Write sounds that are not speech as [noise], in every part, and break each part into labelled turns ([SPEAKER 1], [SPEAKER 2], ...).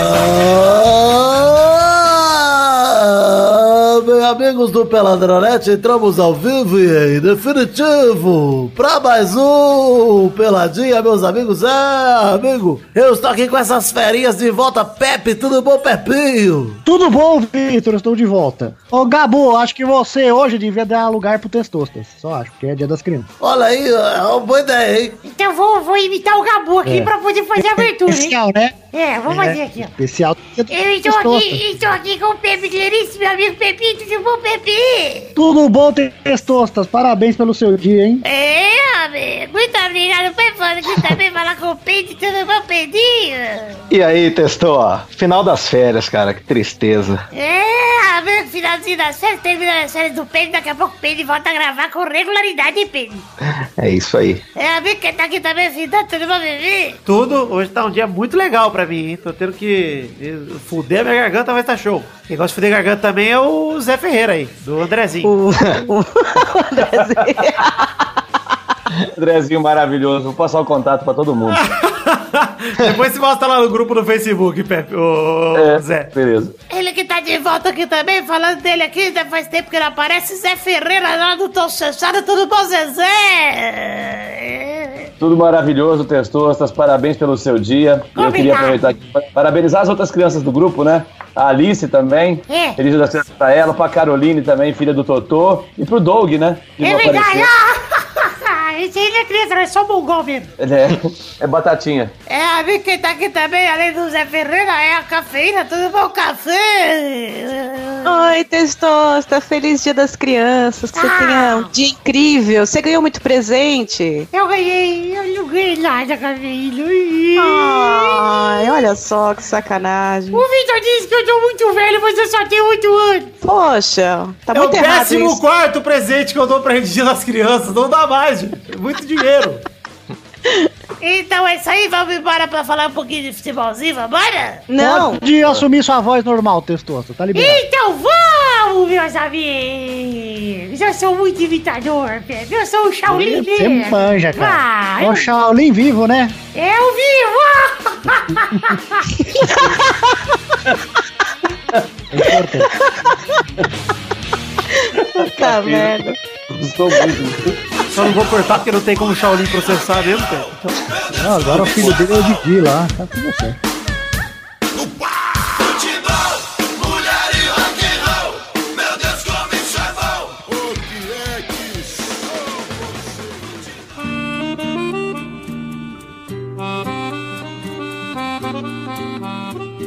[SPEAKER 1] bem, Amigos do Peladronete, entramos ao vivo e em definitivo pra mais um Peladinha, meus amigos. É, amigo, eu estou aqui com essas ferinhas de volta. Pepe, tudo bom, Pepinho?
[SPEAKER 2] Tudo bom, Vitor? Estou de volta. Ô, Gabo, acho que você hoje devia dar lugar pro Testostas. Só acho, porque é dia das crianças.
[SPEAKER 1] Olha aí, é uma boa ideia, hein?
[SPEAKER 3] Então vou, vou imitar o Gabu aqui
[SPEAKER 2] É.
[SPEAKER 3] pra poder fazer a abertura, hein?
[SPEAKER 2] Especial, né?
[SPEAKER 3] É, vou fazer aqui, ó.
[SPEAKER 2] Especial.
[SPEAKER 3] Eu estou aqui, estou aqui com o Pepe Clarice, meu amigo Pepito, tudo bom, Pepe?
[SPEAKER 2] Tudo bom, Testostas? Parabéns pelo seu dia, hein?
[SPEAKER 3] É, amigo, muito obrigado, foi foda que também falar com o Pedro, tudo bom, Pedrinho?
[SPEAKER 4] E aí, testou, ó. Final das férias, cara, que tristeza.
[SPEAKER 3] É, amigo, finalzinho da série, terminando as séries do Pedro, daqui a pouco o Pedro volta a gravar com regularidade, hein, Pedro?
[SPEAKER 4] É isso aí.
[SPEAKER 3] É, amigo, quem tá aqui também, Cidade, tudo bom, bebê?
[SPEAKER 5] Tudo, hoje tá um dia muito legal pra mim, hein? Tô tendo que eh, fuder minha garganta, mas tá show. Quem gosta de fuder garganta também é o Zé Ferreira aí, do Andrezinho.
[SPEAKER 6] O, o Andrezinho.
[SPEAKER 4] Andrezinho maravilhoso, vou passar o contato pra todo mundo.
[SPEAKER 5] Ah, Depois se mostra lá no grupo no Facebook, Pepe, ô
[SPEAKER 4] É,
[SPEAKER 5] Zé.
[SPEAKER 4] Beleza.
[SPEAKER 3] Ele que tá de volta aqui também, falando dele aqui, já faz tempo que ele aparece, Zé Ferreira lá do Tom Chanchado, tudo bom, Zezé?
[SPEAKER 4] Tudo maravilhoso, Testostas. Parabéns pelo seu dia. E eu
[SPEAKER 3] Obrigada.
[SPEAKER 4] queria aproveitar aqui para parabenizar as outras crianças do grupo, né? A Alice também.
[SPEAKER 3] É.
[SPEAKER 4] Feliz dia das crianças pra ela, pra Caroline também, filha do Totô. E pro Doug, né? Que
[SPEAKER 3] É
[SPEAKER 4] não
[SPEAKER 3] verdade,
[SPEAKER 4] apareceu.
[SPEAKER 3] [laughs] ah! Esse aí não é criança, não, é só mongol mesmo.
[SPEAKER 4] Ele é, é batatinha.
[SPEAKER 3] É, amigo, quem tá aqui também, além do Zé Ferreira, é a cafeína, tudo bom, café?
[SPEAKER 6] Oi, Testosta. Feliz dia das crianças. Que você
[SPEAKER 3] Ah.
[SPEAKER 6] tenha um dia incrível. Você ganhou muito presente.
[SPEAKER 3] Eu ganhei, eu não ganhei nada, cafeína. Ih. Ah.
[SPEAKER 6] Ai, olha só que sacanagem.
[SPEAKER 3] O Vitor disse que eu tô muito velho, mas eu só tenho 8 anos.
[SPEAKER 6] Poxa, tá
[SPEAKER 5] é o
[SPEAKER 6] muito errado
[SPEAKER 5] décimo
[SPEAKER 6] isso.
[SPEAKER 5] quarto presente que eu dou pra gente dia das crianças, não dá mais, gente. É muito dinheiro.
[SPEAKER 3] Então é isso aí, vamos embora pra falar um pouquinho de futebolzinho, vambora?
[SPEAKER 6] Não,
[SPEAKER 2] Pode assumir sua voz normal, Testosta. Tá liberado.
[SPEAKER 3] Então vamos, meus amigos! Eu sou muito imitador, Pepe. Eu sou o Shaolin
[SPEAKER 2] Você é um
[SPEAKER 3] mesmo.
[SPEAKER 2] manja, cara.
[SPEAKER 3] Vai,
[SPEAKER 2] É o Shaolin vivo, né?
[SPEAKER 3] eu, eu vivo! [laughs]
[SPEAKER 2] É importante.
[SPEAKER 6] puta merda.
[SPEAKER 4] Gostou muito.
[SPEAKER 5] Só não vou cortar porque não tem como o Shaolin processar mesmo, Pepe.
[SPEAKER 2] Não, agora o filho dele é o Didi lá. Tá tudo certo.
[SPEAKER 7] O que é que sou você?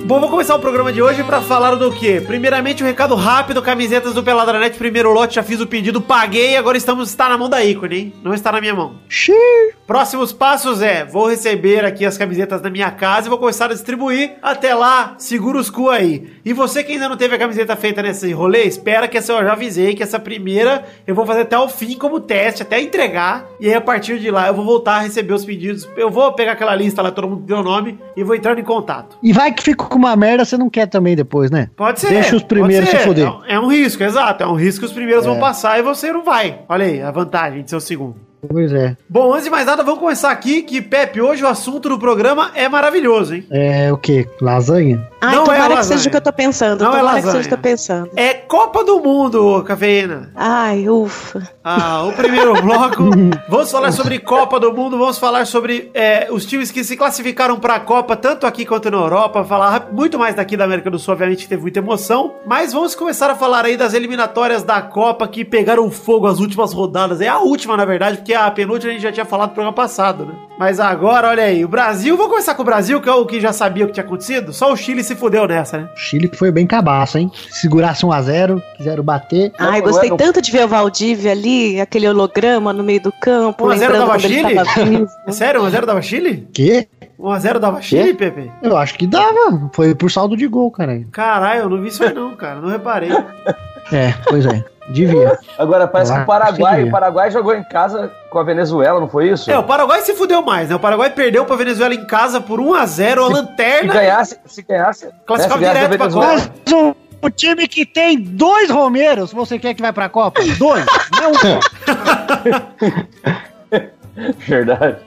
[SPEAKER 5] Bom, vou começar o programa de hoje pra falar do quê? Primeiramente, um recado rápido, camisetas do Peladranet, primeiro lote, já fiz o pedido, paguei, agora estamos, está na mão da ícone, hein? Não está na minha mão.
[SPEAKER 2] Xiii.
[SPEAKER 5] Próximos passos é, vou receber aqui as camisetas da minha casa e vou começar a distribuir. Até lá, segura os cu aí. E você que ainda não teve a camiseta feita nesse rolê, espera que essa eu já avisei, que essa primeira eu vou fazer até o fim como teste, até entregar. E aí a partir de lá eu vou voltar a receber os pedidos. Eu vou pegar aquela lista lá, todo mundo deu o nome e vou entrando em contato.
[SPEAKER 2] E vai que fica com uma merda, você não quer também depois, né?
[SPEAKER 5] Pode ser.
[SPEAKER 2] Deixa os
[SPEAKER 5] pode
[SPEAKER 2] primeiros
[SPEAKER 5] ser.
[SPEAKER 2] se foder.
[SPEAKER 5] É um- É um risco, exato. É um risco que os primeiros vão passar e você não vai. Olha aí, a vantagem de ser o segundo.
[SPEAKER 2] Pois é.
[SPEAKER 5] Bom, antes de mais nada, vamos começar aqui que, Pepe, hoje o assunto do programa é maravilhoso, hein?
[SPEAKER 2] É o quê? Lasanha?
[SPEAKER 6] Ai,
[SPEAKER 5] Não é
[SPEAKER 6] tomara que
[SPEAKER 5] lasanha.
[SPEAKER 6] seja o que eu tô pensando.
[SPEAKER 5] Não é
[SPEAKER 6] tomara que
[SPEAKER 5] lasanha.
[SPEAKER 6] seja o que eu tô pensando.
[SPEAKER 5] É Copa do Mundo, ô, cafeína.
[SPEAKER 6] Ai, ufa.
[SPEAKER 5] Ah, o primeiro bloco. Vamos falar sobre Copa do Mundo, vamos falar sobre é, os times que se classificaram para a Copa, tanto aqui quanto na Europa. Falar muito mais daqui da América do Sul, obviamente, que teve muita emoção. Mas vamos começar a falar aí das eliminatórias da Copa que pegaram fogo as últimas rodadas. É a última, na verdade, porque a penúltima a gente já tinha falado no programa passado, né? Mas agora, olha aí, o Brasil, vou começar com o Brasil, que é o que já sabia o que tinha acontecido. Só o Chile se fudeu nessa, né?
[SPEAKER 2] O Chile foi bem cabaço, hein? Segurasse 1x0, quiseram bater.
[SPEAKER 6] Ai,
[SPEAKER 4] não
[SPEAKER 5] é,
[SPEAKER 6] gostei
[SPEAKER 4] era um-
[SPEAKER 6] tanto de ver o Valdívia ali, aquele holograma no meio do campo,
[SPEAKER 5] 1 a 0
[SPEAKER 6] lembrando
[SPEAKER 5] dava
[SPEAKER 6] quando ele
[SPEAKER 5] Chile?
[SPEAKER 6] tava vivo.
[SPEAKER 5] É [laughs] sério? 1x0 dava Chile?
[SPEAKER 2] Quê?
[SPEAKER 5] 1x0 dava Chile, Pepe?
[SPEAKER 2] Eu acho que dava. Foi por saldo de gol, cara.
[SPEAKER 5] Caralho, eu não vi isso aí não, cara. Não reparei.
[SPEAKER 2] É, pois é. Devia.
[SPEAKER 4] Agora parece que
[SPEAKER 2] Ah,
[SPEAKER 4] o Paraguai,
[SPEAKER 2] seria.
[SPEAKER 4] o Paraguai jogou em casa com a Venezuela, não foi isso?
[SPEAKER 5] é, o Paraguai se fudeu mais, né? O Paraguai perdeu pra Venezuela em casa por 1x0, a, lanterna.
[SPEAKER 4] Se ganhasse, se ganhasse, né, se
[SPEAKER 5] Classificava
[SPEAKER 4] ganhasse a
[SPEAKER 5] direto pra
[SPEAKER 4] Venezuela,
[SPEAKER 2] [laughs] Mas o O time que tem dois Romeiros, você quer que vai pra Copa? Dois, não um.
[SPEAKER 4] [laughs] Verdade.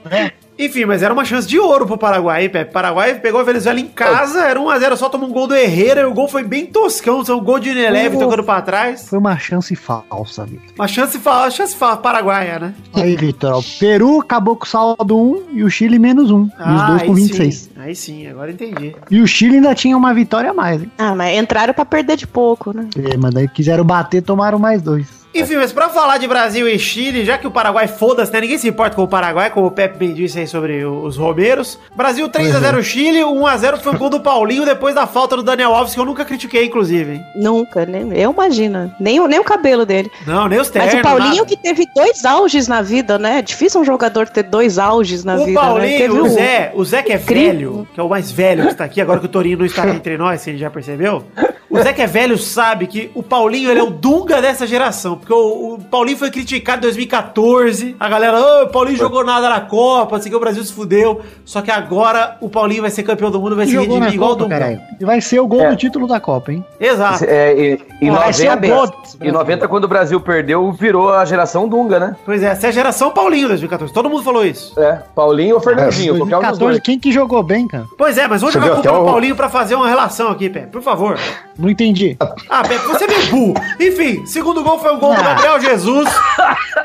[SPEAKER 5] Enfim, mas era uma chance de ouro pro Paraguai, hein, Pepe? Paraguai pegou a Venezuela em casa, era 1x0, só tomou um gol do Herrera e o gol foi bem toscão, só um gol de Neleve
[SPEAKER 2] Gol.
[SPEAKER 5] tocando pra trás.
[SPEAKER 2] Foi uma chance falsa, Vitor.
[SPEAKER 5] Uma chance, fa chance fa paraguaia, né?
[SPEAKER 2] Aí, Vitor, ó, o Peru acabou com saldo 1 e o Chile menos 1. e os dois
[SPEAKER 5] Ah, aí
[SPEAKER 2] com 26.
[SPEAKER 5] Sim, aí sim, agora entendi.
[SPEAKER 2] E o Chile ainda tinha uma vitória a mais, hein?
[SPEAKER 6] Ah, mas entraram pra perder de pouco, né?
[SPEAKER 2] É, mas daí quiseram bater, tomaram mais dois.
[SPEAKER 5] Enfim, mas pra falar de Brasil e Chile, já que o Paraguai foda-se, né? Ninguém se importa com o Paraguai, como o Pepe bem disse aí sobre o- os Romeiros. Brasil 3x0 Chile, 1x0 foi o gol do Paulinho depois da falta do Daniel Alves, que eu nunca critiquei, inclusive, hein?
[SPEAKER 6] Nunca, né? Eu imagino. Nem, o- nem o cabelo dele.
[SPEAKER 5] Não, nem os
[SPEAKER 6] Mas
[SPEAKER 5] ternos,
[SPEAKER 6] o Paulinho
[SPEAKER 5] nada.
[SPEAKER 6] que teve dois auges na vida, né? É difícil um jogador ter dois auges na
[SPEAKER 5] o
[SPEAKER 6] vida, né?
[SPEAKER 5] Paulinho,
[SPEAKER 6] Teve
[SPEAKER 5] o
[SPEAKER 6] um-
[SPEAKER 5] Zé, o Zé que é
[SPEAKER 6] Incrível.
[SPEAKER 5] velho, que é o mais velho que está aqui, agora que o Torinho não está aqui entre nós, se ele já percebeu. O Zé que é velho sabe que o Paulinho ele é o Dunga dessa geração, porque o, o Paulinho foi criticado em 2014, a galera, "Ah, o Paulinho jogou nada na Copa, assim que o Brasil se fudeu, só que agora o Paulinho vai ser campeão do mundo, vai se
[SPEAKER 2] Jogou na
[SPEAKER 5] redimir igual o
[SPEAKER 2] Copa,
[SPEAKER 5] Dunga.
[SPEAKER 2] caralho. E vai ser o gol
[SPEAKER 4] É.
[SPEAKER 2] do título da Copa, hein?
[SPEAKER 5] Exato,
[SPEAKER 4] É, e, em,
[SPEAKER 2] Vai ser o
[SPEAKER 4] 90,
[SPEAKER 2] gol desse
[SPEAKER 4] em
[SPEAKER 2] Brasil.
[SPEAKER 4] 90, quando o Brasil perdeu, virou a geração Dunga, né?
[SPEAKER 5] pois é, essa é a geração Paulinho 2014, todo mundo falou isso.
[SPEAKER 4] É, Paulinho ou
[SPEAKER 8] É,
[SPEAKER 4] Fernandinho, qualquer um dos dois.
[SPEAKER 2] 2014, quem que jogou bem, cara?
[SPEAKER 5] Pois é, mas onde
[SPEAKER 8] Você
[SPEAKER 5] vai
[SPEAKER 8] viu
[SPEAKER 5] culpar
[SPEAKER 8] até
[SPEAKER 5] o
[SPEAKER 8] o-
[SPEAKER 5] Paulinho pra fazer uma relação aqui, Pé? Por favor.
[SPEAKER 2] Não entendi.
[SPEAKER 5] Ah, Pepe, você é meio burro. Enfim, segundo gol foi o gol do Gabriel Jesus,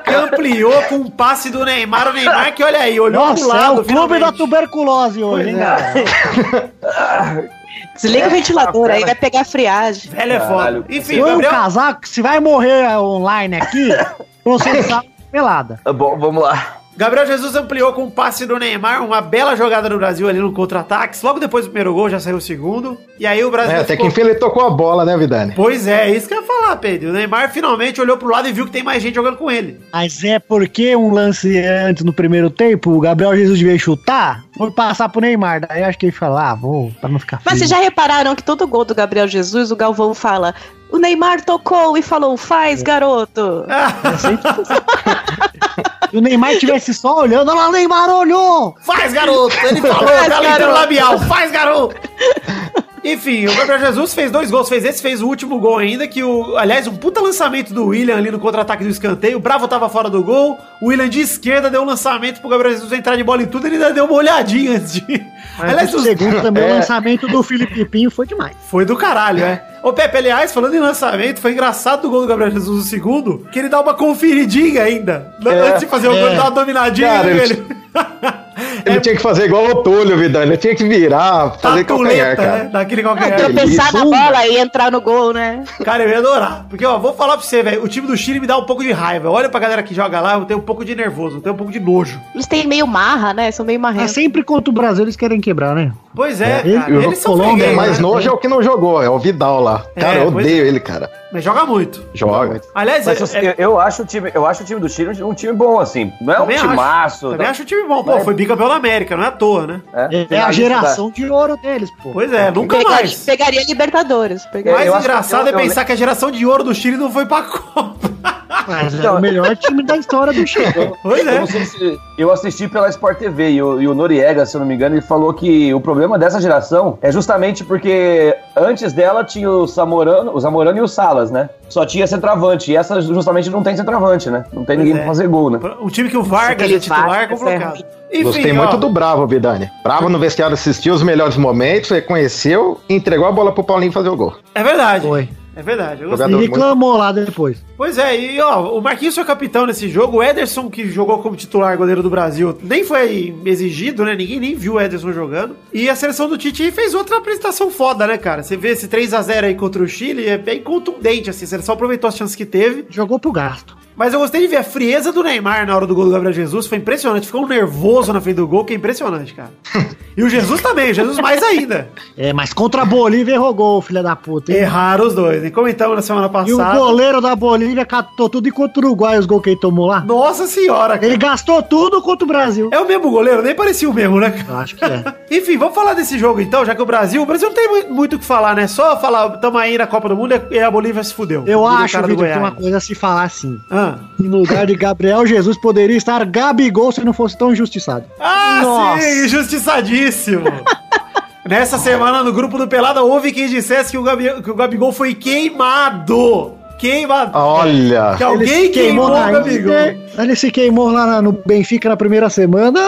[SPEAKER 5] que ampliou com um passe do Neymar. O Neymar que, olha aí, olhou
[SPEAKER 2] Nossa,
[SPEAKER 5] pro lado.
[SPEAKER 2] é o clube
[SPEAKER 5] finalmente.
[SPEAKER 2] da tuberculose hoje,
[SPEAKER 5] é.
[SPEAKER 2] hein, galera?
[SPEAKER 6] Desliga o ventilador aí, vai pegar friagem.
[SPEAKER 5] Velho é foda.
[SPEAKER 4] Caralho.
[SPEAKER 5] Enfim,
[SPEAKER 2] Foi um
[SPEAKER 5] Gabriel...
[SPEAKER 2] casaco que se vai morrer
[SPEAKER 5] [laughs]
[SPEAKER 2] online aqui, você sabe pelada.
[SPEAKER 4] Ah, Bom, vamos lá.
[SPEAKER 5] Gabriel Jesus ampliou com um passe do Neymar, uma bela jogada do Brasil ali no contra-ataque. Logo depois do primeiro gol, já saiu o segundo. E aí o Brasil
[SPEAKER 8] É, até que
[SPEAKER 5] ficou-
[SPEAKER 8] enfim ele tocou a bola, né, Vidani?
[SPEAKER 5] Pois é, isso que eu ia falar, Pedro. O Neymar finalmente olhou pro lado e viu que tem mais gente jogando com ele.
[SPEAKER 2] Mas é porque um lance antes no primeiro tempo, o Gabriel Jesus devia chutar, foi passar pro Neymar. Daí acho que ele falou, ah, vou, pra não ficar
[SPEAKER 6] Mas
[SPEAKER 2] feio.
[SPEAKER 6] vocês já repararam que todo gol do Gabriel Jesus, o Galvão fala. O Neymar tocou e falou: faz, garoto.
[SPEAKER 5] Ah,
[SPEAKER 2] Se o Neymar tivesse só olhando, olha lá, o Neymar olhou!
[SPEAKER 5] Faz, garoto! Ele falou,
[SPEAKER 6] Faz,
[SPEAKER 5] tá leitura
[SPEAKER 6] garoto.
[SPEAKER 5] labial, faz, garoto! Enfim, o Gabriel Jesus fez dois gols, fez esse, fez o último gol ainda, que o, aliás, um puta lançamento do William ali no contra-ataque do escanteio, o Bravo tava fora do gol, o William de esquerda deu um lançamento pro Gabriel Jesus entrar de bola e tudo, ele ainda deu uma olhadinha antes de... É, aliás,
[SPEAKER 2] o
[SPEAKER 5] os-
[SPEAKER 2] segundo também,
[SPEAKER 4] É.
[SPEAKER 2] o lançamento do Felipe Pinho foi demais.
[SPEAKER 5] foi do caralho, é. Ô Pepe, aliás, falando em lançamento, foi engraçado do gol do Gabriel Jesus o segundo, que ele dá uma conferidinha ainda, antes de fazer o gol, ele dá uma dominadinha É
[SPEAKER 8] Cara,
[SPEAKER 5] [laughs] né,
[SPEAKER 8] ele-
[SPEAKER 5] ele-
[SPEAKER 8] Ele tinha que fazer igual o Túlio, Vidani. Ele tinha que virar, fazer
[SPEAKER 5] Tatuleta,
[SPEAKER 8] calcanhar, cara. É, então-
[SPEAKER 5] né? Daquele
[SPEAKER 6] Ah,
[SPEAKER 5] calcanhar.
[SPEAKER 6] tropeçar na
[SPEAKER 8] Zumba.
[SPEAKER 6] bola e entrar no gol, né?
[SPEAKER 5] Cara, eu ia adorar. Porque, ó, vou falar pra você, velho. O time do Chile me dá um pouco de raiva. Olha pra galera que joga lá, eu tenho um pouco de nervoso, eu tenho um pouco de nojo.
[SPEAKER 6] Eles têm meio marra, né? São meio
[SPEAKER 2] Mas
[SPEAKER 6] marrentos.
[SPEAKER 5] Assim,
[SPEAKER 2] sempre contra o Brasil eles querem quebrar, né?
[SPEAKER 5] Pois é, cara.
[SPEAKER 8] E o
[SPEAKER 5] Eles são
[SPEAKER 8] Colômbia é
[SPEAKER 5] fregueses,
[SPEAKER 8] mais
[SPEAKER 5] né?
[SPEAKER 8] nojo é o que não jogou, é o Vidal lá.
[SPEAKER 5] É,
[SPEAKER 8] Cara, eu
[SPEAKER 5] pois
[SPEAKER 8] odeio ele, cara.
[SPEAKER 5] Mas joga muito.
[SPEAKER 8] Joga.
[SPEAKER 5] Aliás,
[SPEAKER 4] Mas assim,
[SPEAKER 5] é-
[SPEAKER 4] eu, eu- eu acho o time, eu acho o time do Chile um time bom, assim. Não é um
[SPEAKER 5] também acho.
[SPEAKER 4] timaço.
[SPEAKER 5] Também
[SPEAKER 4] tá?
[SPEAKER 5] acho o time bom. Pô,
[SPEAKER 4] Mas-
[SPEAKER 5] foi bicampeão da América, não é à toa, né?
[SPEAKER 4] É,
[SPEAKER 2] É a geração de ouro deles, pô.
[SPEAKER 5] Pois é, nunca
[SPEAKER 6] Pegaria,
[SPEAKER 5] mais.
[SPEAKER 6] pegaria Libertadores.
[SPEAKER 4] É,
[SPEAKER 5] O
[SPEAKER 4] eu
[SPEAKER 6] Pegaria.
[SPEAKER 5] mais
[SPEAKER 4] acho que eu-
[SPEAKER 5] engraçado é
[SPEAKER 4] eu-
[SPEAKER 5] pensar que a geração de ouro do Chile não foi pra [laughs] Copa.
[SPEAKER 2] Mas é o melhor time da história do Chile.
[SPEAKER 5] Pois
[SPEAKER 4] Eu,
[SPEAKER 5] é.
[SPEAKER 4] não sei se- eu assisti pela Sport TV e o, e o Noriega, se eu não me engano, ele falou que o problema dessa geração é justamente porque antes dela tinha o Zamorano, o Zamorano e o Salas, né? Só tinha centroavante. E essa justamente não tem centroavante, né? Não tem ninguém
[SPEAKER 5] é.
[SPEAKER 4] pra fazer gol, né?
[SPEAKER 5] Um time que o Vargas
[SPEAKER 6] Aquele
[SPEAKER 5] é titular é
[SPEAKER 6] Vargas é
[SPEAKER 5] complicado.
[SPEAKER 8] Gostei
[SPEAKER 5] ó,
[SPEAKER 8] muito do Bravo, Vidani. Bravo no vestiário assistiu os melhores momentos, reconheceu, entregou a bola pro Paulinho fazer o gol.
[SPEAKER 5] É verdade.
[SPEAKER 2] Foi.
[SPEAKER 5] É verdade. Eu gostei.
[SPEAKER 8] Jogador
[SPEAKER 2] E
[SPEAKER 8] muito-
[SPEAKER 2] reclamou lá depois.
[SPEAKER 5] Pois é, e ó, o Marquinhos foi capitão nesse jogo, o Ederson, que jogou como titular goleiro do Brasil, nem foi exigido, né? Ninguém nem viu o Ederson jogando. E a seleção do Tite fez outra apresentação foda, né, cara? Você vê esse 3 a 0 aí contra o Chile, é bem contundente, assim, a seleção aproveitou as chances que teve.
[SPEAKER 2] Jogou pro gasto.
[SPEAKER 5] Mas eu gostei de ver a frieza do Neymar na hora do gol do Gabriel Jesus, foi impressionante, ficou um nervoso na frente do gol, que é impressionante, cara. E o Jesus também, o Jesus mais ainda.
[SPEAKER 2] [laughs] É, mas contra a Bolívia errou gol, filha da puta. hein?
[SPEAKER 5] Erraram os dois, né? Comentamos na semana
[SPEAKER 2] E o
[SPEAKER 5] passada.
[SPEAKER 2] goleiro da Bolívia catou tudo e contra o Uruguai os gols que ele tomou lá.
[SPEAKER 5] Nossa senhora, cara.
[SPEAKER 2] Ele gastou tudo contra o Brasil.
[SPEAKER 5] É o mesmo goleiro, nem parecia o mesmo, né, cara?
[SPEAKER 2] Eu acho
[SPEAKER 5] [laughs]
[SPEAKER 2] que é.
[SPEAKER 5] Enfim, vamos falar desse jogo então, já que o Brasil. O Brasil não tem mui- muito o que falar, né? Só falar, tamo aí na Copa do Mundo e a Bolívia se fudeu.
[SPEAKER 2] Eu
[SPEAKER 5] Fudeu o
[SPEAKER 2] acho,
[SPEAKER 5] cara do
[SPEAKER 2] Vitor, que
[SPEAKER 5] Goiás.
[SPEAKER 2] uma coisa a se falar assim.
[SPEAKER 5] Ah,
[SPEAKER 2] Em lugar de Gabriel Jesus, poderia estar Gabigol se não fosse tão injustiçado.
[SPEAKER 5] ah
[SPEAKER 2] Nossa. [laughs]
[SPEAKER 5] sim, injustiçadíssimo. Nessa semana, no grupo do Pelada, houve quem dissesse que o, Gabi- que o Gabigol foi queimado. Queimado.
[SPEAKER 8] Olha.
[SPEAKER 5] Que alguém queimou, o
[SPEAKER 2] na
[SPEAKER 5] Gabigol.
[SPEAKER 2] Inter, Ele se queimou lá na- no Benfica na primeira semana.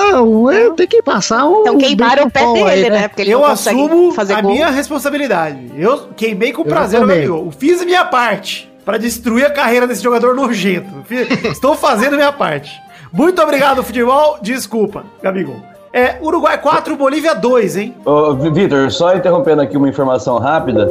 [SPEAKER 2] eu tenho que passar um.
[SPEAKER 6] Então queimaram o pé
[SPEAKER 2] Benfica
[SPEAKER 6] dele,
[SPEAKER 2] aí,
[SPEAKER 6] né? Porque ele
[SPEAKER 5] eu
[SPEAKER 6] não consegue
[SPEAKER 5] assumo
[SPEAKER 6] fazer
[SPEAKER 5] a
[SPEAKER 6] gol.
[SPEAKER 5] minha responsabilidade. Eu queimei com
[SPEAKER 2] Eu
[SPEAKER 5] prazer o
[SPEAKER 2] também.
[SPEAKER 5] Gabigol. Fiz a minha parte pra destruir a carreira desse jogador nojento. Fi-
[SPEAKER 6] [laughs]
[SPEAKER 5] Estou fazendo a minha parte. Muito obrigado, futebol. Desculpa, Gabigol. É, Uruguai 4, Bolívia 2, hein?
[SPEAKER 4] Ô, Vi- Vitor, só interrompendo aqui uma informação rápida.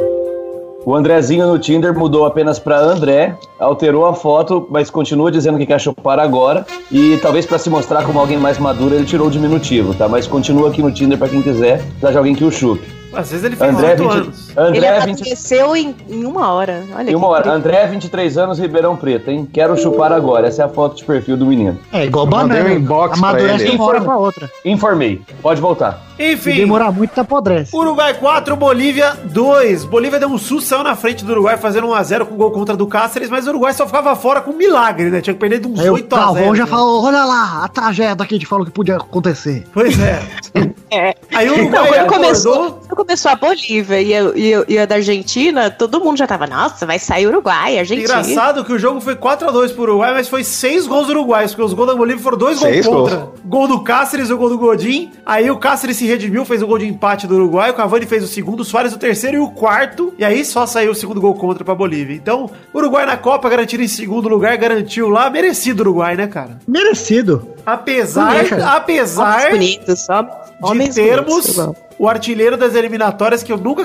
[SPEAKER 4] O Andrezinho no Tinder mudou apenas pra André, alterou a foto, mas continua dizendo que quer chupar agora. E talvez pra se mostrar como alguém mais maduro, ele tirou o diminutivo, tá? Mas continua aqui no Tinder pra quem quiser, precisa de alguém que o chupe.
[SPEAKER 5] Às vezes ele fez
[SPEAKER 4] André,
[SPEAKER 5] 18
[SPEAKER 4] 20,
[SPEAKER 5] anos.
[SPEAKER 6] Ele é
[SPEAKER 4] André, 20,
[SPEAKER 6] aconteceu em, em uma hora. Olha
[SPEAKER 4] e
[SPEAKER 6] que
[SPEAKER 4] uma hora.
[SPEAKER 6] incrível.
[SPEAKER 4] André, 23 anos, Ribeirão Preto, hein? Quero chupar agora. Essa é a foto de perfil do menino.
[SPEAKER 2] É igual
[SPEAKER 8] Mandei
[SPEAKER 2] banana.
[SPEAKER 8] um inbox pra
[SPEAKER 2] amadurece
[SPEAKER 8] ele.
[SPEAKER 2] de uma hora pra outra.
[SPEAKER 4] Informei. Pode voltar.
[SPEAKER 2] Se
[SPEAKER 5] Enfim,
[SPEAKER 2] demorar muito, tá apodrece.
[SPEAKER 5] Uruguai 4, Bolívia 2. Bolívia deu um susto, saiu na frente do Uruguai, fazendo 1x0 com gol contra do Cáceres, mas o Uruguai só ficava fora com um milagre, né? Tinha que perder de uns
[SPEAKER 2] Aí o
[SPEAKER 5] 8 a 0
[SPEAKER 2] Galvão já
[SPEAKER 5] né?
[SPEAKER 2] falou: olha lá, a tragédia que a gente falou que podia acontecer.
[SPEAKER 5] Pois é.
[SPEAKER 6] [laughs] É.
[SPEAKER 5] Aí o
[SPEAKER 6] Não,
[SPEAKER 5] Uruguai
[SPEAKER 6] quando
[SPEAKER 5] acordou,
[SPEAKER 6] começou, quando começou a Bolívia e a, e a- e a da Argentina, todo mundo já tava, nossa, vai sair Uruguai, Argentina.
[SPEAKER 5] Engraçado que o jogo foi 4x2 pro Uruguai, mas foi 6 gols uruguaios, porque os gols da Bolívia foram dois gols
[SPEAKER 8] Seis
[SPEAKER 5] contra. Gol do Cáceres, o gol do Godin. Aí o Cáceres se redimiu, fez o gol de empate do Uruguai, o Cavani fez o segundo, o Soares o terceiro e o quarto. E aí só saiu o segundo gol contra pra Bolívia. Então, Uruguai na Copa garantido em segundo lugar, garantiu lá, merecido o Uruguai, né, cara? [laughs]
[SPEAKER 2] Merecido.
[SPEAKER 5] Apesar,
[SPEAKER 2] Não é, cara.
[SPEAKER 5] apesar
[SPEAKER 6] Homens bonitos, hom-
[SPEAKER 5] de
[SPEAKER 6] homens
[SPEAKER 5] termos
[SPEAKER 6] bonitos, Uruguai.
[SPEAKER 5] o artilheiro das eliminatórias que eu nunca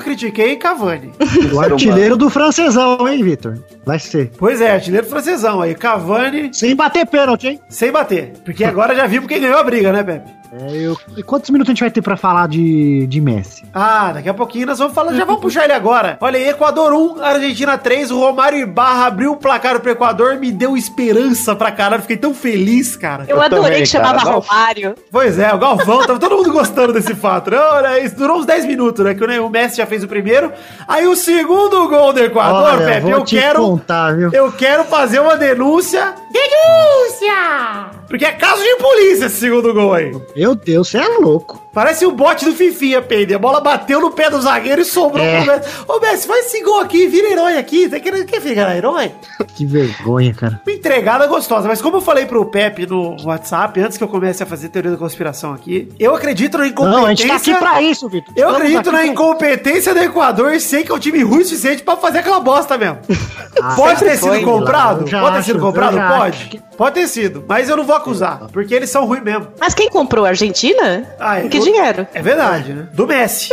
[SPEAKER 6] [laughs]
[SPEAKER 5] critiquei, Cavani.
[SPEAKER 2] O artilheiro do francesão, hein, Vitor? Vai ser.
[SPEAKER 5] Pois é, artilheiro francesão aí, Cavani
[SPEAKER 2] Sem bater pênalti, hein?
[SPEAKER 5] sem bater. Porque agora já vimos quem ganhou a briga, né, Pepe?
[SPEAKER 2] É, eu- e Quantos minutos a gente vai ter pra falar de, de Messi?
[SPEAKER 5] Ah, daqui a pouquinho nós vamos falar, já vamos puxar ele agora. Olha aí, Equador 1, Argentina 3, o Romário Ibarra abriu o placar pro Equador, me deu esperança pra caralho, fiquei tão feliz, cara.
[SPEAKER 6] Eu
[SPEAKER 8] Eu
[SPEAKER 6] adorei
[SPEAKER 8] também,
[SPEAKER 6] que chamava
[SPEAKER 8] cara.
[SPEAKER 6] Romário.
[SPEAKER 5] Pois é, o Galvão, tava todo mundo gostando desse fato. né? Olha, isso durou uns 10 minutos, né? Que o- o Messi já fez o primeiro. Aí o segundo gol do Equador,
[SPEAKER 2] Olha,
[SPEAKER 5] Pepe,
[SPEAKER 2] vou
[SPEAKER 5] eu
[SPEAKER 2] te
[SPEAKER 5] quero.
[SPEAKER 2] contar, viu?
[SPEAKER 5] Eu quero fazer uma denúncia,
[SPEAKER 3] Denúncia!
[SPEAKER 5] porque é caso de polícia esse segundo gol aí.
[SPEAKER 2] Meu Deus, você é louco.
[SPEAKER 5] Parece o bote do Fifinha, Pedro. A bola bateu no pé do zagueiro e sobrou
[SPEAKER 2] É.
[SPEAKER 5] pro Messi. Ô, Messi, faz esse gol aqui, vira herói aqui. Tá querendo quer virar herói?
[SPEAKER 2] Que vergonha, cara.
[SPEAKER 5] Uma entregada gostosa, mas como eu falei pro Pepe no WhatsApp, antes que eu comece a fazer teoria da conspiração aqui, eu acredito na incompetência...
[SPEAKER 2] Não, a gente tá aqui pra isso, Vitor.
[SPEAKER 5] Eu
[SPEAKER 2] Estamos
[SPEAKER 5] acredito
[SPEAKER 2] aqui
[SPEAKER 5] na
[SPEAKER 2] pra-
[SPEAKER 5] incompetência do Equador e sei que é um time ruim o suficiente pra fazer aquela bosta mesmo.
[SPEAKER 2] [laughs] Ah,
[SPEAKER 5] Pode ter sido
[SPEAKER 2] foi,
[SPEAKER 5] comprado?
[SPEAKER 2] eu já
[SPEAKER 5] Pode ter sido
[SPEAKER 2] acho,
[SPEAKER 5] comprado?
[SPEAKER 2] eu já
[SPEAKER 5] Pode.
[SPEAKER 2] acho que-
[SPEAKER 5] Pode ter sido, mas eu não vou acusar, porque eles são ruins mesmo.
[SPEAKER 6] Mas quem comprou a Argentina?
[SPEAKER 5] Ah, é.
[SPEAKER 6] que dinheiro?
[SPEAKER 5] É verdade, né? Do Messi.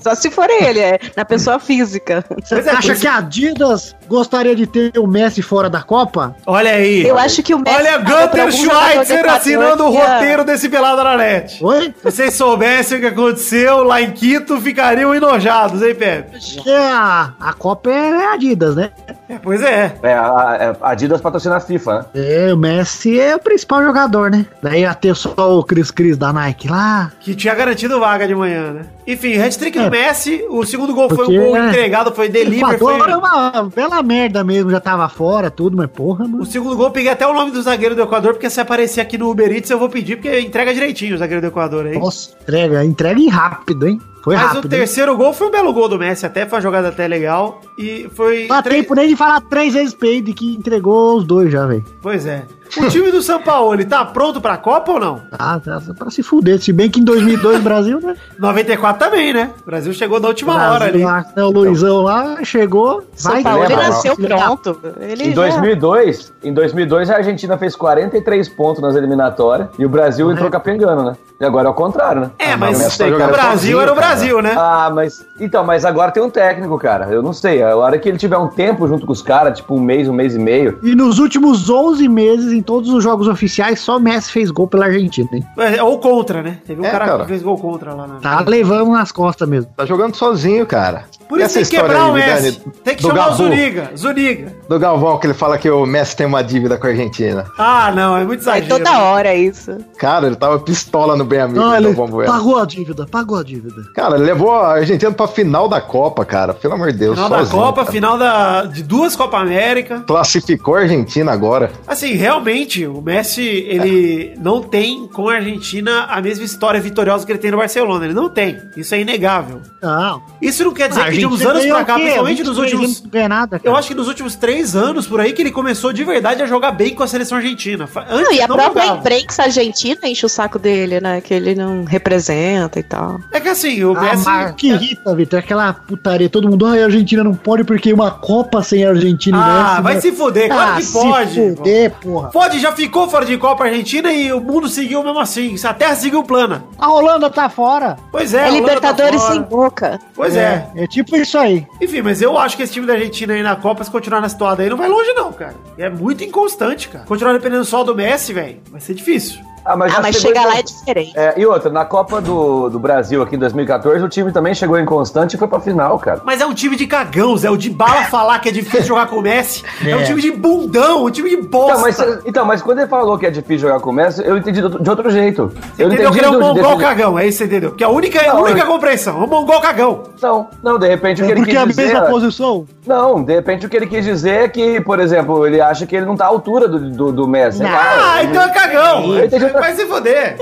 [SPEAKER 6] Só se for ele, é, na pessoa física.
[SPEAKER 2] Você
[SPEAKER 5] Pois é, por
[SPEAKER 2] acha
[SPEAKER 5] isso-
[SPEAKER 2] que a Adidas gostaria de ter o Messi fora da Copa?
[SPEAKER 5] Olha aí.
[SPEAKER 6] Eu acho que o Messi
[SPEAKER 5] Olha
[SPEAKER 6] pagou pra
[SPEAKER 5] Gunter
[SPEAKER 6] algum jogador do
[SPEAKER 5] Schweitzer
[SPEAKER 6] Equador
[SPEAKER 5] assinando o
[SPEAKER 6] que
[SPEAKER 2] é.
[SPEAKER 6] ia-
[SPEAKER 5] roteiro desse Pelada na Net.
[SPEAKER 2] Oi?
[SPEAKER 5] Se vocês soubessem o que aconteceu lá em Quito, ficariam enojados, hein, Pepe?
[SPEAKER 2] Porque é a, a Copa é Adidas, né?
[SPEAKER 5] É, pois é.
[SPEAKER 4] É, a, a Adidas patrocina a FIFA, né?
[SPEAKER 2] É, o Messi é o principal jogador, né? Daí ia ter só o Cris Cris da Nike lá.
[SPEAKER 5] Que tinha garantido vaga de manhã, né? Enfim, hat-trick do
[SPEAKER 2] É.
[SPEAKER 5] Messi. O segundo gol foi
[SPEAKER 2] Porque,
[SPEAKER 5] um gol
[SPEAKER 2] né,
[SPEAKER 5] entregado, foi delivery. Foi...
[SPEAKER 2] Equador é uma bela merda mesmo, já tava fora, tudo, mas porra,
[SPEAKER 5] O
[SPEAKER 2] mano.
[SPEAKER 5] segundo gol, eu peguei até o nome do zagueiro do Equador, porque se aparecer aqui no Uber Eats, eu vou pedir, porque entrega direitinho o zagueiro do Equador aí.
[SPEAKER 2] Nossa, entrega, entrega e rápido, hein? Foi
[SPEAKER 5] Mas o
[SPEAKER 2] rápido. hein?
[SPEAKER 5] terceiro gol foi um belo gol do Messi, até foi uma jogada até legal. E foi.
[SPEAKER 2] Não Dá
[SPEAKER 5] tre-
[SPEAKER 2] tempo nem de falar três vezes peide que entregou os dois já, velho.
[SPEAKER 5] Pois é. O time do São Paulo, ele tá pronto pra Copa ou não?
[SPEAKER 2] Ah, tá, tá pra se fuder. Se bem que
[SPEAKER 5] [laughs]
[SPEAKER 2] em 2002 o Brasil, né?
[SPEAKER 5] 94 também, né? O Brasil chegou na última hora ali.
[SPEAKER 2] Brasil lá, né, O Luizão lá chegou.
[SPEAKER 6] São Paulo, ele
[SPEAKER 8] leva,
[SPEAKER 6] nasceu
[SPEAKER 2] filho da
[SPEAKER 6] pronto. Ele
[SPEAKER 4] Em
[SPEAKER 6] já-
[SPEAKER 4] 2002, em 2002 a Argentina fez 43 pontos nas eliminatórias e o Brasil entrou capengando, né? E agora é o contrário, né?
[SPEAKER 5] É,
[SPEAKER 8] mas
[SPEAKER 5] mas
[SPEAKER 8] Messi tá
[SPEAKER 5] o
[SPEAKER 8] jogando
[SPEAKER 5] Brasil
[SPEAKER 8] sozinho,
[SPEAKER 5] era o
[SPEAKER 8] cara.
[SPEAKER 5] Brasil, né?
[SPEAKER 4] Ah, mas. Então, mas agora tem um técnico, cara. Eu não sei. A hora que ele tiver um tempo junto com os caras, tipo um mês, um mês e meio.
[SPEAKER 2] E nos últimos 11 meses, em todos os jogos oficiais, só Messi fez gol pela Argentina, hein?
[SPEAKER 5] É, Ou contra, né? Teve um
[SPEAKER 8] É,
[SPEAKER 5] cara, que
[SPEAKER 8] cara.
[SPEAKER 5] fez gol contra lá na.
[SPEAKER 2] Tá levando nas costas mesmo.
[SPEAKER 8] Tá jogando sozinho, cara.
[SPEAKER 5] Por isso
[SPEAKER 8] Essa
[SPEAKER 5] tem que
[SPEAKER 8] história
[SPEAKER 5] quebrar
[SPEAKER 8] aí,
[SPEAKER 5] o S.
[SPEAKER 8] Vidani,
[SPEAKER 5] Tem que
[SPEAKER 8] do
[SPEAKER 5] chamar o
[SPEAKER 8] Gabu.
[SPEAKER 5] Zuniga. Zuniga.
[SPEAKER 8] Do Galvão, que ele fala que o Messi tem uma dívida com a Argentina.
[SPEAKER 5] Ah, não, é muito
[SPEAKER 6] É
[SPEAKER 5] exagero.
[SPEAKER 6] toda hora isso.
[SPEAKER 8] Cara, ele tava pistola no bem amigo
[SPEAKER 9] Não, ele
[SPEAKER 8] do Galvão Bueno.
[SPEAKER 9] pagou a dívida, pagou a dívida.
[SPEAKER 8] Cara, ele levou a Argentina pra final da Copa, cara. Pelo amor de Deus.
[SPEAKER 5] Final da
[SPEAKER 8] sozinho,
[SPEAKER 5] Copa,
[SPEAKER 8] cara.
[SPEAKER 5] final da, de duas Copa América.
[SPEAKER 8] Classificou a Argentina agora.
[SPEAKER 5] Assim, realmente, o Messi, ele não tem com a Argentina a mesma história vitoriosa que ele tem no Barcelona. Ele não tem. Isso é inegável.
[SPEAKER 2] Não.
[SPEAKER 5] Isso não quer dizer
[SPEAKER 2] Ah, A
[SPEAKER 5] que de
[SPEAKER 2] gente
[SPEAKER 5] uns anos
[SPEAKER 2] ganhou
[SPEAKER 5] pra cá,
[SPEAKER 2] o quê?
[SPEAKER 5] principalmente nos
[SPEAKER 2] 23
[SPEAKER 5] últimos.
[SPEAKER 2] anos Não ganha nada, cara.
[SPEAKER 5] Eu acho que nos últimos três anos, por aí, que ele começou de verdade a jogar bem com a seleção argentina. Fa- Antes
[SPEAKER 6] Não, e a
[SPEAKER 5] não
[SPEAKER 6] própria
[SPEAKER 5] jogava.
[SPEAKER 6] imprensa argentina enche o saco dele, né? Que ele não representa e tal.
[SPEAKER 5] É que assim, o
[SPEAKER 2] Ah,
[SPEAKER 5] Messi...
[SPEAKER 2] mas que irrita, Vitor. é Aquela putaria. Todo mundo, ai, a Argentina não pode porque uma Copa sem Argentina
[SPEAKER 5] Ah,
[SPEAKER 2] e Messi.
[SPEAKER 5] vai
[SPEAKER 2] né?
[SPEAKER 5] se foder, claro
[SPEAKER 2] Ah,
[SPEAKER 5] que pode.
[SPEAKER 2] Se fuder, porra.
[SPEAKER 5] Pode, já ficou fora de Copa Argentina e o mundo seguiu mesmo assim. A terra seguiu plana.
[SPEAKER 2] A Holanda tá fora.
[SPEAKER 5] Pois é,
[SPEAKER 6] é
[SPEAKER 5] a Holanda
[SPEAKER 6] Libertadores
[SPEAKER 5] tá fora.
[SPEAKER 6] sem boca.
[SPEAKER 5] Pois é.
[SPEAKER 2] É tipo isso aí.
[SPEAKER 5] Enfim, mas eu acho que esse time da Argentina aí na Copa, se continuar na situada aí, não vai longe não, cara. É muito inconstante, cara. Continuar dependendo só do Messi, velho, vai ser difícil.
[SPEAKER 4] Ah, mas,
[SPEAKER 6] Ah,
[SPEAKER 4] já
[SPEAKER 6] mas
[SPEAKER 4] chegou
[SPEAKER 6] chegar
[SPEAKER 4] em-
[SPEAKER 6] lá é diferente.
[SPEAKER 4] É, e outra, na Copa do, do Brasil aqui em 2014, o time também chegou em constante e foi pra final, cara.
[SPEAKER 5] Mas é um time de cagão, Zé. O de bala falar que é difícil jogar com o Messi. É, um time de bundão, um time de bosta.
[SPEAKER 4] Então mas, cê- então, mas quando ele falou que é difícil jogar com o Messi, eu entendi do- de outro jeito. Eu não entendi
[SPEAKER 5] Entendeu? Que ele é um
[SPEAKER 4] do-
[SPEAKER 5] mongol
[SPEAKER 4] desse-
[SPEAKER 5] cagão, é isso, você entendeu? Que é a única, a
[SPEAKER 4] Não,
[SPEAKER 5] única
[SPEAKER 4] eu-
[SPEAKER 5] compreensão, é um mongol cagão.
[SPEAKER 4] Não, não, de repente o que
[SPEAKER 2] É
[SPEAKER 4] ele
[SPEAKER 2] porque
[SPEAKER 4] quis
[SPEAKER 2] é a
[SPEAKER 4] dizer...
[SPEAKER 2] mesma posição.
[SPEAKER 4] Não, de repente o que ele quis dizer é que, por exemplo, ele acha que ele não tá à altura do, do, do Messi. sei lá.
[SPEAKER 5] Ah, então é cagão.
[SPEAKER 4] Eu entendi outra-
[SPEAKER 5] Vai se foder.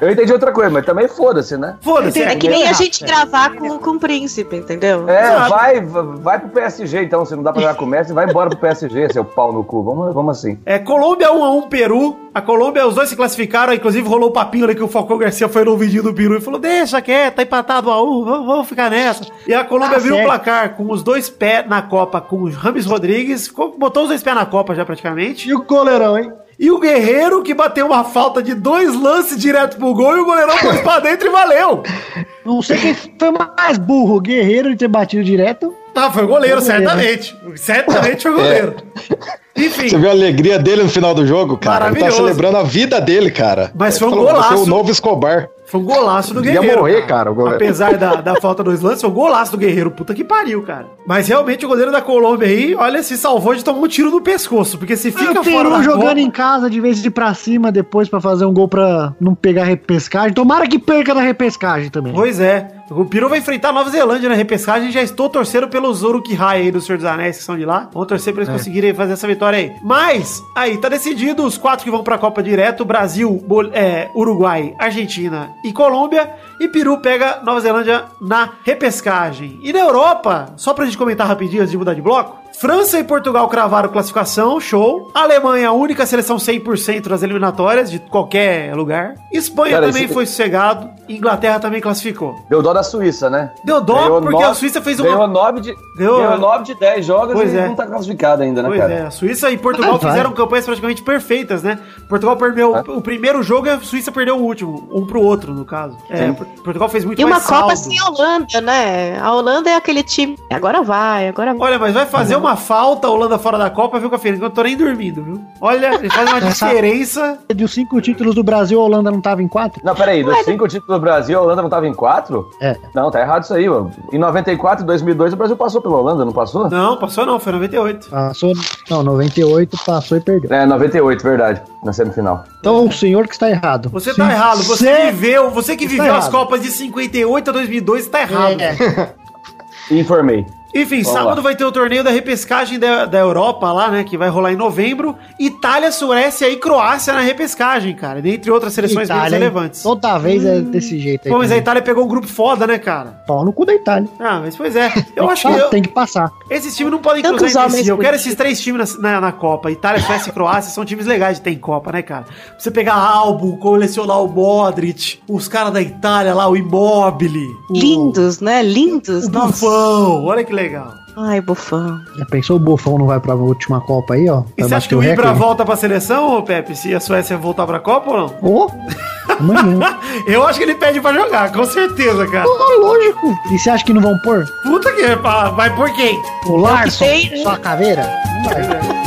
[SPEAKER 4] Eu entendi outra coisa, mas também foda-se, né?
[SPEAKER 5] Foda-se.
[SPEAKER 6] É
[SPEAKER 5] É
[SPEAKER 6] que nem a gente gravar com, com o príncipe, entendeu?
[SPEAKER 4] É,
[SPEAKER 5] Exato.
[SPEAKER 4] vai, vai pro PSG então, se não dá pra jogar com o Messi, vai embora pro PSG, seu pau no cu. Vamos, vamos assim.
[SPEAKER 5] É, Colômbia 1x1 Peru. A Colômbia, os dois se classificaram. Inclusive, rolou o papinho ali que o Falcão Garcia foi no vídeo do Peru e falou: Deixa quieto, tá empatado a um, vamos, vamos ficar nessa. E a Colômbia
[SPEAKER 2] Tá
[SPEAKER 5] virou o
[SPEAKER 2] certo.
[SPEAKER 5] placar com os dois pés na Copa, com o Rames Rodrigues. ficou- Botou os dois pés na Copa já praticamente.
[SPEAKER 2] E o goleirão, hein?
[SPEAKER 5] E o Guerreiro que bateu uma falta de dois lances direto pro gol e o goleirão pôs pra dentro e valeu.
[SPEAKER 2] Não sei quem foi mais burro, o guerreiro de ter batido direto.
[SPEAKER 5] Ah, foi o goleiro,
[SPEAKER 2] Foi o goleiro.
[SPEAKER 5] certamente. Certamente foi
[SPEAKER 8] É.
[SPEAKER 5] o goleiro.
[SPEAKER 8] Você
[SPEAKER 5] Enfim.
[SPEAKER 8] viu a alegria dele no final do jogo, cara? Ele tá
[SPEAKER 5] Maravilhoso.
[SPEAKER 8] celebrando a vida dele, cara.
[SPEAKER 5] Mas foi um
[SPEAKER 8] Ele falou, "Você é
[SPEAKER 5] golaço."
[SPEAKER 8] o novo Escobar.
[SPEAKER 5] Foi um golaço do
[SPEAKER 8] Ia
[SPEAKER 5] Guerreiro.
[SPEAKER 8] morrer, cara, o goleiro.
[SPEAKER 5] Apesar da, da falta dos lances, foi um golaço do Guerreiro. Puta que pariu, cara. Mas realmente o goleiro da Colômbia aí, olha, se salvou de tomar um tiro no pescoço. Porque se
[SPEAKER 2] Fica
[SPEAKER 5] fica
[SPEAKER 2] o
[SPEAKER 5] fora da
[SPEAKER 2] Peru um jogando
[SPEAKER 5] Copa-
[SPEAKER 2] em casa de vez de ir pra cima depois pra fazer um gol pra não pegar a repescagem. Tomara que perca na repescagem também.
[SPEAKER 5] Pois é. O Peru vai enfrentar a Nova Zelândia na repescagem. Já estou torcendo pelos Uruk-hai aí do Senhor dos Anéis, que são de lá. Vamos torcer pra eles conseguirem fazer essa vitória aí. Mas, aí, tá decidido. Os quatro que vão pra Copa direto. Brasil, Bol- é, Uruguai, Argentina e Colômbia. E Peru pega Nova Zelândia na repescagem. E na Europa, só pra gente comentar rapidinho antes de mudar de bloco. França e Portugal cravaram classificação, show. Alemanha, a única seleção 100% das eliminatórias, de qualquer lugar. Espanha
[SPEAKER 4] Cara,
[SPEAKER 5] também
[SPEAKER 4] esse-
[SPEAKER 5] foi sossegado. Inglaterra também classificou.
[SPEAKER 4] Deu dó da Suíça, né?
[SPEAKER 5] Deu dó
[SPEAKER 4] Ganhou
[SPEAKER 5] porque
[SPEAKER 4] nove-
[SPEAKER 5] a Suíça fez uma-
[SPEAKER 4] Ganhou 9 de,
[SPEAKER 5] Ganhou-
[SPEAKER 4] ganhou nove de 10 jogos
[SPEAKER 5] Pois
[SPEAKER 4] e
[SPEAKER 5] é.
[SPEAKER 4] não tá classificado ainda, né,
[SPEAKER 5] Pois
[SPEAKER 4] cara?
[SPEAKER 5] é, a Suíça e Portugal
[SPEAKER 2] Ah, vai.
[SPEAKER 5] fizeram campanhas praticamente perfeitas, né? Portugal perdeu
[SPEAKER 4] Ah.
[SPEAKER 5] o primeiro jogo e a Suíça perdeu o último, um pro outro, no caso. É, Por- Portugal fez muito
[SPEAKER 6] E uma
[SPEAKER 5] mais
[SPEAKER 6] Copa
[SPEAKER 5] saldo.
[SPEAKER 6] sem Holanda, né? A Holanda é aquele time. Agora vai, agora vai.
[SPEAKER 5] Olha, mas vai fazer
[SPEAKER 4] Uhum.
[SPEAKER 5] uma falta a Holanda fora da Copa, viu, Café? Eu tô nem dormindo, viu? Olha, ele faz uma
[SPEAKER 2] [laughs] Tá.
[SPEAKER 5] diferença.
[SPEAKER 2] Dos cinco títulos do Brasil, a Holanda não tava em quatro?
[SPEAKER 4] Não, peraí, dos cinco títulos do Brasil, a Holanda não tava em quatro?
[SPEAKER 2] É.
[SPEAKER 4] Não, tá errado isso aí, ó. Em 94 e 2002, o Brasil passou pela Holanda, não passou?
[SPEAKER 5] Não, passou não, foi 98.
[SPEAKER 2] Passou. Não, 98 passou e perdeu.
[SPEAKER 4] É, 98, verdade, na semifinal.
[SPEAKER 2] Então o senhor que está errado.
[SPEAKER 5] Você
[SPEAKER 2] Se
[SPEAKER 5] tá errado, você
[SPEAKER 2] cê-
[SPEAKER 5] viveu, você que
[SPEAKER 2] Tá
[SPEAKER 5] viveu as
[SPEAKER 2] errado.
[SPEAKER 5] Copas de 58 a 2002 tá errado.
[SPEAKER 2] É.
[SPEAKER 4] Informei.
[SPEAKER 5] Enfim,
[SPEAKER 4] Vamos
[SPEAKER 5] sábado
[SPEAKER 4] lá.
[SPEAKER 5] vai ter o torneio da repescagem da, da Europa lá, né? Que vai rolar em novembro. Itália, Suécia e Croácia na repescagem, cara. Dentre outras seleções
[SPEAKER 2] Itália,
[SPEAKER 5] menos
[SPEAKER 2] hein?
[SPEAKER 5] relevantes. Hum.
[SPEAKER 2] Toda vez é desse jeito aí.
[SPEAKER 5] Pô, mas a
[SPEAKER 2] também.
[SPEAKER 5] Itália pegou um grupo foda, né, cara?
[SPEAKER 2] Pau no cu da Itália.
[SPEAKER 5] Ah, mas pois é. Eu
[SPEAKER 2] Tem
[SPEAKER 5] acho que
[SPEAKER 2] pa-
[SPEAKER 5] eu-
[SPEAKER 2] Tem que passar.
[SPEAKER 5] esses times não podem
[SPEAKER 6] Tantos
[SPEAKER 5] cruzar entre
[SPEAKER 6] homens
[SPEAKER 5] si. Eu quero
[SPEAKER 6] bonitos.
[SPEAKER 5] esses três times na, na, na Copa. Itália, Suécia e Croácia são times legais de ter em Copa, né, cara? Pra você pegar álbum, colecionar o Modric, os caras da Itália lá, o Immobile. o-
[SPEAKER 6] Lindos, né? Lindos.
[SPEAKER 5] O
[SPEAKER 6] Nossa.
[SPEAKER 5] Buffon. Olha que legal.
[SPEAKER 6] Ai, bufão.
[SPEAKER 2] Já pensou o Bofão não vai pra última Copa aí, ó?
[SPEAKER 5] E você acha que o Ibra volta pra seleção, ô Pepe, se a Suécia voltar pra Copa ou não? [laughs]
[SPEAKER 2] Ô, amanhã.
[SPEAKER 5] Eu acho que ele pede pra jogar, com certeza, cara.
[SPEAKER 2] Ó, [laughs] lógico. E você acha que não vão pôr?
[SPEAKER 5] Puta que pa- vai por quem?
[SPEAKER 2] O Larson,
[SPEAKER 6] tem, né?
[SPEAKER 2] sua caveira? Não vai.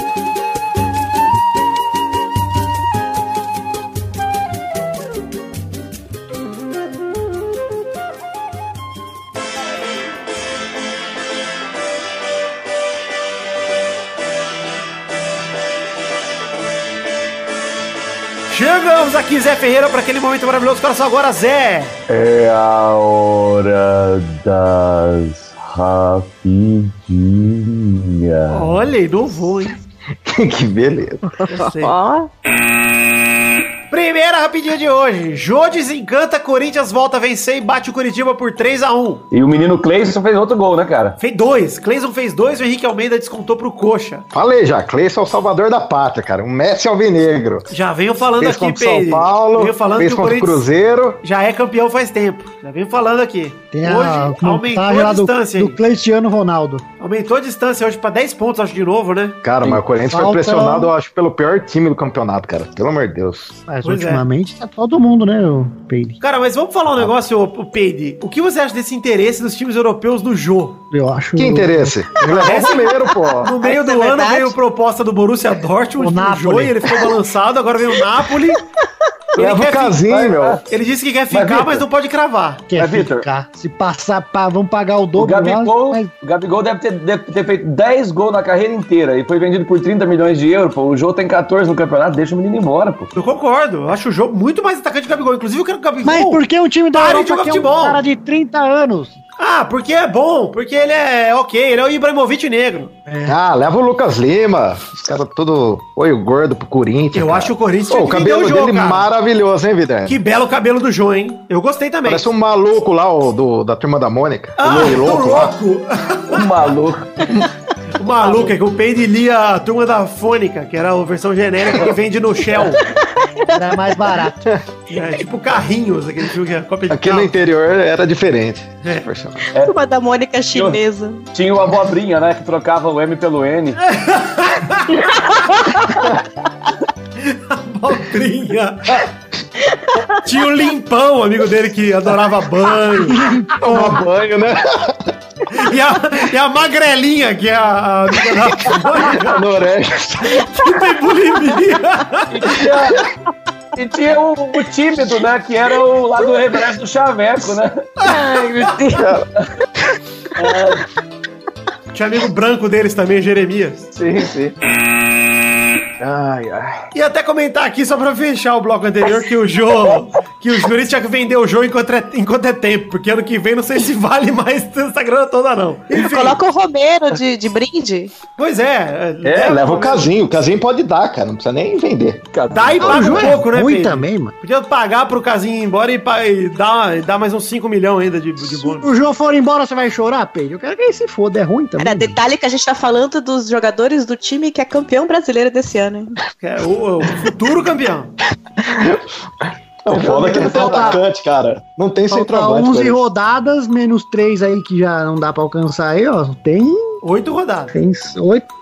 [SPEAKER 5] Chegamos aqui, Zé Ferreira, para aquele momento maravilhoso. Coração agora, Zé.
[SPEAKER 4] É a hora das rapidinhas.
[SPEAKER 5] Olha, inovou, hein?
[SPEAKER 8] que beleza.
[SPEAKER 5] Eu sei.
[SPEAKER 6] Ó,
[SPEAKER 5] Primeira rapidinha de hoje. Jô desencanta, Corinthians volta a vencer e bate o Curitiba por 3 a 1
[SPEAKER 4] E o menino Cleison fez outro gol, né, cara?
[SPEAKER 5] Fez dois. Cleison fez dois, o Henrique Almeida descontou pro Coxa.
[SPEAKER 8] Falei já, Cleison é o salvador da pátria, cara. Um Messi alvinegro.
[SPEAKER 5] Já venho falando
[SPEAKER 8] Fez
[SPEAKER 5] aqui,
[SPEAKER 8] contra o São
[SPEAKER 5] Pedro.
[SPEAKER 8] Paulo,
[SPEAKER 5] Venho falando que
[SPEAKER 8] fez
[SPEAKER 5] o
[SPEAKER 8] contra o
[SPEAKER 5] Corinthians
[SPEAKER 8] Cruzeiro.
[SPEAKER 5] já é campeão faz tempo. Já venho falando aqui.
[SPEAKER 2] Tem a
[SPEAKER 5] hoje é. aumentou
[SPEAKER 2] montagem
[SPEAKER 5] a
[SPEAKER 2] lá do,
[SPEAKER 5] distância.
[SPEAKER 2] do
[SPEAKER 5] hein?
[SPEAKER 2] Cleistiano Ronaldo.
[SPEAKER 5] Aumentou a distância hoje pra 10 pontos, acho, de novo, né?
[SPEAKER 8] Cara, mas o Corinthians foi
[SPEAKER 2] Falta-
[SPEAKER 8] pressionado, eu acho, pelo pior time do campeonato, cara. Pelo amor de Deus.
[SPEAKER 2] Mas
[SPEAKER 5] Pois é.
[SPEAKER 2] ultimamente tá todo mundo, né, o Peide?
[SPEAKER 5] Cara, mas vamos
[SPEAKER 8] Ah.
[SPEAKER 5] falar um negócio, ô, ô, Peide. O que você acha desse interesse dos times europeus no Jô?
[SPEAKER 2] Eu acho.
[SPEAKER 8] Que
[SPEAKER 5] Uhum.
[SPEAKER 8] interesse? Ele levou o primeiro, pô.
[SPEAKER 2] Ah,
[SPEAKER 5] No meio do
[SPEAKER 6] é
[SPEAKER 5] ano
[SPEAKER 6] verdade.
[SPEAKER 5] veio proposta do Borussia Dortmund
[SPEAKER 2] O
[SPEAKER 5] pro Jô
[SPEAKER 2] Napoli.
[SPEAKER 5] e ele ficou balançado, agora veio o Napoli.
[SPEAKER 8] Leva o
[SPEAKER 5] quer
[SPEAKER 8] Casim,
[SPEAKER 4] vai,
[SPEAKER 8] meu.
[SPEAKER 4] vai.
[SPEAKER 5] Ele disse que quer ficar, mas,
[SPEAKER 4] Vitor-
[SPEAKER 5] não pode cravar.
[SPEAKER 2] Quer
[SPEAKER 4] Mas, Vitor,
[SPEAKER 2] é ficar. Se passar, pá, vamos pagar o
[SPEAKER 4] O
[SPEAKER 2] dobro.
[SPEAKER 4] Gabigol,
[SPEAKER 2] lá, mas-
[SPEAKER 4] o Gabigol deve, ter, deve ter feito 10 gols na carreira inteira e foi vendido por 30 milhões de euros. Pô. O jogo tem 14 no campeonato, deixa o menino embora, pô.
[SPEAKER 5] Eu concordo. Eu acho o jogo muito mais atacante que o Gabigol. Inclusive, eu quero que o Gabigol.
[SPEAKER 2] Mas por que o time da
[SPEAKER 5] Pare de
[SPEAKER 2] Europa
[SPEAKER 5] jogar
[SPEAKER 2] que é um
[SPEAKER 5] futebol.
[SPEAKER 2] cara de 30 anos?
[SPEAKER 5] Ah, porque é bom. Porque ele é ok. Ele é o Ibrahimovic negro.
[SPEAKER 8] Ah, leva o Lucas Lima. Os caras tudo olho gordo pro Corinthians.
[SPEAKER 5] Eu
[SPEAKER 8] cara.
[SPEAKER 5] acho o Corinthians
[SPEAKER 8] Pô,
[SPEAKER 5] tinha
[SPEAKER 8] o
[SPEAKER 5] que vender
[SPEAKER 8] cabelo
[SPEAKER 5] o jogo,
[SPEAKER 8] dele
[SPEAKER 5] cara.
[SPEAKER 8] maravilhoso, hein, Vidani?
[SPEAKER 5] Que belo cabelo do Jô, hein? Eu gostei também.
[SPEAKER 8] Parece um maluco lá, o do, da turma da Mônica.
[SPEAKER 5] Ah.
[SPEAKER 8] o Louro louco né? lá.
[SPEAKER 4] O Um maluco.
[SPEAKER 5] O maluco é que o Peide lia a turma da Fônica, que era a versão genérica que vende no
[SPEAKER 8] [laughs]
[SPEAKER 5] Shell.
[SPEAKER 2] Era mais barato.
[SPEAKER 5] É, tipo carrinhos, aquele filme que é cópia de
[SPEAKER 8] Aqui no
[SPEAKER 5] carro.
[SPEAKER 8] [laughs] interior era diferente.
[SPEAKER 5] É.
[SPEAKER 6] turma da Mônica chinesa.
[SPEAKER 4] Tinha o Abobrinha, né? Que trocava o M pelo N.
[SPEAKER 5] Abobrinha. Tinha o Limpão, amigo dele que adorava banho.
[SPEAKER 8] Tomar banho, né?
[SPEAKER 5] [laughs] E a, e a magrelinha, que é a, a amiga da Fônica,
[SPEAKER 8] [laughs] Anorex.
[SPEAKER 5] que tem bulimia.
[SPEAKER 4] E tinha, e tinha o, o tímido, né? Que era o lá do reverso do Chaveco, né?
[SPEAKER 6] Ai, meu Deus.
[SPEAKER 5] Tinha amigo branco deles também, Jeremias.
[SPEAKER 4] Sim, sim.
[SPEAKER 8] Ai, ai.
[SPEAKER 5] E até comentar aqui, só pra fechar o bloco anterior, que o Jô. Que os juristas tinham que vender o Jô enquanto é, enquanto é tempo, porque ano que vem não sei se vale mais essa grana toda, não. Enfim,
[SPEAKER 6] Coloca o Romero de, de brinde.
[SPEAKER 5] pois é.
[SPEAKER 8] É, leva o casinho. O casinho pode dar, cara. Não precisa nem vender.
[SPEAKER 5] Dá e
[SPEAKER 2] O
[SPEAKER 5] [laughs] paga um
[SPEAKER 2] jogo
[SPEAKER 5] pouco, né,
[SPEAKER 2] ruim
[SPEAKER 5] Pedro?
[SPEAKER 2] também, mano.
[SPEAKER 5] Podia pagar pro Casinho ir embora e, pa- e dar, e dar mais uns 5 milhões ainda de, de bônus.
[SPEAKER 2] O João for embora, você vai chorar, Pedro? Eu quero que ele se foda, é ruim também.
[SPEAKER 6] Cara, detalhe que a gente tá falando dos jogadores do time que é campeão brasileiro desse ano, hein?
[SPEAKER 5] Que é o, o futuro campeão.
[SPEAKER 8] Não, foda é que não tem
[SPEAKER 2] Falta-
[SPEAKER 8] atacante, cara. Não tem
[SPEAKER 2] Falta
[SPEAKER 8] centroavante.
[SPEAKER 2] 11
[SPEAKER 8] cara.
[SPEAKER 2] rodadas, menos 3 aí que já não dá pra alcançar aí, ó. Tem,
[SPEAKER 5] Oito rodadas.
[SPEAKER 2] tem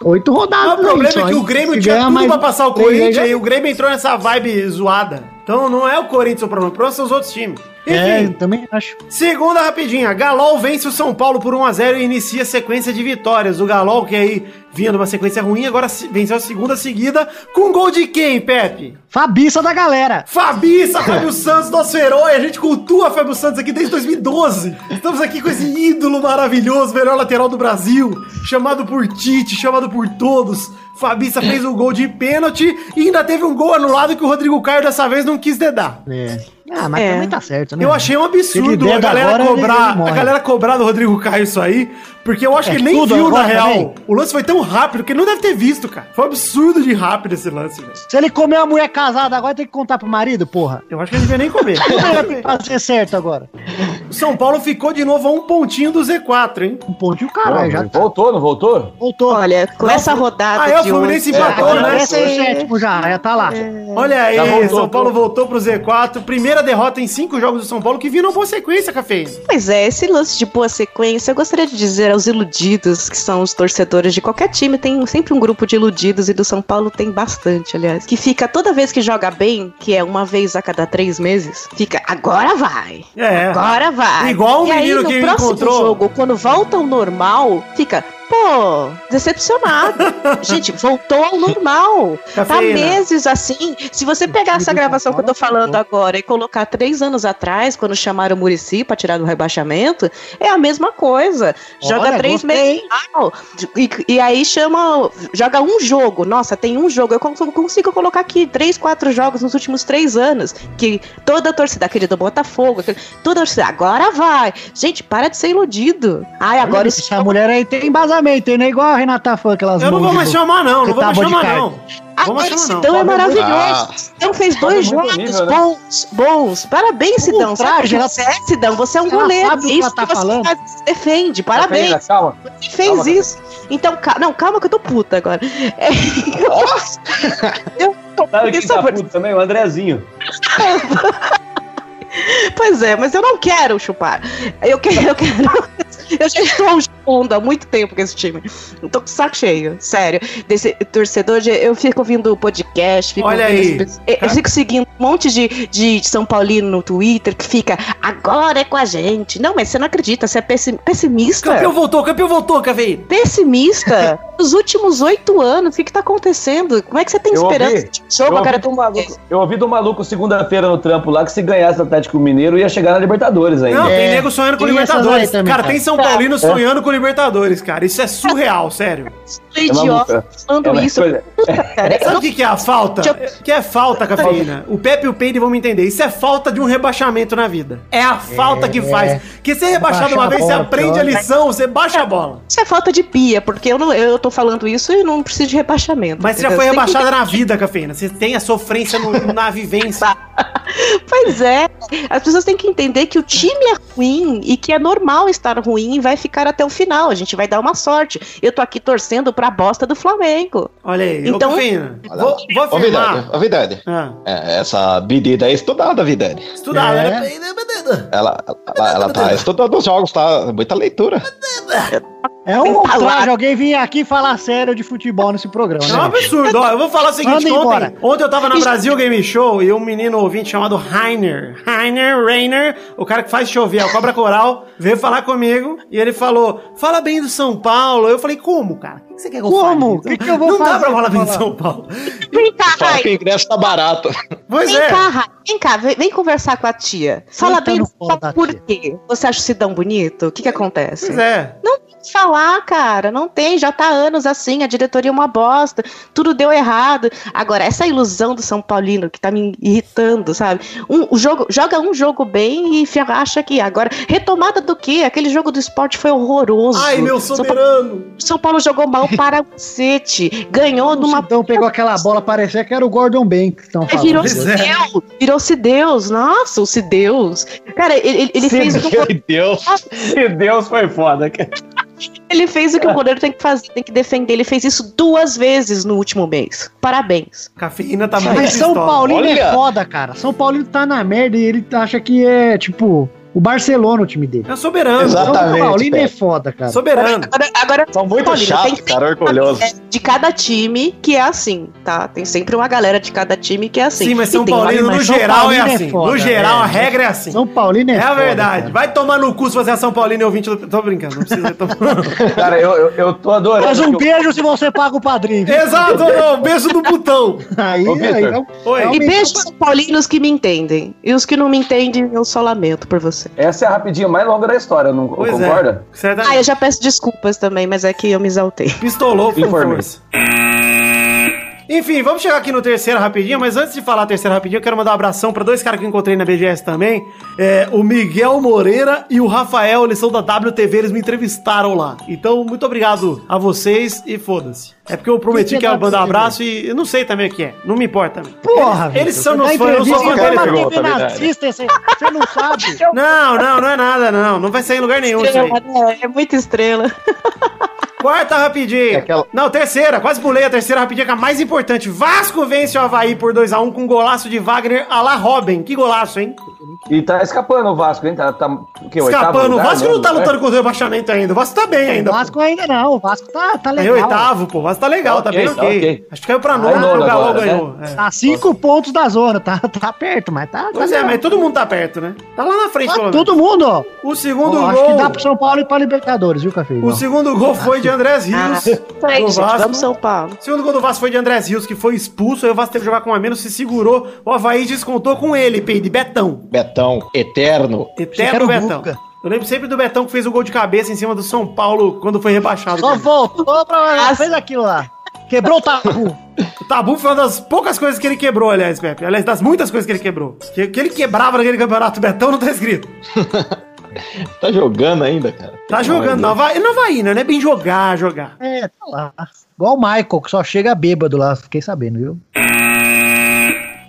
[SPEAKER 2] 8, rodadas.
[SPEAKER 5] Mas o
[SPEAKER 2] aí
[SPEAKER 5] problema
[SPEAKER 2] só,
[SPEAKER 5] é que
[SPEAKER 2] hein?
[SPEAKER 5] o Grêmio
[SPEAKER 2] Ah, Se
[SPEAKER 5] tinha
[SPEAKER 2] ganhar
[SPEAKER 5] tudo
[SPEAKER 2] mais
[SPEAKER 5] pra passar o
[SPEAKER 2] três aí,
[SPEAKER 5] Corinthians
[SPEAKER 2] já-
[SPEAKER 5] e o Grêmio entrou nessa vibe zoada. Então não é o Corinthians o problema, o problema são os outros times.
[SPEAKER 2] É,
[SPEAKER 5] Enfim,
[SPEAKER 2] eu também acho.
[SPEAKER 5] segunda rapidinha. Galol vence o São Paulo por 1x0 e inicia sequência de vitórias. O Galol, que aí vinha numa sequência ruim, agora se- venceu a segunda seguida com gol de quem, Pepe?
[SPEAKER 2] Fabiça da galera.
[SPEAKER 5] Fabiça, Fábio Santos, nosso herói. A gente cultua Fábio Santos aqui desde 2012. Estamos aqui com esse ídolo maravilhoso, melhor lateral do Brasil, chamado por Tite, chamado por todos. Fabiça fez um gol de pênalti e ainda teve um gol anulado que o Rodrigo Caio dessa vez não quis dedar.
[SPEAKER 2] É. Ah, mas
[SPEAKER 6] É.
[SPEAKER 2] também tá certo, né?
[SPEAKER 5] Eu achei um
[SPEAKER 2] Ele
[SPEAKER 5] absurdo a
[SPEAKER 2] deda
[SPEAKER 5] galera
[SPEAKER 2] agora, ele-
[SPEAKER 5] cobrar,
[SPEAKER 2] ele morre.
[SPEAKER 5] a galera cobrar do Rodrigo Caio isso aí, porque eu acho
[SPEAKER 2] É
[SPEAKER 5] que ele nem
[SPEAKER 2] tudo
[SPEAKER 5] viu na
[SPEAKER 2] agora
[SPEAKER 5] real.
[SPEAKER 2] também?
[SPEAKER 5] O lance foi tão rápido que ele não deve ter visto, cara. Foi um absurdo de rápido esse lance, velho.
[SPEAKER 2] Se ele comer uma mulher casada agora, tem que contar pro marido,
[SPEAKER 5] [laughs]
[SPEAKER 2] porra.
[SPEAKER 5] Eu acho que ele devia nem
[SPEAKER 2] [laughs]
[SPEAKER 5] comer.
[SPEAKER 2] Como ele vai fazer certo agora?
[SPEAKER 5] O São Paulo ficou de novo a um pontinho do Z4, hein?
[SPEAKER 2] Um ponto e o caralho, já
[SPEAKER 4] Voltou, não voltou?
[SPEAKER 2] voltou.
[SPEAKER 6] Olha, com essa rodada
[SPEAKER 5] Ah, é,
[SPEAKER 6] de
[SPEAKER 5] o
[SPEAKER 6] hoje...
[SPEAKER 5] Fluminense
[SPEAKER 4] hoje.
[SPEAKER 2] Ah,
[SPEAKER 5] empatou,
[SPEAKER 2] agora
[SPEAKER 5] né?
[SPEAKER 2] esse é o sétimo já, já tá lá.
[SPEAKER 6] É.
[SPEAKER 5] Olha aí,
[SPEAKER 4] Já voltou,
[SPEAKER 5] São Paulo
[SPEAKER 4] voltou.
[SPEAKER 5] voltou pro Z4. Primeira derrota em cinco jogos do São Paulo, que viram boa sequência, Cafeína.
[SPEAKER 6] Pois é, esse lance de boa sequência, eu gostaria de dizer aos iludidos, que são os torcedores de qualquer time, tem sempre um grupo de iludidos, e do São Paulo tem bastante, aliás, que fica toda vez que joga bem, que é uma vez a cada três meses, fica, agora vai,
[SPEAKER 5] É.
[SPEAKER 6] agora vai.
[SPEAKER 5] [laughs] Igual um
[SPEAKER 6] e aí,
[SPEAKER 5] menino
[SPEAKER 6] no
[SPEAKER 5] que
[SPEAKER 6] próximo
[SPEAKER 5] encontrou-
[SPEAKER 6] jogo, quando volta ao normal, fica... pô,
[SPEAKER 5] [laughs]
[SPEAKER 6] decepcionado. Gente, voltou ao normal. Tá
[SPEAKER 2] né?
[SPEAKER 5] Cafeína.
[SPEAKER 6] meses assim. Se você pegar essa gravação que eu tô falando agora e colocar três anos atrás, quando chamaram o Murici pra tirar do rebaixamento, é a mesma coisa. Joga
[SPEAKER 2] Olha,
[SPEAKER 6] três
[SPEAKER 2] gostei,
[SPEAKER 6] meses. Ah, E, e aí chama. Joga um jogo. Nossa, tem um jogo. Eu cons- consigo colocar aqui três, quatro jogos nos últimos três anos. Que toda a torcida, aquele do Botafogo, aquele, toda a torcida. Agora vai. Gente, para de ser iludido. Ai, agora
[SPEAKER 2] Olha,
[SPEAKER 6] isso.
[SPEAKER 2] Essa mulher aí tem embasamento, hein? Não é igual a Renata Fã, aquelas
[SPEAKER 5] Eu não
[SPEAKER 2] mãos
[SPEAKER 5] vou
[SPEAKER 2] de
[SPEAKER 5] mais
[SPEAKER 2] bo-
[SPEAKER 5] chamar, não. Não
[SPEAKER 2] Você
[SPEAKER 5] vou
[SPEAKER 2] tá
[SPEAKER 5] mais
[SPEAKER 2] bom de
[SPEAKER 5] chamar,
[SPEAKER 2] carne.
[SPEAKER 5] não. Vou
[SPEAKER 6] Agora
[SPEAKER 5] mais chamar, não.
[SPEAKER 6] Sidão é maravilhoso.
[SPEAKER 8] Ah.
[SPEAKER 6] Sidão fez dois
[SPEAKER 4] Sobe muito
[SPEAKER 6] jogos
[SPEAKER 4] nível, né?
[SPEAKER 6] bons, bons. Parabéns, Sidão.
[SPEAKER 2] Ultraje,
[SPEAKER 6] Sabe o que
[SPEAKER 2] ela-
[SPEAKER 6] você é, Sidão? Você é um
[SPEAKER 2] ela
[SPEAKER 6] goleiro.
[SPEAKER 2] sabe o que
[SPEAKER 6] isso
[SPEAKER 2] ela tá
[SPEAKER 6] você
[SPEAKER 2] falando.
[SPEAKER 6] faz, você defende. Parabéns.
[SPEAKER 4] Cafeína, né? calma.
[SPEAKER 6] Você fez
[SPEAKER 4] Tá Calma,
[SPEAKER 6] isso. Então, cal- não, calma que eu tô puta agora. [laughs] É, eu tô
[SPEAKER 4] Sabe quem
[SPEAKER 6] isso,
[SPEAKER 4] tá puto também? O Andrezinho.
[SPEAKER 6] Pois é, mas eu não quero chupar. Eu quero, eu quero. Eu já estou chupando há muito tempo com esse time. Eu tô com o saco cheio, sério. Desse torcedor, de- eu fico ouvindo podcast, fico
[SPEAKER 5] Olha
[SPEAKER 6] ouvindo
[SPEAKER 5] aí.
[SPEAKER 6] as pessoas- Eu, eu fico seguindo um monte de, de São Paulino no Twitter que fica agora é com a gente. Não, mas você não acredita, você é pessi- pessimista.
[SPEAKER 5] Campeão
[SPEAKER 2] É.
[SPEAKER 5] voltou, campeão voltou, Cafeína. [laughs]
[SPEAKER 6] Pessimista? Nos últimos oito anos, o que, que tá acontecendo? Como é que você tem
[SPEAKER 4] Eu
[SPEAKER 6] esperança
[SPEAKER 4] ouvi.
[SPEAKER 6] de jogo
[SPEAKER 4] Eu
[SPEAKER 6] agora
[SPEAKER 4] ouvi, de um maluco, eu ouvi do maluco segunda-feira no trampo lá que se ganhasse o Atlético Mineiro ia chegar na Libertadores
[SPEAKER 5] Não,
[SPEAKER 4] ainda.
[SPEAKER 5] tem
[SPEAKER 2] É.
[SPEAKER 5] nego sonhando com
[SPEAKER 2] Tem essas
[SPEAKER 5] Libertadores.
[SPEAKER 2] aí também,
[SPEAKER 5] cara,
[SPEAKER 2] cara. Tá.
[SPEAKER 5] tem São Paulino sonhando com Libertadores, cara. Isso é surreal, sério.
[SPEAKER 6] Tem
[SPEAKER 4] uma
[SPEAKER 6] idiota
[SPEAKER 4] É
[SPEAKER 6] falando
[SPEAKER 4] uma
[SPEAKER 6] isso,
[SPEAKER 4] coisa-
[SPEAKER 6] cara? Eu
[SPEAKER 5] Sabe
[SPEAKER 6] não
[SPEAKER 5] o que, que é a falta?
[SPEAKER 6] Deixa
[SPEAKER 5] que é falta, cafeína. O Pepe e o Peide vão me entender. Isso é falta de um rebaixamento na vida. É a falta que faz. Porque ser rebaixado
[SPEAKER 2] Baixa
[SPEAKER 5] uma
[SPEAKER 2] a
[SPEAKER 5] vez, você
[SPEAKER 2] bola,
[SPEAKER 5] aprende
[SPEAKER 2] pior.
[SPEAKER 5] a lição, você baixa a bola.
[SPEAKER 6] Isso é falta de pia, porque eu, não, eu tô falando isso e não preciso de rebaixamento.
[SPEAKER 5] Mas você já
[SPEAKER 6] entendeu?
[SPEAKER 5] foi
[SPEAKER 6] tem que-
[SPEAKER 5] rebaixada na vida, cafeína. Você tem a sofrência no- na vivência.
[SPEAKER 6] [laughs]
[SPEAKER 2] Tá.
[SPEAKER 6] Pois é. As pessoas têm que entender que o time é ruim e que é normal estar ruim e vai ficar até o final. A gente vai dar uma sorte. Eu tô aqui torcendo pra bosta do Flamengo.
[SPEAKER 5] Olha aí. Ô,
[SPEAKER 6] Então-
[SPEAKER 5] cafeína,
[SPEAKER 8] Olha
[SPEAKER 5] vou,
[SPEAKER 8] lá.
[SPEAKER 5] vou
[SPEAKER 8] Ô, Vidani,
[SPEAKER 5] afirmar.
[SPEAKER 8] ô, Vidani.
[SPEAKER 5] Ah,
[SPEAKER 8] É, essa medida é estudada, Vidani.
[SPEAKER 5] estudar.
[SPEAKER 2] É.
[SPEAKER 5] né?
[SPEAKER 8] Ela, ela, ela tá estudando os jogos, tá? Muita leitura.
[SPEAKER 2] É um
[SPEAKER 6] Tem palavra.
[SPEAKER 2] ultraje alguém vir aqui falar sério de futebol nesse programa,
[SPEAKER 5] É um
[SPEAKER 2] né?
[SPEAKER 5] absurdo. Ó, eu vou falar o seguinte:
[SPEAKER 2] Manda
[SPEAKER 5] ontem,
[SPEAKER 2] embora.
[SPEAKER 5] ontem eu tava na
[SPEAKER 6] Isso.
[SPEAKER 5] Brasil Game Show e um menino ouvinte chamado Rainer, Rainer, Rainer, o cara que faz chover, a cobra coral, veio falar comigo e ele falou: fala bem do São Paulo. Eu falei: como, cara? O que você quer que eu fale?
[SPEAKER 2] Como?
[SPEAKER 5] do
[SPEAKER 2] O
[SPEAKER 5] São
[SPEAKER 2] que que eu vou
[SPEAKER 5] Não dá
[SPEAKER 2] fazer
[SPEAKER 5] pra falar
[SPEAKER 2] pra
[SPEAKER 5] bem do
[SPEAKER 2] falar?
[SPEAKER 5] São Paulo.
[SPEAKER 6] Vem cá,
[SPEAKER 8] Só
[SPEAKER 6] Rai.
[SPEAKER 8] que o ingresso tá barato.
[SPEAKER 5] Pois
[SPEAKER 6] Vem
[SPEAKER 5] é.
[SPEAKER 6] cá, Rai. Vem cá, vem, vem conversar com a tia. Fala
[SPEAKER 2] Senta
[SPEAKER 6] bem
[SPEAKER 2] tá no
[SPEAKER 6] do
[SPEAKER 2] colo da
[SPEAKER 6] por
[SPEAKER 2] tia.
[SPEAKER 6] quê? Você acha o Sidão bonito? O que que acontece?
[SPEAKER 5] Pois é.
[SPEAKER 6] falar, cara. Não tem, já tá há anos assim, a diretoria é uma bosta, tudo deu errado. Agora, essa ilusão do São Paulino que tá me irritando, sabe? Um, o jogo, joga um jogo bem e fi- acha que agora. Retomada do quê? Aquele jogo do esporte foi horroroso.
[SPEAKER 5] Ai, meu
[SPEAKER 6] São, Pa-
[SPEAKER 5] soberano.
[SPEAKER 6] São Paulo jogou mal para o cacete. Ganhou
[SPEAKER 2] O
[SPEAKER 6] numa.
[SPEAKER 2] Sidão Então pegou aquela bola, parecia que era o Gordon Banks. Tão
[SPEAKER 6] Aí
[SPEAKER 2] falando.
[SPEAKER 6] Virou-se
[SPEAKER 5] é.
[SPEAKER 6] Deus, virou-se Deus, nossa, o se Deus. Cara, ele, ele fez o que o
[SPEAKER 5] [laughs]
[SPEAKER 4] [laughs]
[SPEAKER 8] Meu Deus.
[SPEAKER 4] Se Deus foi foda.
[SPEAKER 6] Ele fez o que o goleiro tem que fazer, tem que defender. Ele fez isso duas vezes no último mês. Parabéns.
[SPEAKER 5] Cafeína tá muito
[SPEAKER 2] Mas São
[SPEAKER 5] pistola.
[SPEAKER 2] Paulino
[SPEAKER 8] Olha.
[SPEAKER 2] é foda, cara. São Paulino tá na merda e ele acha que é, tipo, o Barcelona o time dele.
[SPEAKER 5] É o soberano.
[SPEAKER 8] Exato. Exatamente,
[SPEAKER 2] São Paulino
[SPEAKER 8] Pepe.
[SPEAKER 2] é foda, cara.
[SPEAKER 5] Soberano.
[SPEAKER 6] Agora, agora
[SPEAKER 8] São muito
[SPEAKER 6] Paulino, tem
[SPEAKER 8] chatos,
[SPEAKER 6] que ter
[SPEAKER 8] cara, orgulhoso.
[SPEAKER 6] de cada time que é assim, tá? Tem sempre uma galera de cada time que é assim.
[SPEAKER 5] Sim, mas
[SPEAKER 6] E
[SPEAKER 5] São
[SPEAKER 6] tem-
[SPEAKER 5] Paulino
[SPEAKER 2] mas
[SPEAKER 5] no
[SPEAKER 2] São
[SPEAKER 5] geral é
[SPEAKER 2] Paulino é
[SPEAKER 5] assim. No
[SPEAKER 2] foda,
[SPEAKER 5] geral, a
[SPEAKER 2] é.
[SPEAKER 5] regra é assim.
[SPEAKER 2] São Paulino é,
[SPEAKER 5] É a
[SPEAKER 2] foda,
[SPEAKER 5] verdade.
[SPEAKER 2] cara.
[SPEAKER 5] Vai tomar no cu se você é São Paulino e ouvinte do... Tô brincando, não precisa... Tô...
[SPEAKER 2] [laughs]
[SPEAKER 4] Cara, eu, eu, eu tô adorando.
[SPEAKER 2] Mas um
[SPEAKER 4] que
[SPEAKER 2] beijo se você paga o padrinho. viu?
[SPEAKER 5] Exato, não, beijo do botão.
[SPEAKER 2] Aí, é
[SPEAKER 4] Ô,
[SPEAKER 2] um aí,
[SPEAKER 4] Vitor.
[SPEAKER 2] não.
[SPEAKER 5] Oi.
[SPEAKER 6] E beijo São Paulinos que me entendem. E os que não me entendem, eu só lamento por você.
[SPEAKER 4] eu- Essa é a rapidinha mais longa da história, não
[SPEAKER 5] Pois é.
[SPEAKER 4] concorda?
[SPEAKER 5] Você tá
[SPEAKER 6] Ah, eu já peço desculpas também, mas é que eu me exaltei.
[SPEAKER 5] pistolou com
[SPEAKER 4] Informe.
[SPEAKER 5] força. Enfim, vamos chegar aqui no terceiro rapidinho, mas antes de falar terceiro rapidinho, eu quero mandar um abração pra dois caras que eu encontrei na BGS também. É, o Miguel Moreira e o Rafael, eles são da WTV, eles me entrevistaram lá. Então, muito obrigado a vocês e foda-se. É porque eu prometi
[SPEAKER 2] Que
[SPEAKER 5] que ia mandar um
[SPEAKER 2] WTV?
[SPEAKER 5] abraço e eu não sei também o que é. Não me importa também.
[SPEAKER 2] Porra,
[SPEAKER 5] Eles- eles são
[SPEAKER 2] Vitor, você
[SPEAKER 5] meus
[SPEAKER 2] dá
[SPEAKER 5] fãs, eu sou
[SPEAKER 2] entrevista
[SPEAKER 5] fã deles.
[SPEAKER 2] pra uma
[SPEAKER 8] Pegou,
[SPEAKER 2] TV
[SPEAKER 8] tá verdade.
[SPEAKER 2] é
[SPEAKER 5] [laughs]
[SPEAKER 2] nazista, Você você não sabe.
[SPEAKER 5] Não, não, não é nada, não. Não vai sair em lugar nenhum isso aí.
[SPEAKER 6] Estrela, né? É muita estrela.
[SPEAKER 5] Quarta rapidinha.
[SPEAKER 8] É aquela-
[SPEAKER 5] Não, terceira. Quase pulei a terceira rapidinha, que é a mais um, importante. Vasco vence o Havaí por 2x1 com golaço de Wagner a la Robin. Que golaço, hein?
[SPEAKER 4] E tá escapando o Vasco, hein? Tá, tá o quê? oitavo
[SPEAKER 5] Escapando. O
[SPEAKER 4] lugar, né? é?
[SPEAKER 5] Vasco não tá
[SPEAKER 4] nono lugar?
[SPEAKER 5] lutando contra o rebaixamento ainda. O Vasco tá bem ainda.
[SPEAKER 2] O
[SPEAKER 5] pô.
[SPEAKER 2] Vasco ainda não, o Vasco tá, tá
[SPEAKER 5] É
[SPEAKER 2] legal.
[SPEAKER 5] oitavo, pô. O Vasco tá legal, tá
[SPEAKER 4] Ok,
[SPEAKER 5] bem
[SPEAKER 4] tá
[SPEAKER 5] ok.
[SPEAKER 4] ok.
[SPEAKER 5] Acho que caiu pra nono,
[SPEAKER 4] Aí nono
[SPEAKER 5] o Galo
[SPEAKER 4] agora, né?
[SPEAKER 5] ganhou. É.
[SPEAKER 2] Tá cinco pontos da zona, tá, tá perto, mas tá.
[SPEAKER 5] Pois
[SPEAKER 2] tá
[SPEAKER 5] é, mas
[SPEAKER 2] legal.
[SPEAKER 5] todo mundo tá perto, né? Tá lá na frente,
[SPEAKER 2] Tá
[SPEAKER 5] pelo menos.
[SPEAKER 2] todo mundo, ó.
[SPEAKER 5] O segundo
[SPEAKER 2] Ó, Acho que
[SPEAKER 5] gol.
[SPEAKER 2] dá pro São Paulo e pra Libertadores, viu, Café?
[SPEAKER 5] O segundo gol foi de
[SPEAKER 6] [laughs]
[SPEAKER 5] Andrés Rios.
[SPEAKER 6] Aí,
[SPEAKER 5] do
[SPEAKER 6] Ah, gente, vamos
[SPEAKER 5] Vasco.
[SPEAKER 6] São Paulo.
[SPEAKER 5] O segundo gol do Vasco foi de Andrés Rios, que foi expulso. Aí o Vasco teve que jogar com um a menos, se segurou. O Havaí descontou com ele, Peide. Betão.
[SPEAKER 8] Betão, eterno.
[SPEAKER 5] Eterno Betão. Eu lembro sempre do Betão que fez o gol de cabeça em cima do São Paulo quando foi rebaixado.
[SPEAKER 2] Só voltou pra.
[SPEAKER 6] Nossa.
[SPEAKER 2] Fez aquilo lá. Quebrou o tabu.
[SPEAKER 5] O tabu foi uma das poucas coisas que ele quebrou, aliás, Pepe. Aliás, das muitas coisas que ele quebrou. Que, que ele quebrava naquele campeonato, o Betão não tá escrito.
[SPEAKER 8] Tá jogando ainda, cara.
[SPEAKER 5] Tá jogando, não vai, não vai indo, né? Bem jogar, jogar.
[SPEAKER 2] [laughs] É, tá lá. Igual o Michael, que só chega bêbado lá, fiquei sabendo, viu?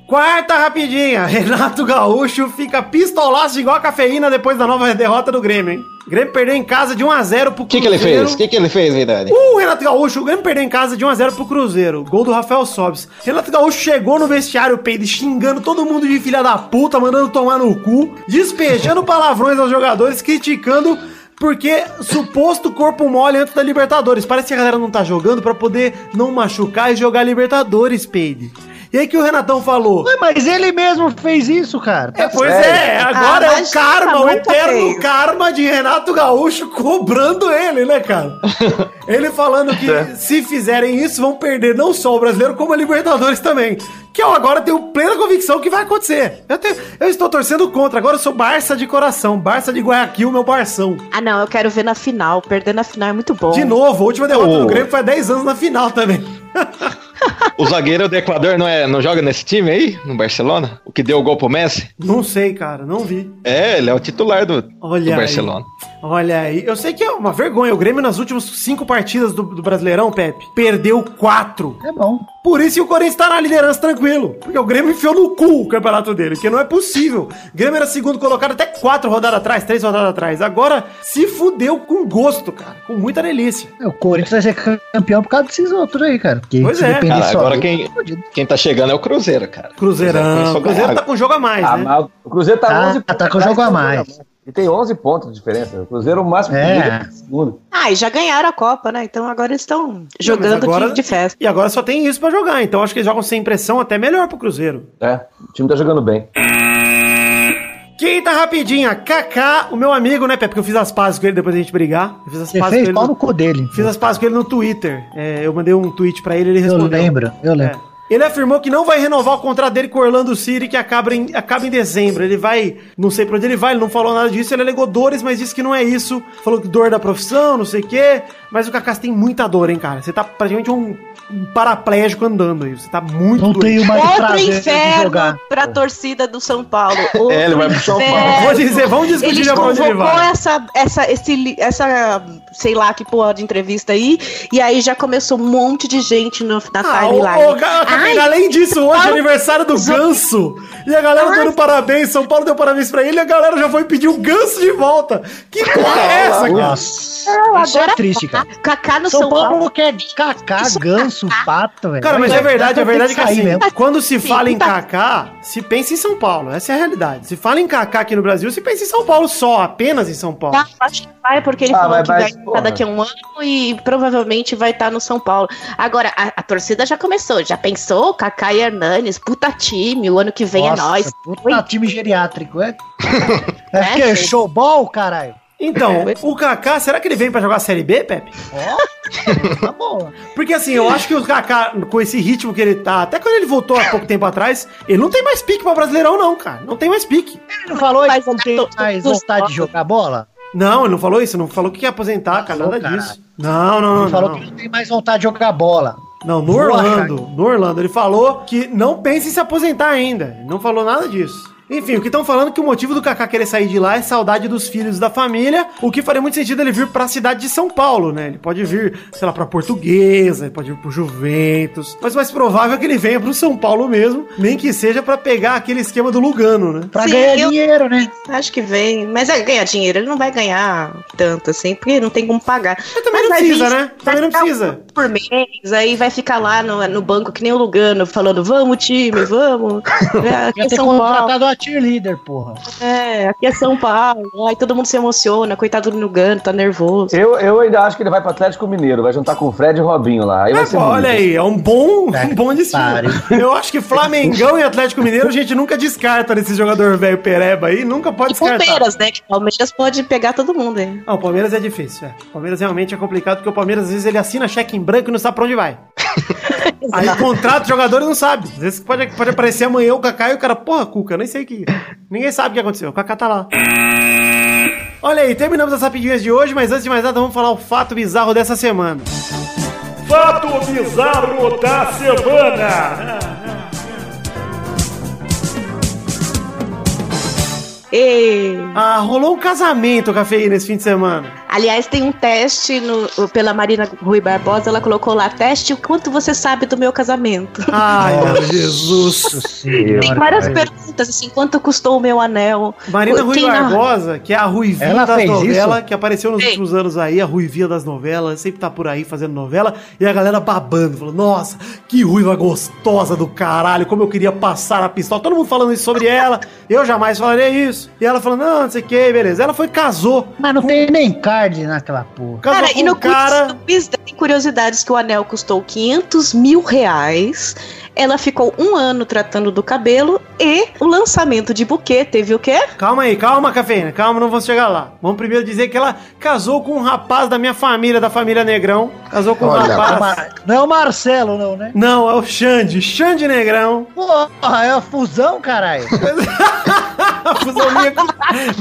[SPEAKER 5] Quarta rapidinha. [laughs] Renato Gaúcho fica pistolaço igual a cafeína depois da nova derrota do Grêmio, hein? O Grêmio perdeu em casa de 1x0 pro Cruzeiro.
[SPEAKER 8] O que, que ele fez? O que, que ele fez, Vidani?
[SPEAKER 5] Uh, Renato Gaúcho, o Grêmio perdeu em casa de 1x0 pro Cruzeiro. Gol do Rafael Sobis. Renato Gaúcho chegou no vestiário peido, xingando todo mundo de filha da puta, mandando tomar no cu, despejando [laughs] palavrões aos jogadores, criticando porque suposto corpo mole antes da Libertadores. Parece que a galera não tá jogando pra poder não machucar e jogar Libertadores, Peide. E aí que o Renatão falou.
[SPEAKER 2] Ué, mas ele mesmo fez isso, cara.
[SPEAKER 5] É,
[SPEAKER 2] Tá
[SPEAKER 5] pois é,
[SPEAKER 6] Ah,
[SPEAKER 5] agora é o
[SPEAKER 6] mas
[SPEAKER 5] karma,
[SPEAKER 6] tá
[SPEAKER 5] o
[SPEAKER 6] muito
[SPEAKER 5] eterno
[SPEAKER 6] feio.
[SPEAKER 5] karma de Renato Gaúcho cobrando ele, né,
[SPEAKER 8] [laughs]
[SPEAKER 5] cara? ele falando que
[SPEAKER 8] É.
[SPEAKER 5] se fizerem isso, vão perder não só o brasileiro, como a Libertadores também. Que eu agora tenho plena convicção que vai acontecer. Eu, tenho- eu estou torcendo contra, agora eu sou Barça de coração, Barça de Guayaquil, meu Barção.
[SPEAKER 6] Ah, não, eu quero ver na final. Perder na final é muito bom.
[SPEAKER 5] De novo, a última derrota
[SPEAKER 8] Oh.
[SPEAKER 5] do Grêmio foi há 10 anos na final também.
[SPEAKER 8] O zagueiro do Equador não, é, não joga nesse time aí, no Barcelona? O que deu o gol pro Messi?
[SPEAKER 5] Não sei, cara, não vi.
[SPEAKER 8] É, ele é o titular do, do
[SPEAKER 5] Olha aí.
[SPEAKER 8] Barcelona.
[SPEAKER 5] Olha aí, eu sei que é uma vergonha. O Grêmio, nas últimas cinco partidas do, do Brasileirão, Pepe, perdeu quatro.
[SPEAKER 2] É bom.
[SPEAKER 5] Por isso que o Corinthians tá na liderança tranquilo. Porque o Grêmio enfiou no cu o campeonato dele, que não é possível. O Grêmio era segundo colocado até quatro rodadas atrás, três rodadas atrás. Agora se fudeu com gosto, cara. Com muita delícia.
[SPEAKER 2] É, O Corinthians vai ser campeão por causa desses outros aí, cara. Porque
[SPEAKER 5] Pois
[SPEAKER 2] se
[SPEAKER 5] é.
[SPEAKER 2] depender
[SPEAKER 8] Cara,
[SPEAKER 2] só
[SPEAKER 8] Ah, agora
[SPEAKER 2] dele,
[SPEAKER 8] quem,
[SPEAKER 2] fudido.
[SPEAKER 8] quem tá chegando é o Cruzeiro, cara.
[SPEAKER 5] Cruzeirão. O Cruzeiro tá com um jogo a mais,
[SPEAKER 4] Ah,
[SPEAKER 5] né?
[SPEAKER 4] mas o Cruzeiro tá,
[SPEAKER 2] Tá,
[SPEAKER 4] 11
[SPEAKER 2] tá
[SPEAKER 4] pontos
[SPEAKER 2] com
[SPEAKER 4] atrás,
[SPEAKER 2] jogo a
[SPEAKER 4] tá
[SPEAKER 2] mais.
[SPEAKER 4] jogando E tem 11 pontos de diferença. O Cruzeiro o máximo
[SPEAKER 2] É.
[SPEAKER 4] que liga é segundo.
[SPEAKER 6] Ah, e já ganharam a Copa, né? Então agora eles estão
[SPEAKER 5] Não, mas
[SPEAKER 6] jogando
[SPEAKER 5] agora-
[SPEAKER 6] de, de festa.
[SPEAKER 5] E agora só tem isso pra jogar. Então acho que eles jogam sem pressão até melhor pro Cruzeiro.
[SPEAKER 4] É, o time tá jogando bem.
[SPEAKER 5] Quinta rapidinha, tá Kaká, o meu amigo, né, Pepe? Porque eu fiz as pazes com ele depois da gente brigar. Eu fiz as
[SPEAKER 2] Você
[SPEAKER 5] pazes com
[SPEAKER 2] fez
[SPEAKER 5] ele.
[SPEAKER 2] pau
[SPEAKER 5] no-
[SPEAKER 2] no cu dele.
[SPEAKER 5] Fiz as pazes com ele no Twitter. É, eu mandei um tweet pra ele, ele
[SPEAKER 2] Eu
[SPEAKER 5] respondeu.
[SPEAKER 2] lembro, eu
[SPEAKER 5] É.
[SPEAKER 2] lembro.
[SPEAKER 5] Ele afirmou que não vai renovar o contrato dele com o Orlando City, que acaba em, acaba em dezembro. Ele vai, não sei pra onde ele vai, ele não falou nada disso. Ele alegou dores, mas disse que não é isso. Falou que dor da profissão, não sei o quê. Mas o Kaká você tem muita dor, hein, cara? Você tá praticamente um, um paraplégico andando aí. Você tá muito
[SPEAKER 2] Não
[SPEAKER 5] doente.
[SPEAKER 2] tenho mais
[SPEAKER 6] Outro
[SPEAKER 2] prazer de
[SPEAKER 6] inferno
[SPEAKER 2] jogar.
[SPEAKER 6] pra torcida do São Paulo.
[SPEAKER 8] É, ele vai pro São Paulo.
[SPEAKER 6] inferno.
[SPEAKER 5] Vou dizer, vamos discutir
[SPEAKER 6] Eles
[SPEAKER 5] já pra onde ele
[SPEAKER 6] convocou
[SPEAKER 5] vai.
[SPEAKER 6] essa, essa, esse, li- essa, sei lá, que porra de entrevista aí, e aí já começou um monte de gente no, na
[SPEAKER 5] Ah, o,
[SPEAKER 6] timeline.
[SPEAKER 5] o- ca- ca-
[SPEAKER 6] Ai,
[SPEAKER 5] além disso, hoje é
[SPEAKER 6] Paulo-
[SPEAKER 5] aniversário do Ganso. E a galera dando parabéns. São Paulo deu parabéns pra ele e a galera já foi pedir o Ganso de volta. Que porra é essa, cara?
[SPEAKER 2] Nossa.
[SPEAKER 6] não,
[SPEAKER 2] Isso
[SPEAKER 6] agora
[SPEAKER 2] é triste, cara.
[SPEAKER 6] Tá? Kaká no
[SPEAKER 2] São,
[SPEAKER 6] São,
[SPEAKER 2] Paulo,
[SPEAKER 6] Paulo. tá
[SPEAKER 2] quer Kaká, ganso, pato, velho.
[SPEAKER 5] Cara, mas
[SPEAKER 2] Vai,
[SPEAKER 5] é verdade, é
[SPEAKER 2] vai ter
[SPEAKER 5] verdade que
[SPEAKER 2] sair
[SPEAKER 5] assim,
[SPEAKER 2] mesmo.
[SPEAKER 5] quando se
[SPEAKER 6] Sim,
[SPEAKER 5] fala em
[SPEAKER 6] tá.
[SPEAKER 5] Kaká, se pensa em São Paulo. Essa é a realidade. Se fala em Kaká aqui no Brasil, se pensa em São Paulo só, apenas em São Paulo.
[SPEAKER 6] Tá, acho que vai, porque ele
[SPEAKER 4] Ah,
[SPEAKER 6] falou
[SPEAKER 4] mas-
[SPEAKER 6] que
[SPEAKER 4] mas,
[SPEAKER 6] vai
[SPEAKER 4] porra.
[SPEAKER 6] estar daqui a um ano e provavelmente vai estar no São Paulo. Agora, a, a torcida já começou, já pensou? Kaká e Hernanes, puta time, o ano que vem
[SPEAKER 2] Nossa,
[SPEAKER 6] é nós.
[SPEAKER 2] Puta time geriátrico,
[SPEAKER 6] [laughs]
[SPEAKER 2] é? É,
[SPEAKER 6] É,
[SPEAKER 2] que é
[SPEAKER 6] gente.
[SPEAKER 2] showball, caralho.
[SPEAKER 5] Então,
[SPEAKER 6] É.
[SPEAKER 5] o Kaká, será que ele vem pra jogar a Série B, Pepe?
[SPEAKER 2] Tá bom.
[SPEAKER 5] Porque assim, eu acho que o Kaká, com esse ritmo que ele tá, até quando ele voltou há pouco tempo atrás, ele não tem mais pique pra Brasileirão, não, cara. Não tem mais pique.
[SPEAKER 2] Ele não falou aí
[SPEAKER 6] Mas
[SPEAKER 2] que não tem
[SPEAKER 6] to-
[SPEAKER 2] mais
[SPEAKER 6] todos
[SPEAKER 2] vontade
[SPEAKER 6] nós-
[SPEAKER 2] de jogar bola?
[SPEAKER 5] Não, ele não falou isso, não falou que ia aposentar, cara,
[SPEAKER 2] Falou,
[SPEAKER 5] nada
[SPEAKER 2] cara.
[SPEAKER 5] disso. Não, não, não.
[SPEAKER 2] Ele falou
[SPEAKER 5] não.
[SPEAKER 2] que não tem mais vontade de jogar bola.
[SPEAKER 5] Não, no
[SPEAKER 2] Boa,
[SPEAKER 5] Orlando, no Orlando, ele falou que não pensa em se aposentar ainda. Não falou nada disso. Enfim, o que estão falando é que o motivo do Kaká querer sair de lá é saudade dos filhos da família, o que faria muito sentido ele vir pra cidade de São Paulo, né? Ele pode vir, sei lá, pra Portuguesa, ele pode vir pro Juventus, mas o mais provável é que ele venha pro São Paulo mesmo, nem que seja pra pegar aquele esquema do Lugano, né?
[SPEAKER 2] Pra
[SPEAKER 6] Sim,
[SPEAKER 2] ganhar
[SPEAKER 6] eu-
[SPEAKER 2] dinheiro, né?
[SPEAKER 6] Acho que vem, mas é ganhar dinheiro, ele não vai ganhar tanto assim, porque não tem como pagar.
[SPEAKER 5] Mas também
[SPEAKER 6] Mas
[SPEAKER 5] não
[SPEAKER 6] vai
[SPEAKER 5] precisa,
[SPEAKER 6] vir-
[SPEAKER 5] né? Também não
[SPEAKER 6] vai ficar um
[SPEAKER 5] precisa.
[SPEAKER 6] Por mês, aí vai ficar
[SPEAKER 5] [laughs]
[SPEAKER 6] lá no, no banco que nem o Lugano, falando, vamos time, vamos. É, aqui
[SPEAKER 2] Ia
[SPEAKER 6] em
[SPEAKER 2] ter
[SPEAKER 6] São Paulo.
[SPEAKER 2] contratado a cheerleader, porra.
[SPEAKER 6] É, aqui é São Paulo. Aí todo mundo se emociona. Coitado do Lugano, tá nervoso.
[SPEAKER 4] Eu, eu ainda acho que ele vai pro Atlético Mineiro, vai juntar com o Fred e o Robinho lá. Aí vai
[SPEAKER 5] É,
[SPEAKER 4] ser
[SPEAKER 5] pô,
[SPEAKER 4] bonito.
[SPEAKER 5] olha aí, é um bom, um bom destino.
[SPEAKER 2] pariu.
[SPEAKER 5] Eu acho que Flamengão e Atlético Mineiro a gente nunca descarta nesse jogador velho Pereba aí, nunca
[SPEAKER 6] E
[SPEAKER 5] pode descartar.
[SPEAKER 6] Palmeiras, né? Que o Palmeiras pode pegar todo mundo, hein?
[SPEAKER 5] Não, o Palmeiras é difícil, é. O Palmeiras realmente é complicado, porque o Palmeiras às vezes ele assina cheque em branco e não sabe pra onde vai. Aí
[SPEAKER 6] [laughs]
[SPEAKER 5] contrata o jogador e não sabe. Às vezes pode, pode aparecer amanhã o Kaká e o cara, porra, Cuca, nem sei o que. Ninguém sabe o que aconteceu. O Kaká tá lá. Olha aí, terminamos as rapidinhas de hoje, mas antes de mais nada, vamos falar o fato bizarro dessa semana.
[SPEAKER 9] Fato bizarro da semana.
[SPEAKER 6] E...
[SPEAKER 5] Ah, rolou um casamento, Cafeína, esse fim de semana.
[SPEAKER 6] Aliás, tem um teste no- pela Marina Rui Barbosa. Ela colocou lá: teste o quanto você sabe do meu casamento.
[SPEAKER 5] Ai, meu Jesus.
[SPEAKER 6] Tem várias perguntas, assim, quanto custou o meu anel?
[SPEAKER 5] Marina Rui
[SPEAKER 6] Quem narra?
[SPEAKER 5] Barbosa, que é a Ruivinha
[SPEAKER 2] Ela
[SPEAKER 5] das
[SPEAKER 2] fez
[SPEAKER 5] novelas, que apareceu nos
[SPEAKER 6] Ei.
[SPEAKER 5] últimos anos aí, a Ruivinha das novelas, sempre tá por aí fazendo novela, e a galera babando, falando, nossa, que ruiva gostosa do caralho, como eu queria passar a pistola, todo mundo falando isso sobre ela, eu jamais falarei isso. E ela falando, não, não sei o que, beleza. Ela foi, casou,
[SPEAKER 2] Mas não tem nem card naquela porra.
[SPEAKER 5] casou
[SPEAKER 6] Cara,
[SPEAKER 5] com
[SPEAKER 6] e no
[SPEAKER 5] um cara...
[SPEAKER 6] cara... quiz tem curiosidades que o anel custou 500 mil reais. Ela ficou um ano tratando do cabelo e o lançamento de buquê teve o quê?
[SPEAKER 5] Calma aí, calma, Cafeína, calma, não vamos chegar lá. Vamos primeiro dizer que ela casou com um rapaz da minha família, da família Negrão, casou com um
[SPEAKER 8] Olha,
[SPEAKER 2] É o
[SPEAKER 5] rapaz...
[SPEAKER 2] Mar- Não é o Marcelo, não, né?
[SPEAKER 5] Não, é o Xande, Xande Negrão.
[SPEAKER 2] Porra, é a fusão, caralho.
[SPEAKER 5] A fusão minha com,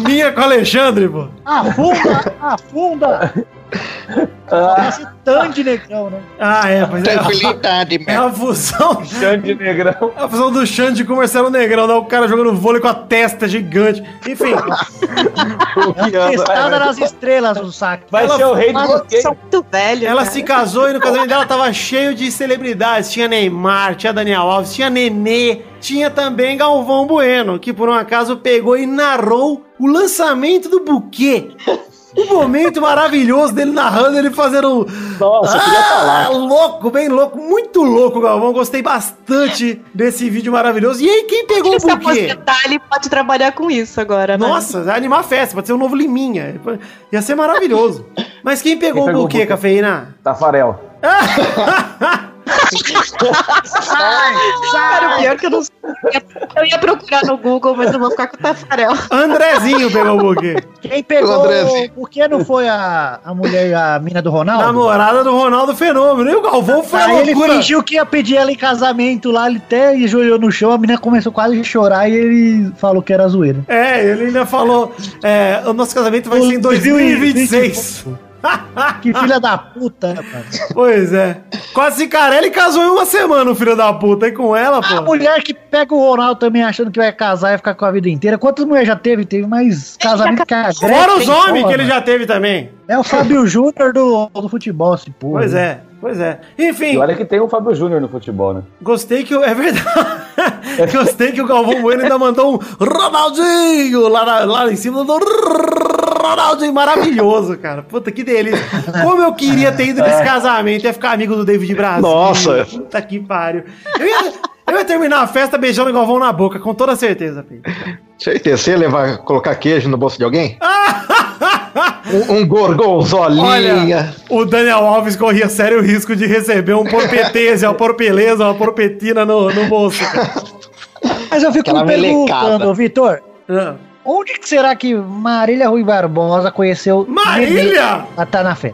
[SPEAKER 5] minha com o Alexandre, pô.
[SPEAKER 2] Afunda, afunda. Parece um Tandy Negão, né?
[SPEAKER 5] Ah, é, pois é.
[SPEAKER 10] Tranquilidade,
[SPEAKER 5] É
[SPEAKER 10] meu.
[SPEAKER 5] a fusão. é
[SPEAKER 4] Xande Negrão.
[SPEAKER 5] A fusão do Xande com o Marcelo Negrão, né? O cara jogando vôlei com a testa gigante. Enfim,
[SPEAKER 4] O que anda,
[SPEAKER 2] É uma
[SPEAKER 4] vai,
[SPEAKER 2] testada
[SPEAKER 4] vai.
[SPEAKER 2] nas estrelas do saque.
[SPEAKER 4] Vai
[SPEAKER 5] Ela-
[SPEAKER 4] ser o rei do
[SPEAKER 6] Mas
[SPEAKER 4] bloqueio.
[SPEAKER 6] são muito né? velhos.
[SPEAKER 5] ela
[SPEAKER 6] cara.
[SPEAKER 5] se casou e no casamento dela tava cheio de celebridades. Tinha Neymar, tinha Daniel Alves, tinha Nenê, tinha também Galvão Bueno, que por um acaso pegou e narrou o lançamento do buquê. Um momento maravilhoso dele narrando, ele fazendo um.
[SPEAKER 4] Nossa, eu queria
[SPEAKER 5] Ah,
[SPEAKER 4] falar.
[SPEAKER 5] louco, bem louco, muito louco, Galvão. Gostei bastante desse vídeo maravilhoso. E aí, quem pegou
[SPEAKER 6] Ele
[SPEAKER 5] o
[SPEAKER 6] se
[SPEAKER 5] buquê?
[SPEAKER 6] aposentar, ele tá pode trabalhar com isso agora, né?
[SPEAKER 5] Nossa, vai animar a festa, pode ser um novo Liminha. Ia ser maravilhoso. Mas quem
[SPEAKER 4] Quem pegou
[SPEAKER 5] pegou, o
[SPEAKER 4] o
[SPEAKER 5] buquê,
[SPEAKER 4] buquê?
[SPEAKER 5] cafeína? Ah!
[SPEAKER 4] Tafarel.
[SPEAKER 5] [laughs]
[SPEAKER 6] Cara, o pior é que eu não sei. Eu ia procurar no Google, mas eu vou ficar com o Tafarel.
[SPEAKER 5] Andrezinho pegou o buquê.
[SPEAKER 2] Quem pegou,
[SPEAKER 10] O André.
[SPEAKER 2] por que não foi a, a mulher, a mina do Ronaldo?
[SPEAKER 5] Namorada do Ronaldo Fenômeno. E o Galvão foi a
[SPEAKER 2] Aí ele
[SPEAKER 5] loucura.
[SPEAKER 2] fingiu que ia pedir ela em casamento lá, ele até joelhou no chão, a menina começou quase a chorar e ele falou que era zoeira.
[SPEAKER 5] É, ele ainda falou: é, o nosso casamento vai ser em 2026.
[SPEAKER 2] Que filha da puta, né, mano?
[SPEAKER 5] pois é. Quase Cicarelli casou em uma semana, o filho da puta. E com ela,
[SPEAKER 2] A
[SPEAKER 5] pô.
[SPEAKER 2] Ah, mulher que pega o Ronaldo também achando que vai casar e vai ficar com a vida inteira. Quantas mulheres já teve? Teve mais casamento que a Gretchen,
[SPEAKER 5] Fora os homens
[SPEAKER 2] porra,
[SPEAKER 5] que ele
[SPEAKER 2] mano.
[SPEAKER 5] já teve também.
[SPEAKER 2] É o
[SPEAKER 5] [laughs]
[SPEAKER 2] Fábio Júnior do, do futebol, esse porra.
[SPEAKER 5] Pois é, pois é. Enfim,
[SPEAKER 4] E olha que tem o Fábio Júnior no futebol, né?
[SPEAKER 5] gostei que o. É verdade. gostei que o Galvão Bueno ainda mandou um Ronaldinho lá, na- lá em cima do Ronaldinho maravilhoso, cara. Puta que delícia. Como eu queria ter ido nesse casamento, ia ficar amigo do David Brasil.
[SPEAKER 8] Nossa.
[SPEAKER 5] Puta que pariu. Eu ia, eu ia terminar a festa beijando o Galvão na boca, com toda certeza, Pedro.
[SPEAKER 8] Certeza, você ia levar, colocar queijo no bolso de alguém? um, um gorgonzolinha.
[SPEAKER 5] Olha, [laughs] o Daniel Alves corria sério risco de receber um porpetese, uma porpeleza, uma porpetina no, no bolso. cara.
[SPEAKER 2] Mas eu fico
[SPEAKER 10] Aquela
[SPEAKER 2] me perguntando,
[SPEAKER 10] melecada.
[SPEAKER 2] Vitor,
[SPEAKER 5] Ah.
[SPEAKER 2] onde que será que Marília Rui Barbosa conheceu Nenê?
[SPEAKER 5] Marília!
[SPEAKER 2] Ela tá na fé.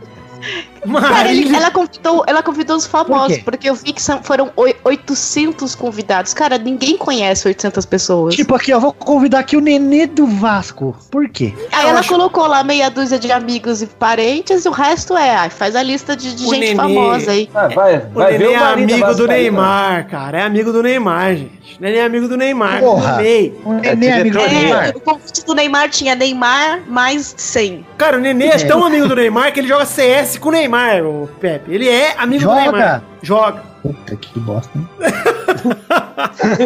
[SPEAKER 6] Cara, ele-
[SPEAKER 5] Marília!
[SPEAKER 6] ela, convidou, ela convidou os famosos,
[SPEAKER 2] Por quê?
[SPEAKER 6] porque eu vi que são- foram oi- 800 convidados. Cara, ninguém conhece 800 pessoas.
[SPEAKER 2] Tipo aqui, ó, vou convidar aqui o Nenê do Vasco. Por quê?
[SPEAKER 6] Aí ela colocou lá meia dúzia de amigos e parentes, e o resto é, ai, faz a lista de, de
[SPEAKER 5] O
[SPEAKER 6] gente
[SPEAKER 5] Nenê.
[SPEAKER 6] famosa aí.
[SPEAKER 4] Vai, vai,
[SPEAKER 5] O
[SPEAKER 4] vai
[SPEAKER 5] Nenê é
[SPEAKER 4] marido
[SPEAKER 5] amigo do
[SPEAKER 4] vascaíno.
[SPEAKER 5] Neymar, cara. É amigo do Neymar, gente. O Nenê é amigo do Neymar.
[SPEAKER 2] Porra.
[SPEAKER 5] Nenê.
[SPEAKER 2] O Nenê é amigo do
[SPEAKER 10] diretoria.
[SPEAKER 2] Neymar.
[SPEAKER 6] É, o convite do Neymar tinha Neymar mais 100.
[SPEAKER 5] Cara, o Nenê é tão amigo do Neymar que ele joga CS com o Neymar, o Pepe. Ele é amigo
[SPEAKER 2] Joga?
[SPEAKER 5] do Neymar. Joga.
[SPEAKER 2] Puta que bosta, hein?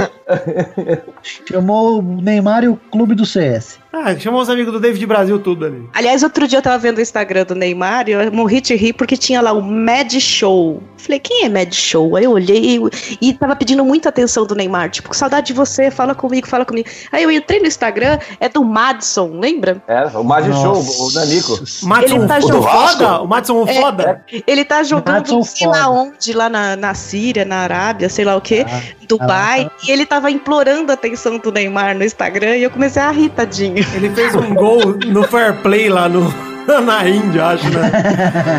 [SPEAKER 2] [laughs] Chamou o Neymar e o clube do CS.
[SPEAKER 5] Ah, chamou os amigos do David Brasil tudo ali.
[SPEAKER 6] Aliás, outro dia eu tava vendo o Instagram do Neymar e eu morri de rir porque tinha lá o Mad Show. Falei, quem é Mad Show? Aí eu olhei e, e tava pedindo muita atenção do Neymar. Tipo, "Que saudade de você, fala comigo, fala comigo. Aí eu entrei no Instagram, é do Madison, lembra?
[SPEAKER 4] É, o Magic Show, o Danico.
[SPEAKER 5] Matson
[SPEAKER 6] Ele tá
[SPEAKER 5] o
[SPEAKER 6] jogando.
[SPEAKER 5] foda? O Matson o foda?
[SPEAKER 6] Ele tá jogando
[SPEAKER 2] Madison
[SPEAKER 6] sei lá
[SPEAKER 2] foda.
[SPEAKER 6] onde, lá na, na Síria, na Arábia, sei lá o quê, Dubai. E ele tava implorando a atenção do Neymar no Instagram e eu comecei a rir, tadinho.
[SPEAKER 5] Ele fez um gol no fair play lá no. [laughs] Na Índia, acho, né?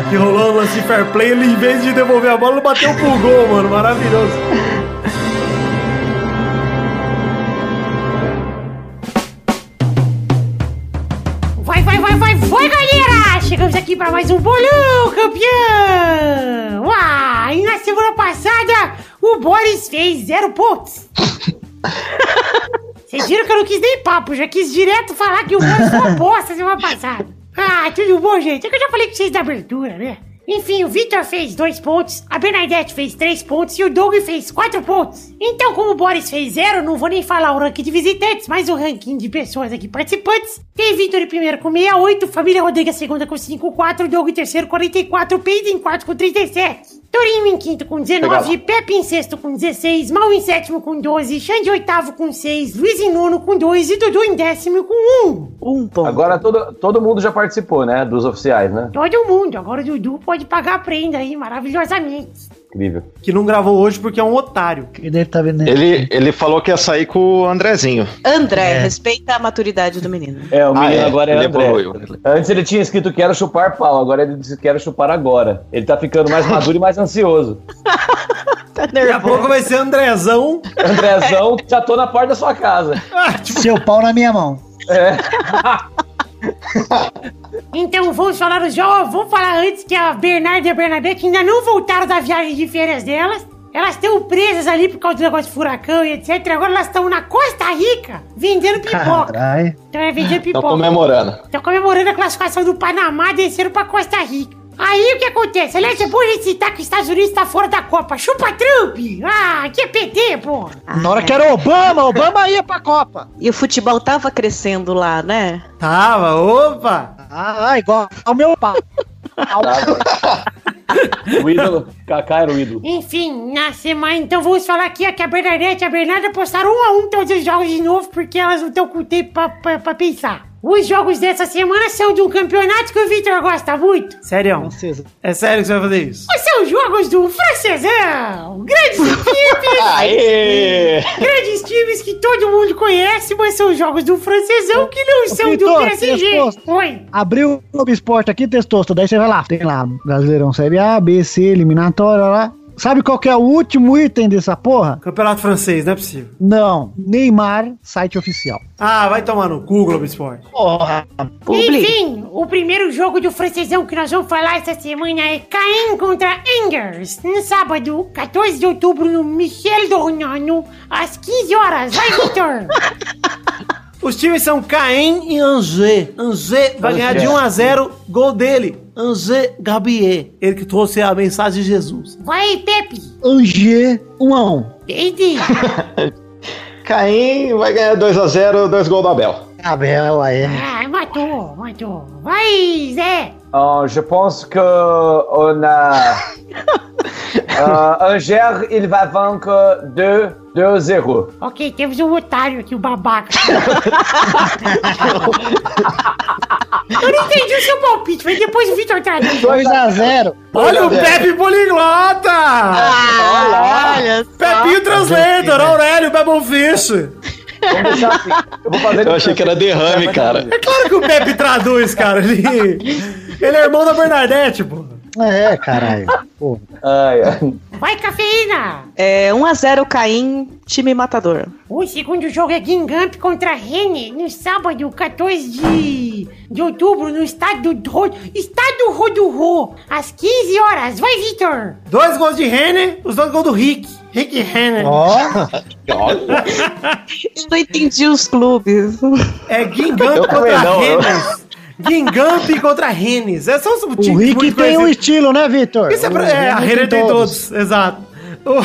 [SPEAKER 5] Que rolou um lance de fair play, ele em vez de devolver a bola, ele bateu pro gol, mano. Maravilhoso.
[SPEAKER 3] Vai, vai, vai, vai, vai, galera! Chegamos aqui para mais um bolão, campeão! Uau! E na semana passada, o Boris fez zero pontos. Vocês viram que eu não quis nem papo, já quis direto falar que o Boris foi uma bosta semana passada. Ah, tudo bom, gente? É que eu já falei com vocês da abertura, né? Enfim, o Victor fez dois pontos, a Bernadette fez três pontos e o Doug fez quatro pontos. Então, como o Boris fez zero, não vou nem falar o ranking de visitantes, mas o ranking de pessoas aqui participantes. Tem Victor em primeiro com 68, Família Rodrigues em segunda com 54, Doug em terceiro 44, Pedro em quarto com 37. Torinho em quinto com 19, Pepe em sexto com 16, Mal em sétimo com 12, Xande em oitavo com 6, Luiz em nono com 2 e Dudu em décimo com 1.
[SPEAKER 6] Um ponto.
[SPEAKER 4] Agora todo, todo mundo já participou, né? Dos oficiais, né?
[SPEAKER 3] Todo mundo, agora o Dudu pode pagar a prenda aí maravilhosamente.
[SPEAKER 4] Incrível.
[SPEAKER 5] Que não gravou hoje porque é um otário.
[SPEAKER 2] Ele deve estar vendo.
[SPEAKER 8] Ele, ele falou que ia sair com o Andrezinho.
[SPEAKER 6] André, respeita a maturidade do menino.
[SPEAKER 4] É, o
[SPEAKER 8] Ah,
[SPEAKER 4] menino
[SPEAKER 8] é.
[SPEAKER 4] agora é
[SPEAKER 8] Ele
[SPEAKER 4] André.
[SPEAKER 8] evoluiu.
[SPEAKER 4] Antes ele tinha escrito quero chupar pau, agora ele disse quero chupar agora. Ele tá ficando mais maduro e mais [laughs] ansioso.
[SPEAKER 6] Tá
[SPEAKER 5] Daqui a
[SPEAKER 6] nervoso.
[SPEAKER 5] pouco vai ser Andrezão.
[SPEAKER 4] Andrezão, já tô na porta da sua casa.
[SPEAKER 5] Ah, tipo,
[SPEAKER 2] Seu pau na minha mão.
[SPEAKER 3] Então vamos falar os jogos. Vamos falar antes que a Bernarda e a Bernadette ainda não voltaram da viagem de férias delas. Elas estão presas ali por causa do negócio de furacão e etc. Agora elas estão na Costa Rica vendendo pipoca.
[SPEAKER 2] Caralho.
[SPEAKER 3] Então é vendendo
[SPEAKER 8] Estão
[SPEAKER 3] pipoca.
[SPEAKER 8] comemorando.
[SPEAKER 3] Estão comemorando a classificação do Panamá desceram pra Costa Rica. Aí o que acontece? Aliás, é bom a gente citar que os Estados Unidos tá fora da Copa. Chupa Trump! Ah, que é PT, pô!
[SPEAKER 2] Na hora que era Obama, Obama ia pra Copa.
[SPEAKER 6] E o futebol tava crescendo lá, né?
[SPEAKER 5] tava, opa.
[SPEAKER 2] Ah, igual ao meu pau.
[SPEAKER 4] O ídolo, Kaká era o ídolo.
[SPEAKER 3] Enfim, na semana, então vamos falar aqui ó, que a Bernadette e a Bernarda postaram um a um todos os jogos de novo, porque elas não estão com tempo pra, pra- pra pensar. Os jogos dessa semana são de um campeonato que o Victor gosta muito.
[SPEAKER 5] Sério, é sério que você vai fazer isso?
[SPEAKER 3] São é jogos do francesão! Grandes equipes!
[SPEAKER 8] Aê!
[SPEAKER 3] grandes times que todo mundo conhece, mas são jogos do francesão que não são do
[SPEAKER 2] Vitor,
[SPEAKER 3] PSG.
[SPEAKER 2] resposta.
[SPEAKER 3] Oi!
[SPEAKER 2] Abriu o Globo Esporte aqui, testou. Daí você vai lá. Tem lá Brasileirão Série A, B, C, eliminatória lá. Sabe qual que é o último item dessa porra?
[SPEAKER 5] Campeonato francês, não é possível.
[SPEAKER 2] Não. Neymar, site oficial.
[SPEAKER 5] Ah, vai tomar no cu, Globo Esporte.
[SPEAKER 2] Porra.
[SPEAKER 6] Publi.
[SPEAKER 3] Enfim, o primeiro jogo do francesão que nós vamos falar essa semana é Caen contra Angers. No sábado, 14 de outubro, no Michel Dornano, às 15 horas. Vai, Victor!
[SPEAKER 5] Os times são Caen e Angers. Angers Ah, vai ganhar de 1 a 0, gol dele. é Angers Gabier, ele que trouxe a mensagem de Jesus.
[SPEAKER 3] Vai, Pepe!
[SPEAKER 2] Angê, 1 a 1
[SPEAKER 3] Entendi!
[SPEAKER 8] Caim vai ganhar 2x0, dois gols do Abel.
[SPEAKER 2] Abel, aí.
[SPEAKER 3] Ah, matou, matou. Vai, Zé!
[SPEAKER 4] Ah, je pense que on a Ah, Angers, il va vaincre 2-0.
[SPEAKER 3] Ok, temos um otário aqui, o babaca. Eu não entendi o seu palpite, mas depois o Victor traduz.
[SPEAKER 2] 2 a 0
[SPEAKER 5] Olha o
[SPEAKER 8] Deus.
[SPEAKER 5] Pepe Poliglota!
[SPEAKER 6] Ah, olha
[SPEAKER 5] Pepinho Translator, Aurélio Babelfish.
[SPEAKER 4] Vamos deixar assim. Eu vou fazer
[SPEAKER 8] Eu achei que era derrame, cara.
[SPEAKER 5] É claro que o Pepe traduz, cara. Ele, ele é irmão da Bernadette, pô.
[SPEAKER 2] É, caralho. Porra.
[SPEAKER 4] Ai, ai.
[SPEAKER 3] Vai, cafeína!
[SPEAKER 6] É, 1x0 Caim, time matador.
[SPEAKER 3] O segundo jogo é Gingamp contra Rennes, no sábado, 14 de, de outubro, no estádio do Ro- estádio Rodurro, às 15 horas. Vai, Victor!
[SPEAKER 5] Dois gols de Renner, os dois gols do Rick. Rick Renner.
[SPEAKER 2] Ó,
[SPEAKER 8] Olha,
[SPEAKER 6] Eu não entendi os clubes.
[SPEAKER 5] É Gingamp
[SPEAKER 8] Eu também
[SPEAKER 5] contra
[SPEAKER 8] não, eu-
[SPEAKER 5] Rennes. Gingamp contra Rennes. É só os times
[SPEAKER 2] [laughs] o Rick
[SPEAKER 5] muito
[SPEAKER 2] tem um
[SPEAKER 5] conhecidos.
[SPEAKER 2] estilo, né, Vitor?
[SPEAKER 5] Isso é pra-
[SPEAKER 2] O
[SPEAKER 5] é, a
[SPEAKER 2] Rick
[SPEAKER 5] Renner tem todos, exato. O-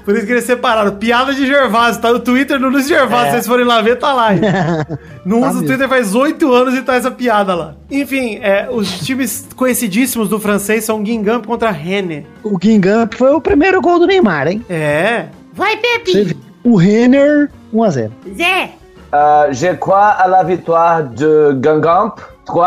[SPEAKER 5] [laughs] Por isso que eles separaram. Piada de Gervásio. Tá no Twitter do Luiz Gervásio. Se vocês forem lá ver, tá lá. hein? Não usa o Twitter faz oito anos e tá essa piada lá. Enfim, é, os times conhecidíssimos do francês são Guingamp contra Rennes.
[SPEAKER 2] O Guingamp foi o primeiro gol do Neymar, hein?
[SPEAKER 5] É.
[SPEAKER 3] Vai,
[SPEAKER 2] Você
[SPEAKER 3] Pepe!
[SPEAKER 2] vê. O Renner, 1x0.
[SPEAKER 3] Zé!
[SPEAKER 4] Ah, J'ai crois à la victoire de Gangamp, 3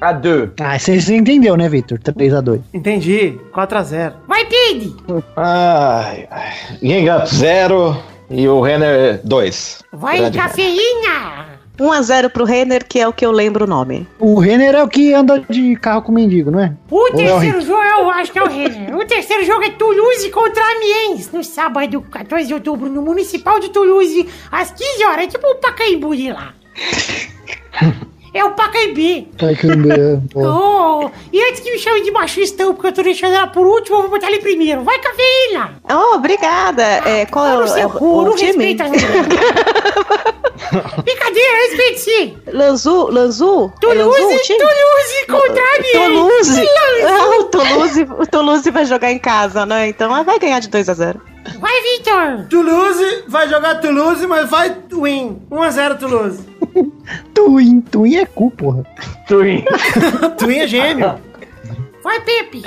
[SPEAKER 4] à 2.
[SPEAKER 2] Ah, você você entendeu, né, Victor? 3x2.
[SPEAKER 5] Entendi. 4x0.
[SPEAKER 3] Vai, Pig!
[SPEAKER 8] Ai, ai. Gingamp 0 e o Renner 2.
[SPEAKER 3] Vai, cafeína!
[SPEAKER 6] 1x0 pro Renner, que é o que eu lembro o nome.
[SPEAKER 2] O Renner é o que anda de carro com mendigo, não é?
[SPEAKER 3] O terceiro jogo, eu acho que é o Renner. O terceiro jogo é Toulouse contra Amiens, no sábado, 14 de outubro, no Municipal de Toulouse, às 15 horas. É tipo o Pacaembu de lá. É o Pacaembu.
[SPEAKER 2] Ai, que lembrei,
[SPEAKER 5] [laughs]
[SPEAKER 2] pô.
[SPEAKER 3] Oh, e antes que me chamem de machistão, porque eu tô deixando ela por último, eu vou botar ele primeiro. Vai, cafeína!
[SPEAKER 6] Oh, obrigada. É, qual é
[SPEAKER 3] Tá no
[SPEAKER 6] o, é
[SPEAKER 3] seu
[SPEAKER 6] o-
[SPEAKER 3] cu,
[SPEAKER 6] o
[SPEAKER 3] não
[SPEAKER 6] time?
[SPEAKER 3] respeita.
[SPEAKER 6] [laughs]
[SPEAKER 3] Brincadeira, respeite sim.
[SPEAKER 6] Lanzu, Lanzu? É Lanzu
[SPEAKER 3] Toulouse,
[SPEAKER 6] o time?
[SPEAKER 3] Toulouse contra Amiens.
[SPEAKER 6] Toulouse. Ah, o Toulouse, o Toulouse vai jogar em casa, né? Então ela vai ganhar de 2x0.
[SPEAKER 3] Vai, Victor.
[SPEAKER 5] Toulouse vai jogar Toulouse, mas vai win. 1x0 Toulouse.
[SPEAKER 2] Tuim, Tuim é cu, porra.
[SPEAKER 5] Twin é gêmeo.
[SPEAKER 3] Vai, Pepe.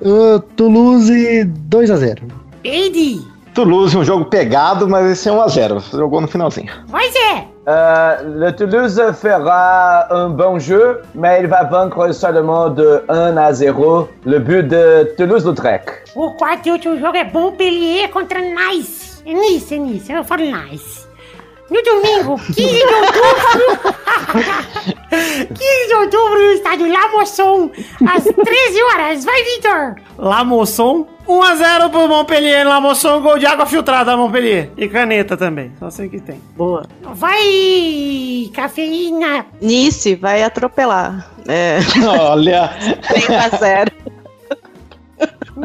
[SPEAKER 2] Ô, Toulouse, 2x0.
[SPEAKER 3] Peide.
[SPEAKER 8] Toulouse, um jogo pegado, mas esse é 1x0. Jogou no finalzinho.
[SPEAKER 3] Vai, Zé.
[SPEAKER 4] Ah, le Toulouse fera un bon jeu, mais il va vaincre seulement de 1 à 0 le but de Toulouse-Lautrec.
[SPEAKER 3] O quarto e último jogo é Montpellier contra Nice. É Nice, é Nice. Eu falo Nice. No domingo, 15 de outubro. [laughs] 15 de outubro, no estádio La Mosson, às 13 horas. Vai, Victor.
[SPEAKER 5] Lamosson. 1x0 pro Montpellier. Lamosson, gol de água filtrada, Montpellier. E caneta também. Só sei que tem.
[SPEAKER 6] Boa.
[SPEAKER 3] Vai, cafeína.
[SPEAKER 6] Nice vai atropelar. É,
[SPEAKER 8] Olha,
[SPEAKER 6] 3x0.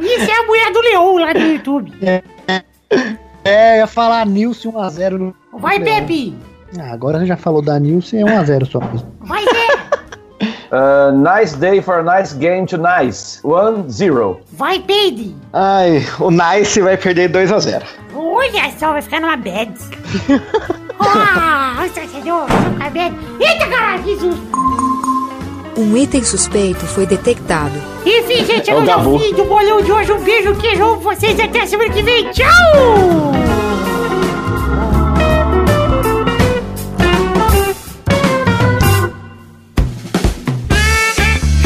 [SPEAKER 3] Isso é a mulher do Leão lá do YouTube.
[SPEAKER 2] É, eu ia falar Nilce 1x0. no-
[SPEAKER 3] Vai, Pepe.
[SPEAKER 2] Ah, agora você já falou da Nilce, é 1x0 só.
[SPEAKER 3] Vai, Zé.
[SPEAKER 4] Uh, nice day for a nice game to nice. 1-0.
[SPEAKER 3] Vai, Peide.
[SPEAKER 8] ai, o Nice vai perder 2x0.
[SPEAKER 3] Olha só, vai ficar numa bad.
[SPEAKER 10] [laughs]
[SPEAKER 3] Ah, o torcedor, vai ficar bad. Eita, caralho, que susto.
[SPEAKER 10] Um item suspeito foi detectado.
[SPEAKER 3] Enfim, gente,
[SPEAKER 8] É o
[SPEAKER 3] chegamos ao
[SPEAKER 8] Gabu.
[SPEAKER 3] fim do bolão de hoje. Um beijo, queijo, amo vocês e até semana que vem. Tchau!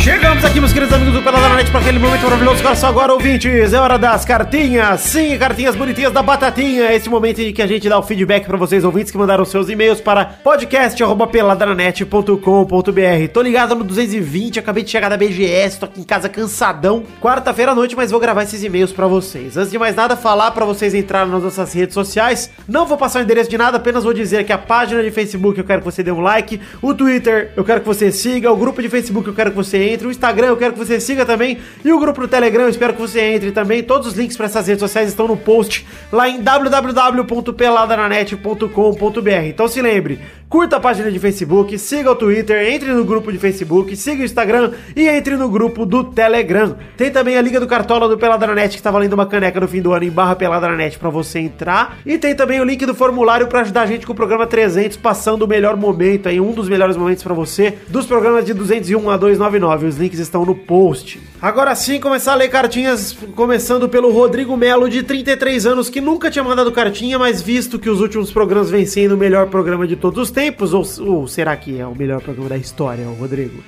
[SPEAKER 5] Chegamos aqui, meus queridos amigos do Pelada na Net, para aquele momento maravilhoso. Agora só agora, ouvintes, é hora das cartinhas. Sim, cartinhas bonitinhas da Batatinha. É Esse momento em que a gente dá o feedback para vocês, ouvintes, que mandaram seus e-mails para podcast.peladananet.com.br. Tô ligado no 220, acabei de chegar da BGS, tô aqui em casa cansadão. Quarta-feira à noite, mas vou gravar esses e-mails para vocês. Antes de mais nada, falar para vocês entrarem nas nossas redes sociais. Não vou passar o endereço de nada, apenas vou dizer que a página de Facebook eu quero que você dê um like, o Twitter eu quero que você siga, o grupo de Facebook eu quero que você entre, o Instagram eu quero que você siga também e o grupo do Telegram eu espero que você entre também. Todos os links para essas redes sociais estão no post lá em www.peladananet.com.br. Então se lembre, curta a página de Facebook, siga o Twitter, entre no grupo de Facebook, siga o Instagram e entre no grupo do Telegram. Tem também a Liga do Cartola do Peladranet que está valendo uma caneca no fim do ano em barra Peladranet para você entrar. E tem também o link do formulário para ajudar a gente com o programa 300, passando o melhor momento aí, um dos melhores momentos para você, dos programas de 201 a 299. Os links estão no post. Agora sim, começar a ler cartinhas, começando pelo Rodrigo Melo, de 33 anos, que nunca tinha mandado cartinha, mas visto que os últimos programas vêm sendo o melhor programa de todos os tempos, ou, ou será que é o melhor programa da história, o Rodrigo?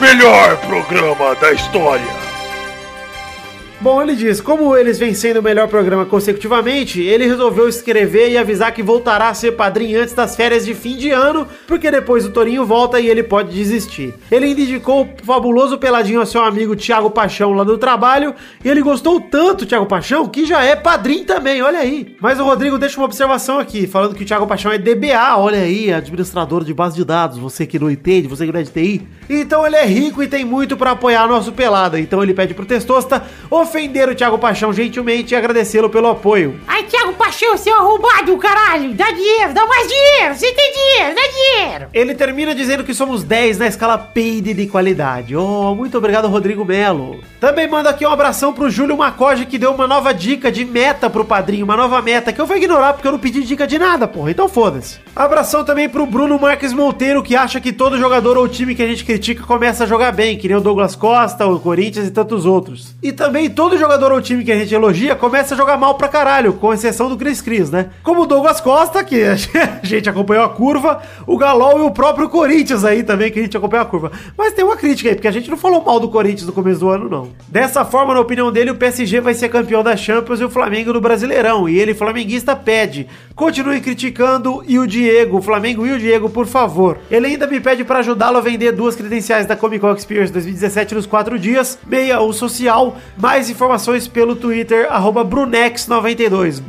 [SPEAKER 9] Melhor programa da história.
[SPEAKER 5] Bom, ele diz, como eles vêm sendo o melhor programa consecutivamente, ele resolveu escrever e avisar que voltará a ser padrinho antes das férias de fim de ano, porque depois o Torinho volta e ele pode desistir. Ele ainda indicou o fabuloso peladinho ao seu amigo Thiago Paixão lá do trabalho, e ele gostou tanto, Thiago Paixão, que já é padrinho também, olha aí. Mas o Rodrigo deixa uma observação aqui, falando que o Thiago Paixão é DBA, olha aí, é administrador de base de dados, você que não entende, você que não é de TI. Então ele é rico e tem muito pra apoiar nosso pelada, então ele pede pro Testosta oferecer ofender o Thiago Paixão gentilmente e agradecê-lo pelo apoio.
[SPEAKER 3] Ai, Thiago Paixão, seu arrombado, caralho! Dá dinheiro, dá mais dinheiro! Você tem dinheiro, dá dinheiro!
[SPEAKER 5] Ele termina dizendo que somos 10 na escala Peide de qualidade. Oh, muito obrigado, Rodrigo Melo. Também mando aqui um abração pro Júlio Macoge, que deu uma nova dica de meta pro padrinho, uma nova meta, que eu vou ignorar porque eu não pedi dica de nada, porra, então foda-se. Abração também pro Bruno Marques Monteiro, que acha que todo jogador ou time que a gente critica começa a jogar bem, que nem o Douglas Costa, o Corinthians e tantos outros. E também todo jogador ou time que a gente elogia começa a jogar mal pra caralho, com exceção do Cris Cris, né? Como o Douglas Costa, que [laughs] a gente acompanhou a curva, o Galol e o próprio Corinthians aí também, que a gente acompanhou a curva. Mas tem uma crítica aí, porque a gente não falou mal do Corinthians no começo do ano, não. Dessa forma, na opinião dele, o PSG vai ser campeão da Champions e o Flamengo do Brasileirão. E ele, flamenguista, pede. Continue criticando e o Diego, o Flamengo e o Diego, por favor. Ele ainda me pede pra ajudá-lo a vender duas credenciais da Comic Con Experience 2017 nos quatro dias, meia ou social. Mais informações pelo Twitter, arroba Brunex92.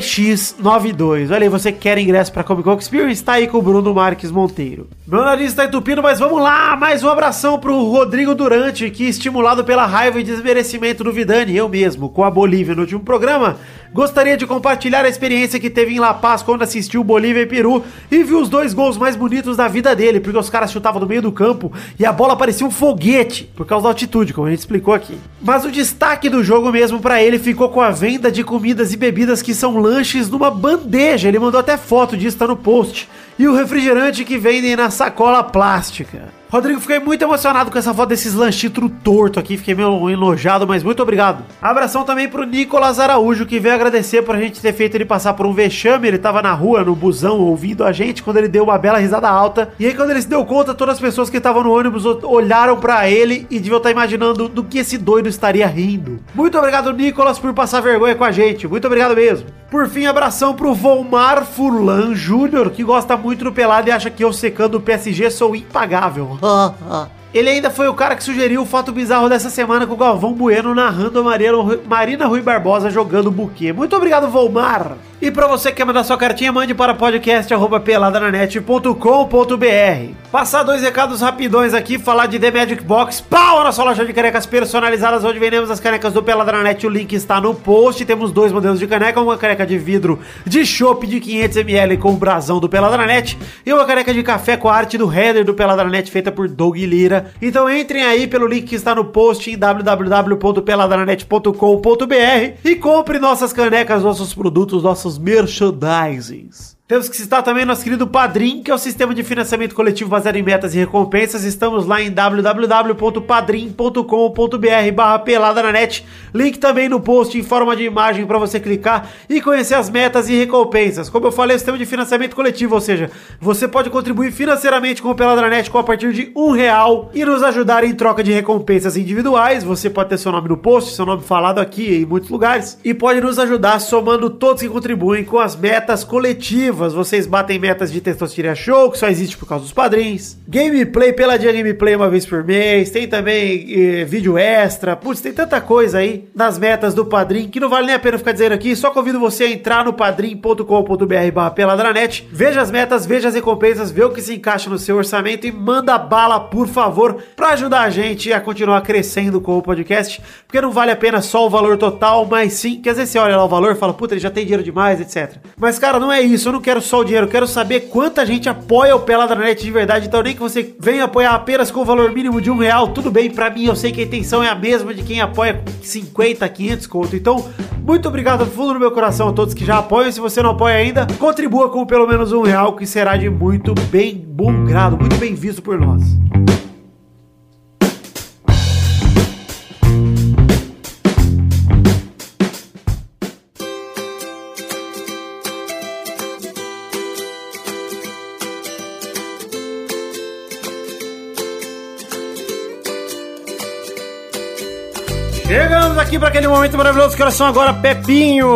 [SPEAKER 5] B-R-U-N-E-X-92. Olha aí, você que quer ingresso pra Comic Con Experience? Tá aí com o Bruno Marques Monteiro. Meu nariz tá entupindo, mas vamos lá! Mais um abração pro Rodrigo Durante, que estimulado pela raiva e desmerecimento do Vidani, eu mesmo, com a Bolívia no último programa, gostaria de compartilhar a experiência que teve em La Paz quando assistiu Bolívia e Peru e viu os dois gols mais bonitos da vida dele, porque os caras chutavam do meio do campo e a bola parecia um foguete, por causa da altitude, como a gente explicou aqui. Mas o destaque do jogo mesmo pra ele ficou com a venda de comidas e bebidas que são lanches numa bandeja, ele mandou até foto disso, tá no post. E o refrigerante que vendem na sacola plástica. Rodrigo, fiquei muito emocionado com essa foto desses lanchitro torto aqui, fiquei meio enojado, mas muito obrigado. Abração também pro Nicolas Araújo, que veio agradecer por a gente ter feito ele passar por um vexame, ele tava na rua, no busão, ouvindo a gente, quando ele deu uma bela risada alta, e aí quando ele se deu conta, todas as pessoas que estavam no ônibus o- olharam pra ele e deviam estar imaginando do que esse doido estaria rindo. Muito obrigado, Nicolas, por passar vergonha com a gente, muito obrigado mesmo. Por fim, abração pro Volmar Furlan Júnior, que gosta muito do pelado e acha que eu secando o PSG sou impagável. Ele ainda foi o cara que sugeriu o fato bizarro dessa semana com o Galvão Bueno narrando a Mariana- Marina Rui Barbosa jogando buquê. Muito obrigado, Volmar! E pra você que quer mandar sua cartinha, mande para podcast.peladananet.com.br Passar dois recados rapidões aqui, falar de The Magic Box, pau na nossa loja de canecas personalizadas, onde vendemos as canecas do Peladranet, o link está no post, temos dois modelos de caneca, uma caneca de vidro de chopp de 500ml com o brasão do Peladranet e uma caneca de café com a arte do header do Peladranet feita por Doug Lira. Então entrem aí pelo link que está no post em www.peladranet.com.br e compre nossas canecas, nossos produtos, nossos merchandisings. Temos que citar também nosso querido Padrim, que é o sistema de financiamento coletivo baseado em metas e recompensas. Estamos lá em www.padrim.com.br barra pelada na net. Link também no post em forma de imagem para você clicar e conhecer as metas e recompensas. Como eu falei, é o sistema de financiamento coletivo, ou seja, você pode contribuir financeiramente com o Peladranet com a partir de um real e nos ajudar em troca de recompensas individuais. Você pode ter seu nome no post, seu nome falado aqui em muitos lugares e pode nos ajudar somando todos que contribuem com as metas coletivas. Vocês batem metas de Testosteria Show, que só existe por causa dos padrinhos. Gameplay, peladinha gameplay uma vez por mês. Tem também eh, vídeo extra. Putz, tem tanta coisa aí nas metas do padrinho que não vale nem a pena ficar dizendo aqui. Só convido você a entrar no padrim.com.br barra peladranet. Veja as metas, veja as recompensas, vê o que se encaixa no seu orçamento e manda bala, por favor, pra ajudar a gente a continuar crescendo com o podcast. Porque não vale a pena só o valor total, mas sim, que às vezes você olha lá o valor e fala, puta, ele já tem dinheiro demais, etc. Mas, cara, não é isso. Eu não quero só o dinheiro, eu quero saber quanta gente apoia o Peladranet de verdade. Então, nem que você venha apoiar apenas com o valor mínimo de um real, tudo bem pra mim. Eu sei que a intenção é a mesma de quem apoia com 50, 500 conto. Então, muito obrigado do fundo do meu coração a todos que já apoiam. Se você não apoia ainda, contribua com pelo menos um real, que será de muito bem bom grado, muito bem visto por nós. Chegamos aqui para aquele momento maravilhoso que era só agora, Pepinho.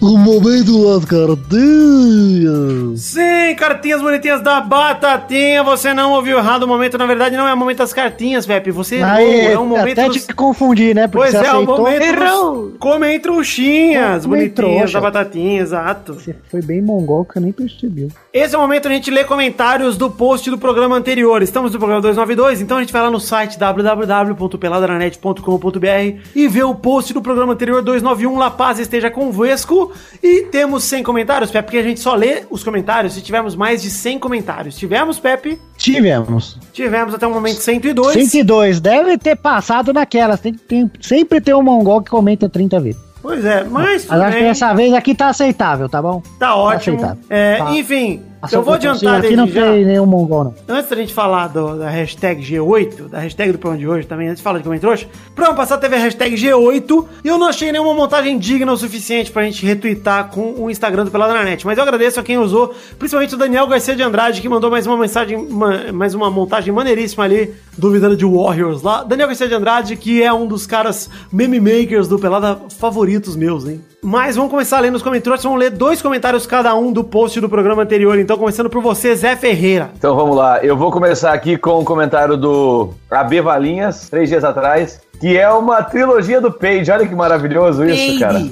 [SPEAKER 1] O momento lá, cara. Deus.
[SPEAKER 5] Sim, bem, cartinhas bonitinhas da Batatinha. Você não ouviu errado o momento. Na verdade, não é o momento das cartinhas, Pepe. Você errou.
[SPEAKER 2] Aí,
[SPEAKER 5] [laughs] é um momento
[SPEAKER 2] Ah, até
[SPEAKER 5] dos-
[SPEAKER 2] te confundi, né?
[SPEAKER 5] Pois
[SPEAKER 2] Porque você
[SPEAKER 5] é, o
[SPEAKER 2] aceitou.
[SPEAKER 5] momento
[SPEAKER 6] Errou.
[SPEAKER 5] dos comem trouxinhas
[SPEAKER 2] Comem
[SPEAKER 5] bonitinhas
[SPEAKER 2] trouxa.
[SPEAKER 5] da Batatinha, exato.
[SPEAKER 2] Você foi bem mongol que eu nem percebi.
[SPEAKER 5] Esse é o momento que a gente lê comentários do post do programa anterior. Estamos no programa 292, então a gente vai lá no site www.peladranet.com.br e vê o post do programa anterior 291, La Paz esteja convosco. E temos 100 comentários, Pepe, porque a gente só lê os comentários se tivermos mais de 100 comentários. Tivemos, Pepe?
[SPEAKER 2] Tivemos.
[SPEAKER 5] Tivemos até o momento 102.
[SPEAKER 2] 102. Deve ter passado naquelas. Tem, tem- sempre tem um mongol que comenta 30 vezes.
[SPEAKER 5] Pois é, mas
[SPEAKER 2] Mas
[SPEAKER 5] tudo
[SPEAKER 2] acho que
[SPEAKER 5] bem,
[SPEAKER 2] dessa vez aqui tá aceitável, tá bom?
[SPEAKER 5] tá ótimo.
[SPEAKER 2] aceitável.
[SPEAKER 5] É,
[SPEAKER 2] Tá.
[SPEAKER 5] Enfim, eu
[SPEAKER 2] Aceitável.
[SPEAKER 5] vou adiantar
[SPEAKER 2] Aqui não
[SPEAKER 5] desde já.
[SPEAKER 2] tem nenhum mongol, não.
[SPEAKER 5] Antes da gente falar do- da hashtag G8, da hashtag do programa de hoje também, antes de falar de comentário hoje, programa passado teve a hashtag G8 e eu não achei nenhuma montagem digna o suficiente pra gente retweetar com o Instagram do Peladranet. Mas eu agradeço a quem usou, principalmente o Daniel Garcia de Andrade, que mandou mais uma mensagem, uma- mais uma montagem maneiríssima ali, duvidando de Warriors lá. Daniel Garcia de Andrade, que é um dos caras meme makers do Pelada favoritos meus, hein? Mas vamos começar lendo os comentários, vamos ler dois comentários cada um do post do programa anterior. Então, começando por você, Zé Ferreira.
[SPEAKER 4] Então vamos lá, eu vou começar aqui com o comentário do AB Valinhas, três dias atrás, que é uma trilogia do Page. Olha que maravilhoso isso, cara.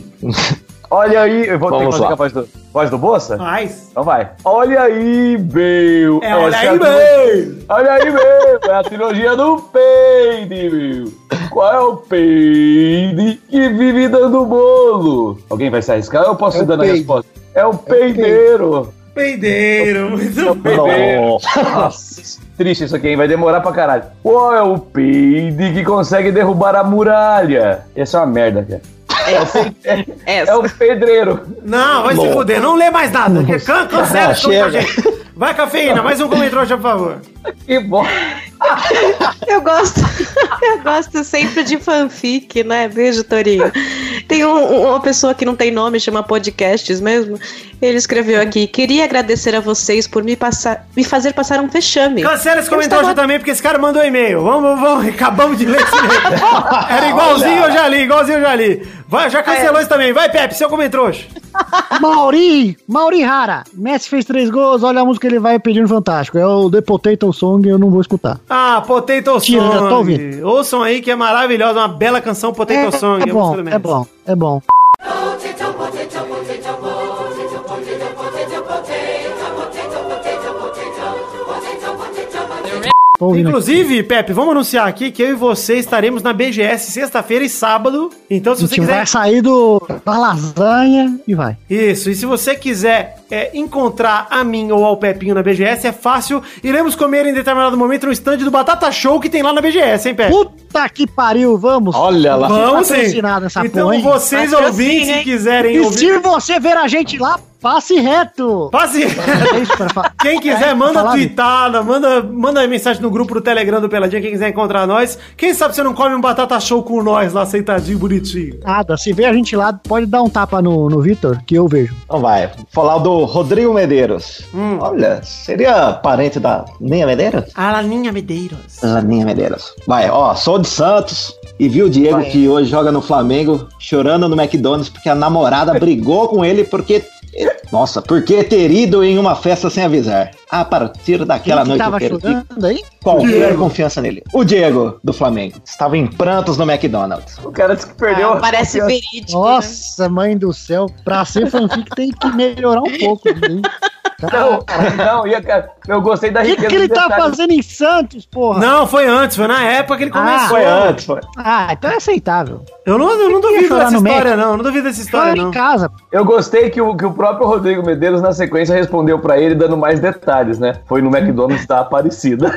[SPEAKER 4] Olha aí, eu vou ter que
[SPEAKER 8] Vamos
[SPEAKER 4] fazer
[SPEAKER 8] lá.
[SPEAKER 4] com a voz do, voz do Bolsa?
[SPEAKER 5] Mas.
[SPEAKER 4] Então vai. Olha aí, meu.
[SPEAKER 5] Ah. É, olha
[SPEAKER 4] Essa
[SPEAKER 5] aí,
[SPEAKER 4] a tri-
[SPEAKER 5] meu.
[SPEAKER 4] Olha aí, meu. É a trilogia do Peide, meu. Qual é o Peide que vive dando bolo? Alguém vai se arriscar? Eu posso
[SPEAKER 8] É
[SPEAKER 4] ir
[SPEAKER 8] o
[SPEAKER 4] dando a
[SPEAKER 8] peide.
[SPEAKER 4] resposta. É o peideiro.
[SPEAKER 2] [laughs]
[SPEAKER 5] Peideiro, muito bem.
[SPEAKER 4] Nossa, [laughs] triste isso aqui, hein? Vai demorar pra caralho. Qual é o peide que consegue derrubar a muralha? Essa é uma merda, cara.
[SPEAKER 6] Essa.
[SPEAKER 4] É o pedreiro. [laughs]
[SPEAKER 5] Não, vai se fuder, não lê mais nada. é Can, cancela
[SPEAKER 8] Não,
[SPEAKER 5] esse comentário,
[SPEAKER 8] chega.
[SPEAKER 5] gente. [laughs] Vai, cafeína, mais um comentário, já, por favor.
[SPEAKER 4] Que bosta.
[SPEAKER 6] Eu gosto, [laughs] eu gosto sempre de fanfic, né? Beijo, Torinho. Tem um- uma pessoa que não tem nome, chama Podcasts mesmo. Ele escreveu aqui: Queria agradecer a vocês por me, passar, me fazer passar um fechame.
[SPEAKER 5] Cancela
[SPEAKER 2] tá
[SPEAKER 5] esse
[SPEAKER 6] Eu
[SPEAKER 5] comentário já
[SPEAKER 6] estava-
[SPEAKER 5] também, porque esse cara mandou e-mail. Vamos, vamos, [laughs] acabamos de ler esse
[SPEAKER 2] [laughs]
[SPEAKER 5] e-mail. Era igualzinho, eu já li, igualzinho eu já li. Vai, já
[SPEAKER 2] É.
[SPEAKER 5] cancelou isso também. Vai, Pepe, seu comentário.
[SPEAKER 2] Mauri, Mauri Rara. Messi fez três gols, olha a música que ele vai pedir no Fantástico. É o The Potato Song, eu não vou escutar.
[SPEAKER 5] Ah, Potato
[SPEAKER 2] Tira, já tô
[SPEAKER 5] Song.
[SPEAKER 2] ouvindo.
[SPEAKER 5] Ouçam aí que é maravilhosa, uma bela canção Potato Song.
[SPEAKER 2] é
[SPEAKER 5] a música
[SPEAKER 2] bom,
[SPEAKER 5] do
[SPEAKER 2] é
[SPEAKER 5] Mendes.
[SPEAKER 2] bom, é bom. Tô ouvindo aqui.
[SPEAKER 5] Inclusive, Pepe, vamos anunciar aqui que eu e você estaremos na BGS sexta-feira e sábado. Então,
[SPEAKER 2] A
[SPEAKER 5] se você
[SPEAKER 2] gente
[SPEAKER 5] quiser
[SPEAKER 2] vai sair do, da lasanha e vai.
[SPEAKER 5] Isso, e se você quiser é, encontrar a mim ou ao Pepinho na BGS, é fácil. Iremos comer em determinado momento no stand do Batata Show que tem lá na BGS, hein, Pepe?
[SPEAKER 2] Puta que pariu, vamos.
[SPEAKER 8] Olha lá.
[SPEAKER 5] É. Vamos sim.
[SPEAKER 2] patrocinado essa
[SPEAKER 5] Então
[SPEAKER 2] porra, hein?
[SPEAKER 5] vocês
[SPEAKER 6] Patrocínio,
[SPEAKER 5] ouvintes se
[SPEAKER 6] hein?
[SPEAKER 5] quiserem
[SPEAKER 2] E
[SPEAKER 5] ouvir,
[SPEAKER 2] se você ver a gente lá, passe reto. [laughs]
[SPEAKER 5] passe.
[SPEAKER 2] É isso pra fa-
[SPEAKER 5] [laughs] Quem
[SPEAKER 2] É
[SPEAKER 5] quiser,
[SPEAKER 2] isso pra
[SPEAKER 5] manda
[SPEAKER 2] falar,
[SPEAKER 5] tweetada, manda, manda mensagem no grupo do Telegram do Peladinha, quem quiser encontrar nós. Quem sabe você não come um batata show com nós lá, sentadinho, bonitinho.
[SPEAKER 2] Nada, se ver a gente lá, pode dar um tapa no, no Vitor, que eu vejo.
[SPEAKER 8] Então vai. Falar do Rodrigo Medeiros.
[SPEAKER 5] Hum.
[SPEAKER 8] Olha, seria parente da Ninha Medeiros?
[SPEAKER 5] Alaninha Medeiros.
[SPEAKER 8] Da Ninha Medeiros. Vai, ó, sou de Santos. E vi o Diego que hoje joga no Flamengo chorando no McDonald's porque
[SPEAKER 5] [laughs]
[SPEAKER 8] a namorada brigou com ele porque. Nossa, porque ter ido em uma festa sem avisar. A partir daquela
[SPEAKER 2] Quem que
[SPEAKER 8] noite eu
[SPEAKER 2] tava
[SPEAKER 8] quero ter
[SPEAKER 2] chorando aí?
[SPEAKER 8] qualquer confiança nele. O Diego, do Flamengo, estava em prantos no McDonald's.
[SPEAKER 4] O cara disse que perdeu.
[SPEAKER 6] Ah, parece verídico. Né?
[SPEAKER 2] Nossa, mãe do céu, pra ser fanfic tem que melhorar um pouco. hein?
[SPEAKER 4] Não, não, ia, cara, eu gostei da
[SPEAKER 2] O que,
[SPEAKER 4] riqueza
[SPEAKER 2] que ele
[SPEAKER 4] dos
[SPEAKER 2] tá
[SPEAKER 4] detalhes.
[SPEAKER 2] fazendo em Santos, porra?
[SPEAKER 5] Não, foi antes, foi na época que ele
[SPEAKER 2] Ah,
[SPEAKER 5] começou.
[SPEAKER 8] Foi antes, foi.
[SPEAKER 2] Ah, então é aceitável.
[SPEAKER 5] Eu não, eu não duvido
[SPEAKER 2] chorar
[SPEAKER 5] dessa
[SPEAKER 2] no meio?
[SPEAKER 5] história, não. Eu não duvido dessa história,
[SPEAKER 2] Fora
[SPEAKER 5] não.
[SPEAKER 2] em casa.
[SPEAKER 4] Eu gostei que o, que o próprio Rodrigo Medeiros, na sequência, respondeu pra ele dando mais detalhes, né? Foi no McDonald's da Aparecida.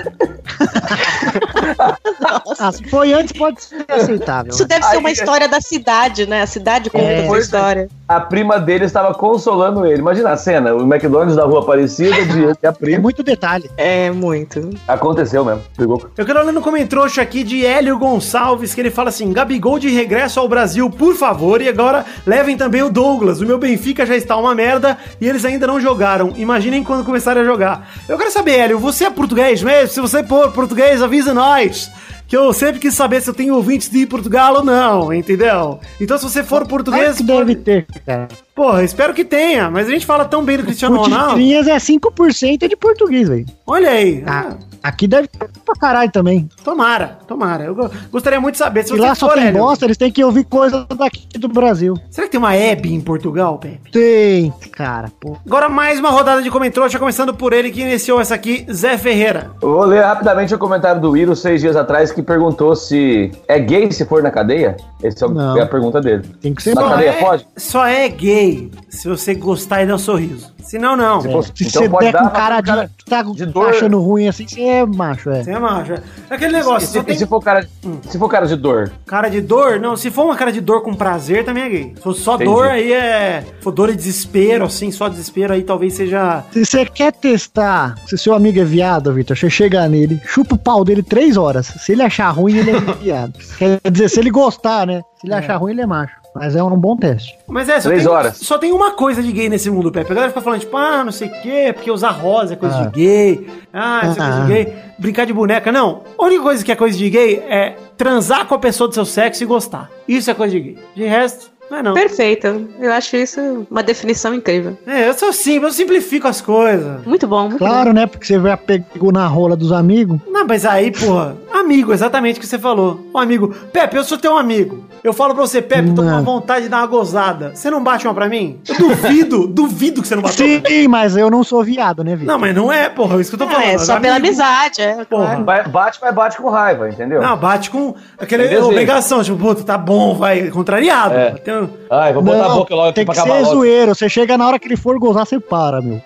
[SPEAKER 2] Ah, se foi antes, pode ser aceitável. né?
[SPEAKER 6] Isso deve
[SPEAKER 4] Aí-
[SPEAKER 6] ser uma história da cidade, né? A cidade conta
[SPEAKER 2] É.
[SPEAKER 6] essa história.
[SPEAKER 4] A prima dele estava consolando ele. Imagina a cena, o McDonald's da Rua Aparecida, Diego e a
[SPEAKER 2] É
[SPEAKER 4] prima.
[SPEAKER 2] muito detalhe.
[SPEAKER 6] É, muito.
[SPEAKER 4] Aconteceu mesmo. Pegou.
[SPEAKER 5] Eu quero ler no comentário aqui de Hélio Gonçalves, que ele fala assim: Gabigol de regresso ao Brasil, por favor. E agora levem também o Douglas. O meu Benfica já está uma merda e eles ainda não jogaram. Imaginem quando começarem a jogar. Eu quero saber, Hélio, você é português mesmo? Se você for português, é avisa nós. que eu sempre quis saber se eu tenho ouvintes de Portugal ou não, entendeu? Então se você for
[SPEAKER 2] Claro
[SPEAKER 5] português,
[SPEAKER 2] que deve ter, cara.
[SPEAKER 5] porra, espero que tenha, mas a gente fala tão bem do Cristiano
[SPEAKER 2] O
[SPEAKER 5] Ronaldo.
[SPEAKER 2] Titrinhas é 5% de português, velho.
[SPEAKER 5] Olha aí. Ah,
[SPEAKER 2] Ah, aqui deve ter pra caralho também.
[SPEAKER 5] Tomara, tomara. Eu go- gostaria muito de saber se
[SPEAKER 2] E lá
[SPEAKER 5] você
[SPEAKER 2] só
[SPEAKER 5] for,
[SPEAKER 2] tem
[SPEAKER 5] Hélio,
[SPEAKER 2] bosta, eles têm que ouvir coisa daqui do Brasil.
[SPEAKER 5] Será que tem uma Hebe em Portugal, Pepe?
[SPEAKER 2] Tem, cara, pô.
[SPEAKER 5] Agora mais uma rodada de comentrouxa, começando por ele que iniciou essa aqui, Zé Ferreira.
[SPEAKER 4] Eu Vou ler rapidamente o comentário do Iro seis dias atrás que perguntou se é gay se for na cadeia. Essa é o-
[SPEAKER 2] Não.
[SPEAKER 4] é a pergunta dele.
[SPEAKER 2] Tem que ser
[SPEAKER 4] Na
[SPEAKER 5] Só
[SPEAKER 4] cadeia
[SPEAKER 5] é,
[SPEAKER 4] pode?
[SPEAKER 5] só é gay se você gostar e dar um sorriso. Se não, não.
[SPEAKER 4] Se fosse-
[SPEAKER 2] Se
[SPEAKER 4] então
[SPEAKER 2] você
[SPEAKER 4] pode
[SPEAKER 2] der
[SPEAKER 4] dar,
[SPEAKER 2] com
[SPEAKER 4] mas
[SPEAKER 2] cara
[SPEAKER 4] o
[SPEAKER 2] de,
[SPEAKER 4] cara
[SPEAKER 2] tá
[SPEAKER 4] de dor-
[SPEAKER 2] achando ruim assim, você é macho, é.
[SPEAKER 5] Você é macho. é. Aquele
[SPEAKER 4] E
[SPEAKER 5] negócio,
[SPEAKER 4] se,
[SPEAKER 5] só tem
[SPEAKER 4] e se for cara, se for cara de dor?
[SPEAKER 5] cara de dor? Não, se for uma cara de dor com prazer, também é gay. Se for só
[SPEAKER 4] Entendi.
[SPEAKER 5] dor, aí é. Se for dor e desespero, assim, só desespero, aí talvez seja.
[SPEAKER 2] Se você quer testar se seu amigo é viado, Vitor, você chega nele, chupa o pau dele três horas. Se ele achar
[SPEAKER 5] [laughs]
[SPEAKER 2] ruim, ele é viado. Quer dizer, se ele gostar, né? Se ele achar ruim, ele é macho. Mas é um bom teste.
[SPEAKER 5] Mas é, só
[SPEAKER 4] Três
[SPEAKER 5] tem,
[SPEAKER 4] horas.
[SPEAKER 5] só tem uma coisa de gay nesse mundo, Pepe. A galera fica falando, tipo, ah, não sei o quê, porque usar rosa é coisa
[SPEAKER 2] Ah.
[SPEAKER 5] de gay. Ah, isso é coisa
[SPEAKER 2] Ah.
[SPEAKER 5] de gay. Brincar de boneca, não. A única coisa que é coisa de gay é transar com a pessoa do seu sexo e gostar. Isso é coisa de gay. De resto, não é não.
[SPEAKER 6] Perfeito. Eu acho isso uma definição incrível.
[SPEAKER 5] É, eu sou simples, eu simplifico as coisas.
[SPEAKER 6] Muito bom, muito
[SPEAKER 5] É.
[SPEAKER 2] Claro, né? Porque você vai pegou na rola dos amigos.
[SPEAKER 5] Não, mas aí, porra, amigo, exatamente o que você falou. Um amigo, Pepe, eu sou teu amigo. Eu falo pra você, Pepe, tô com uma
[SPEAKER 2] Mano.
[SPEAKER 5] vontade de dar uma gozada. Você não bate uma pra mim? Eu duvido, [laughs] duvido que você não bateu.
[SPEAKER 2] Sim, mas eu não sou viado, né, Vitor?
[SPEAKER 5] Não, mas não é, porra, é isso que eu tô
[SPEAKER 6] bom.
[SPEAKER 5] falando.
[SPEAKER 6] é só pela
[SPEAKER 5] amigo.
[SPEAKER 6] amizade, é.
[SPEAKER 5] Porra.
[SPEAKER 6] Claro.
[SPEAKER 4] Ba- Bate, mas bate com raiva,
[SPEAKER 8] Então.
[SPEAKER 4] entendeu?
[SPEAKER 5] Não, bate com aquela
[SPEAKER 8] É
[SPEAKER 4] Tem desejo.
[SPEAKER 5] obrigação, tipo, puta, tá bom, vai, contrariado.
[SPEAKER 4] É.
[SPEAKER 5] Então,
[SPEAKER 4] Ai, vou botar a boca logo
[SPEAKER 2] tem
[SPEAKER 4] pra
[SPEAKER 2] que
[SPEAKER 4] acabar
[SPEAKER 2] ser
[SPEAKER 4] logo.
[SPEAKER 2] zoeiro. Você chega na hora que ele for gozar, você para, meu.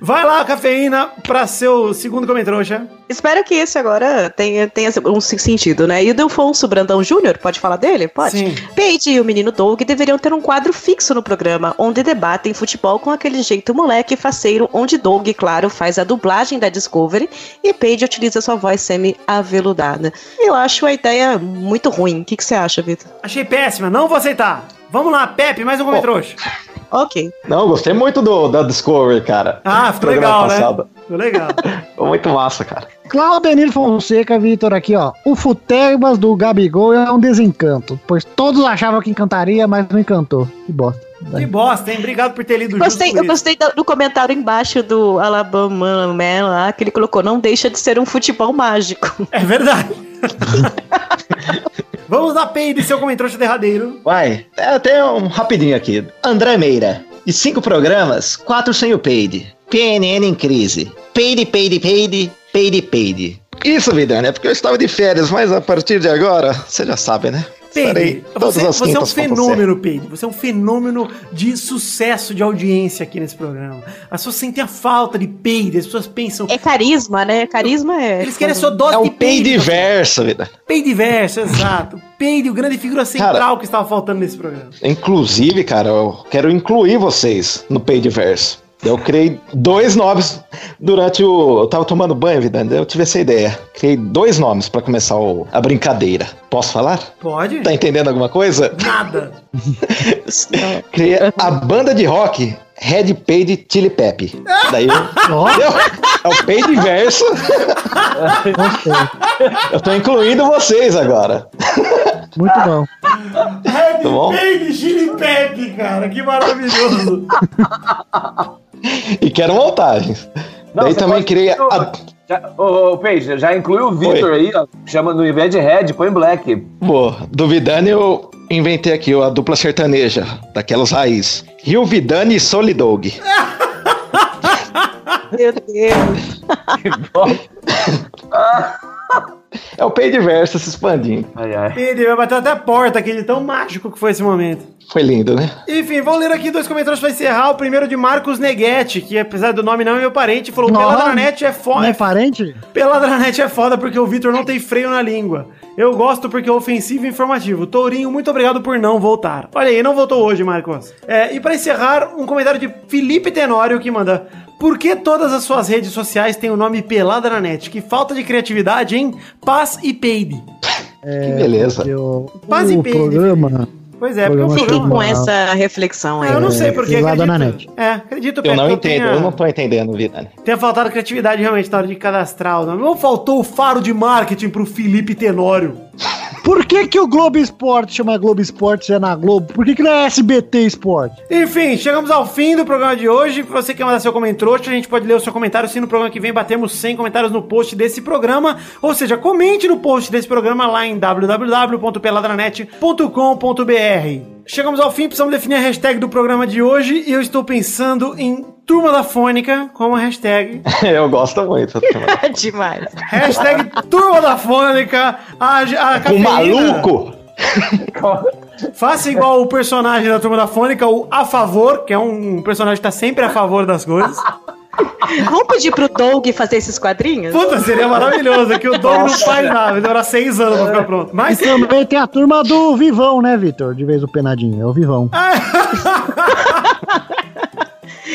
[SPEAKER 5] vai lá, cafeína, pra seu segundo comentrouxa.
[SPEAKER 6] Espero que esse agora tenha, tenha um si- sentido, né? E o Delfonso Brandão Júnior, pode falar dele? Pode.
[SPEAKER 5] Sim.
[SPEAKER 6] Paige e o menino Doug deveriam ter um quadro fixo no programa, onde debatem futebol com aquele jeito moleque e faceiro, onde Doug, claro, faz a dublagem da Discovery e Paige utiliza sua voz semi-aveludada. Eu acho a ideia muito ruim. O que que você acha, Vitor?
[SPEAKER 5] Achei péssima, não vou aceitar. Vamos lá, Pepe, mais um comentrouxa.
[SPEAKER 6] Ok.
[SPEAKER 8] Não, eu gostei muito do, da Discovery, cara.
[SPEAKER 5] Ah, ficou legal,
[SPEAKER 8] Programa
[SPEAKER 5] né?
[SPEAKER 8] passado.
[SPEAKER 5] Ficou
[SPEAKER 8] [laughs]
[SPEAKER 5] legal.
[SPEAKER 8] Ficou muito massa, cara.
[SPEAKER 2] Claudenir Fonseca, Vitor, aqui, ó. O Futebas do Gabigol é um desencanto, pois todos achavam que encantaria, mas não encantou. Que bosta.
[SPEAKER 5] que bosta, hein? Obrigado por ter lido
[SPEAKER 6] Gostei,
[SPEAKER 5] junto
[SPEAKER 6] eu
[SPEAKER 5] com isso.
[SPEAKER 6] gostei da- do comentário embaixo do Alabama Man lá, que ele colocou, não deixa de ser um futebol mágico.
[SPEAKER 5] É verdade. [laughs] Vamos lá, Peide, seu comentrouxa derradeiro.
[SPEAKER 8] Vai, é, tem um rapidinho aqui. André Meira. De cinco programas, quatro sem o Peide. PNN em crise. Peide, Peide, Peide, Peide, Peide. Isso, Vidani, é porque eu estava de férias, mas a partir de agora, você já sabe, né? Estarei
[SPEAKER 5] Peide,
[SPEAKER 8] todas
[SPEAKER 5] você,
[SPEAKER 8] as
[SPEAKER 5] você é um
[SPEAKER 8] quintas com
[SPEAKER 5] fenômeno, Peide. Você é um fenômeno de sucesso de audiência aqui nesse programa. As pessoas sentem a falta de Peide, as pessoas pensam.
[SPEAKER 6] É carisma, né? Carisma é.
[SPEAKER 5] Eles querem a sua dose
[SPEAKER 8] É um
[SPEAKER 5] de
[SPEAKER 8] Peide
[SPEAKER 5] peide.
[SPEAKER 8] verso, Vidani.
[SPEAKER 5] Peide verso, exato. Peide, o grande figura central
[SPEAKER 8] Cara.
[SPEAKER 5] que estava faltando nesse programa.
[SPEAKER 8] Inclusive, cara, eu quero incluir vocês no Peidiverso. Eu criei dois nomes durante o. Eu tava tomando banho, vida. Eu tive essa ideia. Criei dois nomes pra começar o- a brincadeira. Posso falar?
[SPEAKER 5] Pode?
[SPEAKER 8] Tá entendendo alguma coisa?
[SPEAKER 5] Nada.
[SPEAKER 8] Criei a banda de rock Red Page Chili Pepe. Daí eu. [laughs]
[SPEAKER 2] Ó,
[SPEAKER 8] Entendeu? É o Peidiverso. Eu tô incluindo vocês agora.
[SPEAKER 2] muito bom.
[SPEAKER 5] Red
[SPEAKER 8] bom.
[SPEAKER 5] Peide Chili Pepe, cara. Que maravilhoso.
[SPEAKER 8] E quero montagens.
[SPEAKER 4] Não,
[SPEAKER 8] Daí
[SPEAKER 4] você
[SPEAKER 8] também
[SPEAKER 4] pode-
[SPEAKER 8] criei a.
[SPEAKER 4] Já, ô, ô, Paige, já inclui o Vitor aí, ó. Chama no invés de Red, põe
[SPEAKER 2] [laughs]
[SPEAKER 4] Black.
[SPEAKER 8] Boa, do Vidani eu inventei aqui ó, a dupla sertaneja, daquelas raiz. Rio Vidani e Solidog.
[SPEAKER 6] Meu Deus.
[SPEAKER 8] É o peidiverso se expandindo.
[SPEAKER 4] Ai, ai.
[SPEAKER 5] Peide vai bater até a porta aqui de tão mágico que foi esse momento.
[SPEAKER 8] Foi lindo, né?
[SPEAKER 5] Enfim, vou ler aqui dois comentários pra encerrar. O primeiro de Marcos Neguete, que apesar do nome não é meu parente, falou:
[SPEAKER 2] Não.
[SPEAKER 5] Peladranet é
[SPEAKER 2] Não
[SPEAKER 5] foda.
[SPEAKER 2] é parente?
[SPEAKER 5] Peladranet é foda porque o Vitor não tem freio na língua. Eu gosto porque é ofensivo e informativo. Tourinho, muito obrigado por não voltar. Olha aí, não voltou hoje, Marcos. É, e pra encerrar, um comentário de Felipe Tenório que manda. Por que todas as suas redes sociais têm o nome Peladranet? Que falta de criatividade, hein? Paz e peide.
[SPEAKER 8] É, que beleza.
[SPEAKER 2] Eu,
[SPEAKER 5] Quase
[SPEAKER 2] o
[SPEAKER 5] peido,
[SPEAKER 2] programa
[SPEAKER 5] Pois é, porque o
[SPEAKER 2] Programa
[SPEAKER 6] Fiquem
[SPEAKER 2] Show.
[SPEAKER 5] programa.
[SPEAKER 6] com essa reflexão aí.
[SPEAKER 5] Eu não sei
[SPEAKER 2] É,
[SPEAKER 5] porque.
[SPEAKER 2] lá da
[SPEAKER 5] Acredito,
[SPEAKER 2] Nanete.
[SPEAKER 5] é, acredito
[SPEAKER 8] Eu não
[SPEAKER 5] Beto,
[SPEAKER 8] entendo,
[SPEAKER 5] tenha-
[SPEAKER 8] eu não tô entendendo, Vidani. [laughs]
[SPEAKER 5] Tem faltado criatividade realmente na hora de cadastrar o nome. Ou faltou o faro de marketing pro Felipe Tenório.
[SPEAKER 2] Por que, que o Globo Esporte chama Globo Esporte se é na Globo? Por que, que não é SBT Esporte?
[SPEAKER 5] Enfim, chegamos ao fim do programa de hoje. Você quer mandar seu comentário, a gente pode ler o seu comentário sim no programa que vem. Batemos 100 comentários no post desse programa. Ou seja, comente no post desse programa lá em www.peladranet.com.br. Chegamos ao fim, precisamos definir a hashtag do programa de hoje e eu estou pensando em Turma da Fônica como hashtag.
[SPEAKER 8] Eu gosto muito.
[SPEAKER 6] [laughs] Demais.
[SPEAKER 5] Hashtag Turma da Fônica. A, a
[SPEAKER 8] o
[SPEAKER 5] cafeína.
[SPEAKER 8] maluco!
[SPEAKER 5] Faça igual o personagem da Turma da Fônica, o A Favor, que é um personagem que tá sempre a favor das coisas.
[SPEAKER 6] Vamos pedir pro Doug fazer esses quadrinhos?
[SPEAKER 5] Puta, seria maravilhoso, é que o Doug não faz nada, vai demorar seis anos pra ficar pronto.
[SPEAKER 2] E
[SPEAKER 5] Mas.
[SPEAKER 2] também tem a turma do Vivão, né, Vitor? De vez o Penadinho, é
[SPEAKER 6] [laughs]
[SPEAKER 2] o Vivão.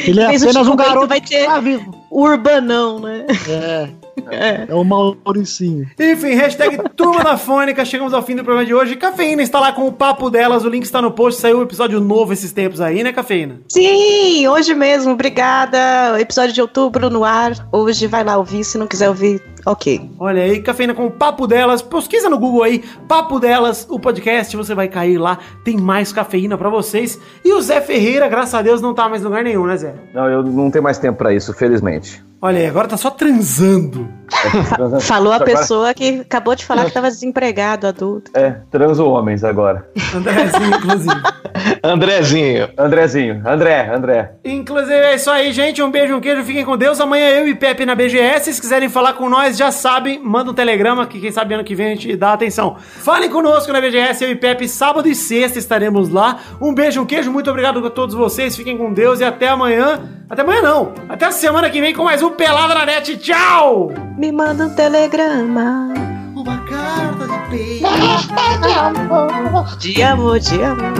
[SPEAKER 2] Ele é
[SPEAKER 6] Fez o
[SPEAKER 2] apenas
[SPEAKER 6] Chico
[SPEAKER 2] um
[SPEAKER 6] Bento,
[SPEAKER 2] garoto
[SPEAKER 6] vai
[SPEAKER 2] que
[SPEAKER 6] ter-
[SPEAKER 2] tá vivo.
[SPEAKER 6] O Urbanão, né?
[SPEAKER 2] É. É o Mauricinho.
[SPEAKER 5] Enfim, hashtag Turma da Fônica, chegamos ao fim do programa de hoje. Cafeína está lá com o papo delas, o link está no post, saiu um episódio novo esses tempos aí, né, Cafeína?
[SPEAKER 6] Sim, hoje mesmo, obrigada. O Episódio de outubro no ar. Hoje vai lá ouvir, se não quiser ouvir, ok.
[SPEAKER 5] Olha aí, Cafeína com o Papo Delas. Pesquisa no Google aí, Papo Delas, o podcast. Você vai cair lá, tem mais cafeína pra vocês. E o Zé Ferreira, graças a Deus, não tá mais em lugar nenhum, né, Zé?
[SPEAKER 4] Não, eu não tenho mais tempo pra isso, felizmente.
[SPEAKER 5] Olha aí, agora tá só transando.
[SPEAKER 6] Falou a
[SPEAKER 4] Agora-
[SPEAKER 6] pessoa que acabou de falar que estava desempregado, adulto.
[SPEAKER 4] É, transo homens agora.
[SPEAKER 5] Andrézinho,
[SPEAKER 4] [laughs]
[SPEAKER 5] inclusive.
[SPEAKER 8] Andrezinho,
[SPEAKER 4] Andrezinho, André, André.
[SPEAKER 5] Inclusive é isso aí, gente. Um beijo, um queijo. Fiquem com Deus. Amanhã eu e Pepe na BGS. Se quiserem falar com nós, já sabem, manda um telegrama que quem sabe ano que vem a gente dá atenção. Falem conosco na BGS, eu e Pepe. Sábado e sexta estaremos lá. Um beijo, um queijo. Muito obrigado a todos vocês. Fiquem com Deus e até amanhã. Até amanhã não. Até a semana que vem com mais um Pelada na Net. Tchau!
[SPEAKER 6] Me manda um telegrama.
[SPEAKER 5] Uma carta de peito.
[SPEAKER 6] De amor, de amor.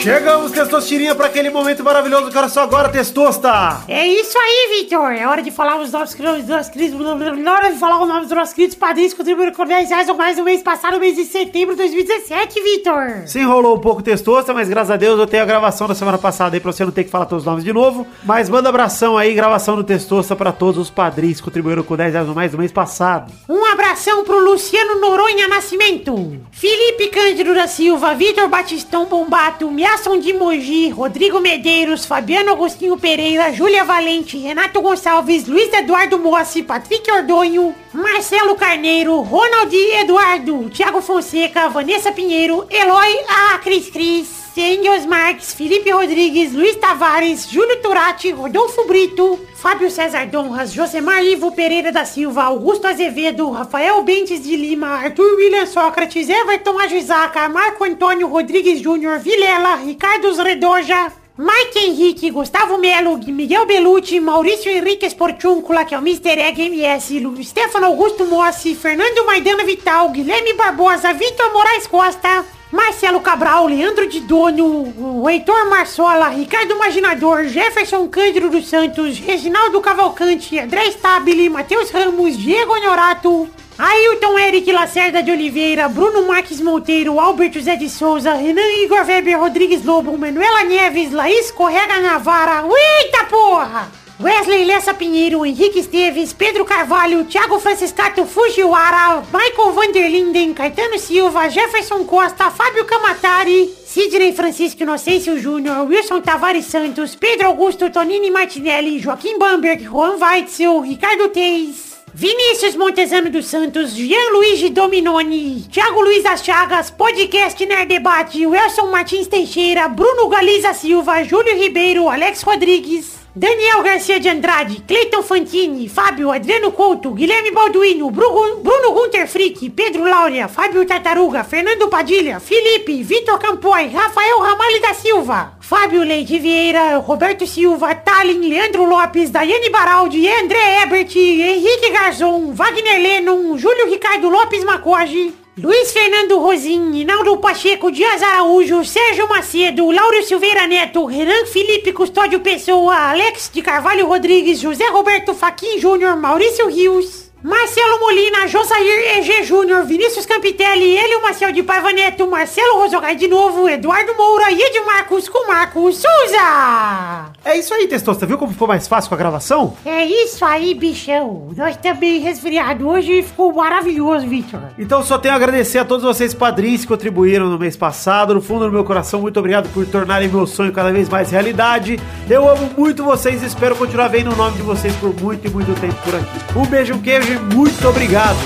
[SPEAKER 5] Chegamos, Testosterinha, para aquele momento maravilhoso. Cara, só agora, Testosta!
[SPEAKER 3] É isso aí, Vitor. É hora de falar os nossos queridos, dos nossos queridos, blá, blá, blá, na hora de falar os nomes dos nossos queridos padrinhos que contribuíram com 10 reais ou mais no mês passado, no mês de setembro de 2017, Vitor.
[SPEAKER 5] Se enrolou um pouco testosta, mas graças a Deus eu tenho a gravação da semana passada aí pra você não ter que falar todos os nomes de novo. Mas manda abração aí, gravação do testosta pra todos os padrinhos que contribuíram com 10 reais ou mais no mês passado.
[SPEAKER 3] Um abração pro Luciano Noronha Nascimento, Felipe Cândido da Silva, Vitor Batistão Bombato, Miasson de Mogi, Rodrigo Medeiros, Fabiano Agostinho Pereira, Júlia Valente, Renato Gonçalves, Luiz Eduardo Mossi, Patrick Ordonho, Marcelo Carneiro, Ronald Eduardo, Thiago Fonseca, Vanessa Pinheiro, Eloy A. Cris Cris. Engels Marques, Felipe Rodrigues, Luiz Tavares, Júlio Turati, Rodolfo Brito, Fábio César Donras, Josemar Ivo Pereira da Silva, Augusto Azevedo, Rafael Bentes de Lima, Arthur William Sócrates, Everton Ajuzaca, Marco Antônio Rodrigues Júnior, Vilela, Ricardo Redoja, Mike Henrique, Gustavo Melo, Miguel Belucci, Maurício Henrique Esportúncula, que é o Mr. Egg MS, Lu- Stefano Augusto Mossi, Fernando Maidana Vital, Guilherme Barbosa, Vitor Moraes Costa, Marcelo Cabral, Leandro de Dono, o Heitor Marçola, Ricardo Imaginador, Jefferson Cândido dos Santos, Reginaldo Cavalcante, André Stabile, Matheus Ramos, Diego Honorato, Ailton Eric Lacerda de Oliveira, Bruno Marques Monteiro, Alberto Zé de Souza, Renan Igor Weber Rodrigues Lobo, Manuela Neves, Laís Correga Navara, eita porra! Wesley Lessa Pinheiro, Henrique Esteves, Pedro Carvalho, Thiago Franciscato Fujiwara, Michael Vanderlinden, Caetano Silva, Jefferson Costa, Fábio Camatari, Sidney Francisco Inocêncio Júnior, Wilson Tavares Santos, Pedro Augusto Tonini Martinelli, Joaquim Bamberg, Juan Weitzel, Ricardo Teis, Vinícius Montezano dos Santos, Jean Luigi Dominoni, Thiago Luiz das Chagas, Podcast Nerd Debate, Wilson Martins Teixeira, Bruno Galiza Silva, Júlio Ribeiro, Alex Rodrigues, Daniel Garcia de Andrade, Cleiton Fantini, Fábio, Adriano Couto, Guilherme Balduino, Bruno, Bruno Gunter Frick, Pedro Laura, Fábio Tartaruga, Fernando Padilha, Felipe, Vitor Campoy, Rafael Ramalho da Silva, Fábio Leite Vieira, Roberto Silva, Tallin, Leandro Lopes, Daiane Baraldi, André Ebert, Henrique Garzon, Wagner Lennon, Júlio Ricardo Lopes Macoge, Luiz Fernando Rosim, Hinaldo Pacheco, Dias Araújo, Sérgio Macedo, Lauro Silveira Neto, Renan Felipe Custódio Pessoa, Alex de Carvalho Rodrigues, José Roberto Faquin Júnior, Maurício Rios, Marcelo Molina, Josair EG Júnior, Vinícius Campitelli, Elio Maciel de Paiva Neto, Marcelo Rosogai de novo, Eduardo Moura e Edmarcos com Marcos Souza.
[SPEAKER 5] É isso aí, Testosta. Viu como ficou mais fácil com a gravação?
[SPEAKER 3] É isso aí, bichão. Nós também resfriado hoje e ficou maravilhoso, Victor.
[SPEAKER 5] Então só tenho a agradecer a todos vocês padrinhos que contribuíram no mês passado. No fundo do meu coração, muito obrigado por tornarem meu sonho cada vez mais realidade. Eu amo muito vocês e espero continuar vendo o nome de vocês por muito e muito tempo por aqui. Um beijo, um queijo e muito obrigado.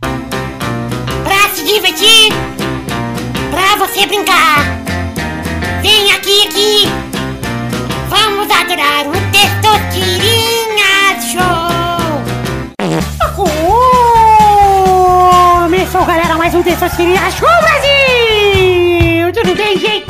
[SPEAKER 3] Pra se divertir, pra você brincar. Vem aqui, aqui. Vamos adorar o Testosterinha Show. Começou, galera, mais um Testosterinha Show Brasil. Tudo bem, gente?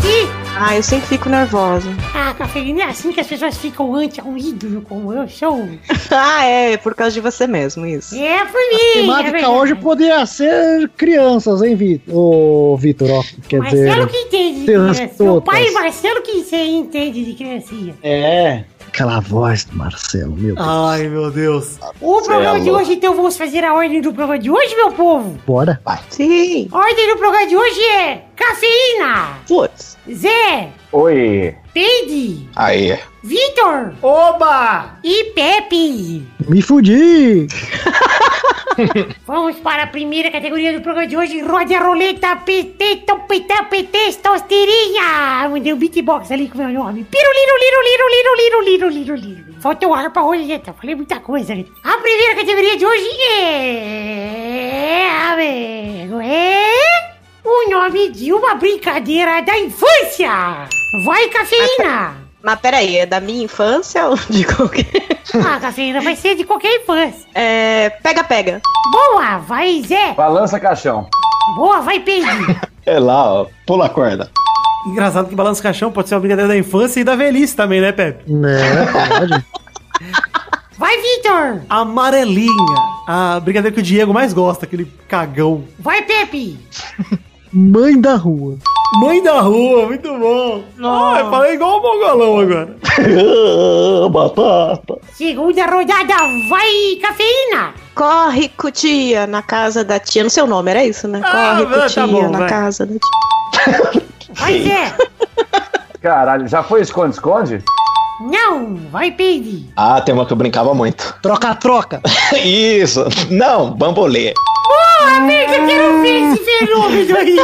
[SPEAKER 6] Ah, eu sempre fico nervosa.
[SPEAKER 3] Ah, cafeína é assim que as pessoas ficam ante a um ídolo como eu sou.
[SPEAKER 6] [laughs] ah, é, por causa de você mesmo, isso.
[SPEAKER 3] É por mim. é
[SPEAKER 2] Temática
[SPEAKER 3] verdade.
[SPEAKER 2] hoje poderia ser crianças, hein, Vitor? Ô, Vitor, ó. Quer
[SPEAKER 3] Marcelo
[SPEAKER 2] dizer.
[SPEAKER 3] que entende de
[SPEAKER 2] Terras
[SPEAKER 3] criança. Meu pai
[SPEAKER 2] totas.
[SPEAKER 3] Marcelo que se entende de criancinha.
[SPEAKER 8] É.
[SPEAKER 2] Aquela voz do Marcelo, meu Deus.
[SPEAKER 6] Ah.
[SPEAKER 5] Ai, meu Deus.
[SPEAKER 3] O programa de
[SPEAKER 8] louco.
[SPEAKER 3] hoje, então, vamos fazer a ordem do programa de hoje, meu povo.
[SPEAKER 2] Bora.
[SPEAKER 6] Sim.
[SPEAKER 3] A ordem do programa de hoje é Cafeína,
[SPEAKER 6] Putz.
[SPEAKER 3] Zé,
[SPEAKER 4] Oi.
[SPEAKER 3] Peide,
[SPEAKER 8] Aí.
[SPEAKER 3] Vitor
[SPEAKER 5] Oba!
[SPEAKER 3] e Pepe.
[SPEAKER 2] Me fudi!
[SPEAKER 3] Vamos para a primeira categoria do programa de hoje. Rode a roleta, peteto, peteto, peteto, osteirinha. Mandei um beatbox ali com o meu nome. Piruliro, liro, liro, liro, liro, liro, liro. Faltou ar pra roleta. Falei muita coisa. né? A primeira categoria de hoje é... Amigo, é... O nome de uma brincadeira da infância.
[SPEAKER 6] [laughs]
[SPEAKER 3] Vai, cafeína.
[SPEAKER 6] Mas peraí, é da minha infância ou de qualquer.
[SPEAKER 3] Ah, cafeína vai ser de qualquer infância.
[SPEAKER 6] É. Pega, pega.
[SPEAKER 3] Boa, vai, Zé.
[SPEAKER 4] Balança caixão.
[SPEAKER 3] Boa, vai, Pedro.
[SPEAKER 8] É lá, ó. Pula a corda.
[SPEAKER 5] Engraçado que balanço caixão pode ser uma brincadeira da infância e da velhice também, né, Pepe?
[SPEAKER 2] É, pode.
[SPEAKER 3] Vai, Vitor.
[SPEAKER 5] Amarelinha. A brincadeira que o Diego mais gosta, aquele cagão.
[SPEAKER 3] Vai, Pepe.
[SPEAKER 2] Mãe da rua.
[SPEAKER 5] Mãe da rua, muito bom. Ah, eu falei igual o mongolão agora.
[SPEAKER 8] [laughs] Batata.
[SPEAKER 3] Segunda rodada, vai cafeína!
[SPEAKER 6] Corre com tia na casa da tia. Não sei o nome, era isso, né?
[SPEAKER 5] Ah,
[SPEAKER 6] Corre
[SPEAKER 5] tá
[SPEAKER 6] com tia
[SPEAKER 5] bom,
[SPEAKER 6] na
[SPEAKER 5] vai.
[SPEAKER 6] casa da tia.
[SPEAKER 3] Vai Zé!
[SPEAKER 4] Caralho, já foi esconde-esconde?
[SPEAKER 3] Não! Vai Peide!
[SPEAKER 8] Ah, tem uma que eu brincava muito. [laughs]
[SPEAKER 2] Troca-troca.
[SPEAKER 8] Isso. Não, bambolê.
[SPEAKER 3] Boa, amiga! Ah, Quero ver esse fenômeno aí!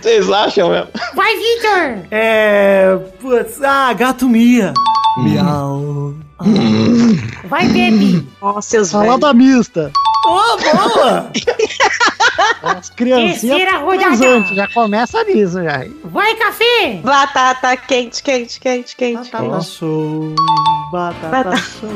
[SPEAKER 8] Vocês acham mesmo?
[SPEAKER 3] Vai, Victor!
[SPEAKER 5] É. Putz, ah, gato Mia. Miau.
[SPEAKER 3] Vai, Pepe!
[SPEAKER 6] Nossa, seus velhos.
[SPEAKER 2] Salada mista.
[SPEAKER 5] Ô, bola!
[SPEAKER 2] As criancinhas.
[SPEAKER 3] Terceira rodada.
[SPEAKER 2] transante, Já começa nisso, já.
[SPEAKER 3] Vai, café!
[SPEAKER 6] Batata quente, quente, quente, quente.
[SPEAKER 5] batata show, batata
[SPEAKER 6] Batata.
[SPEAKER 5] show.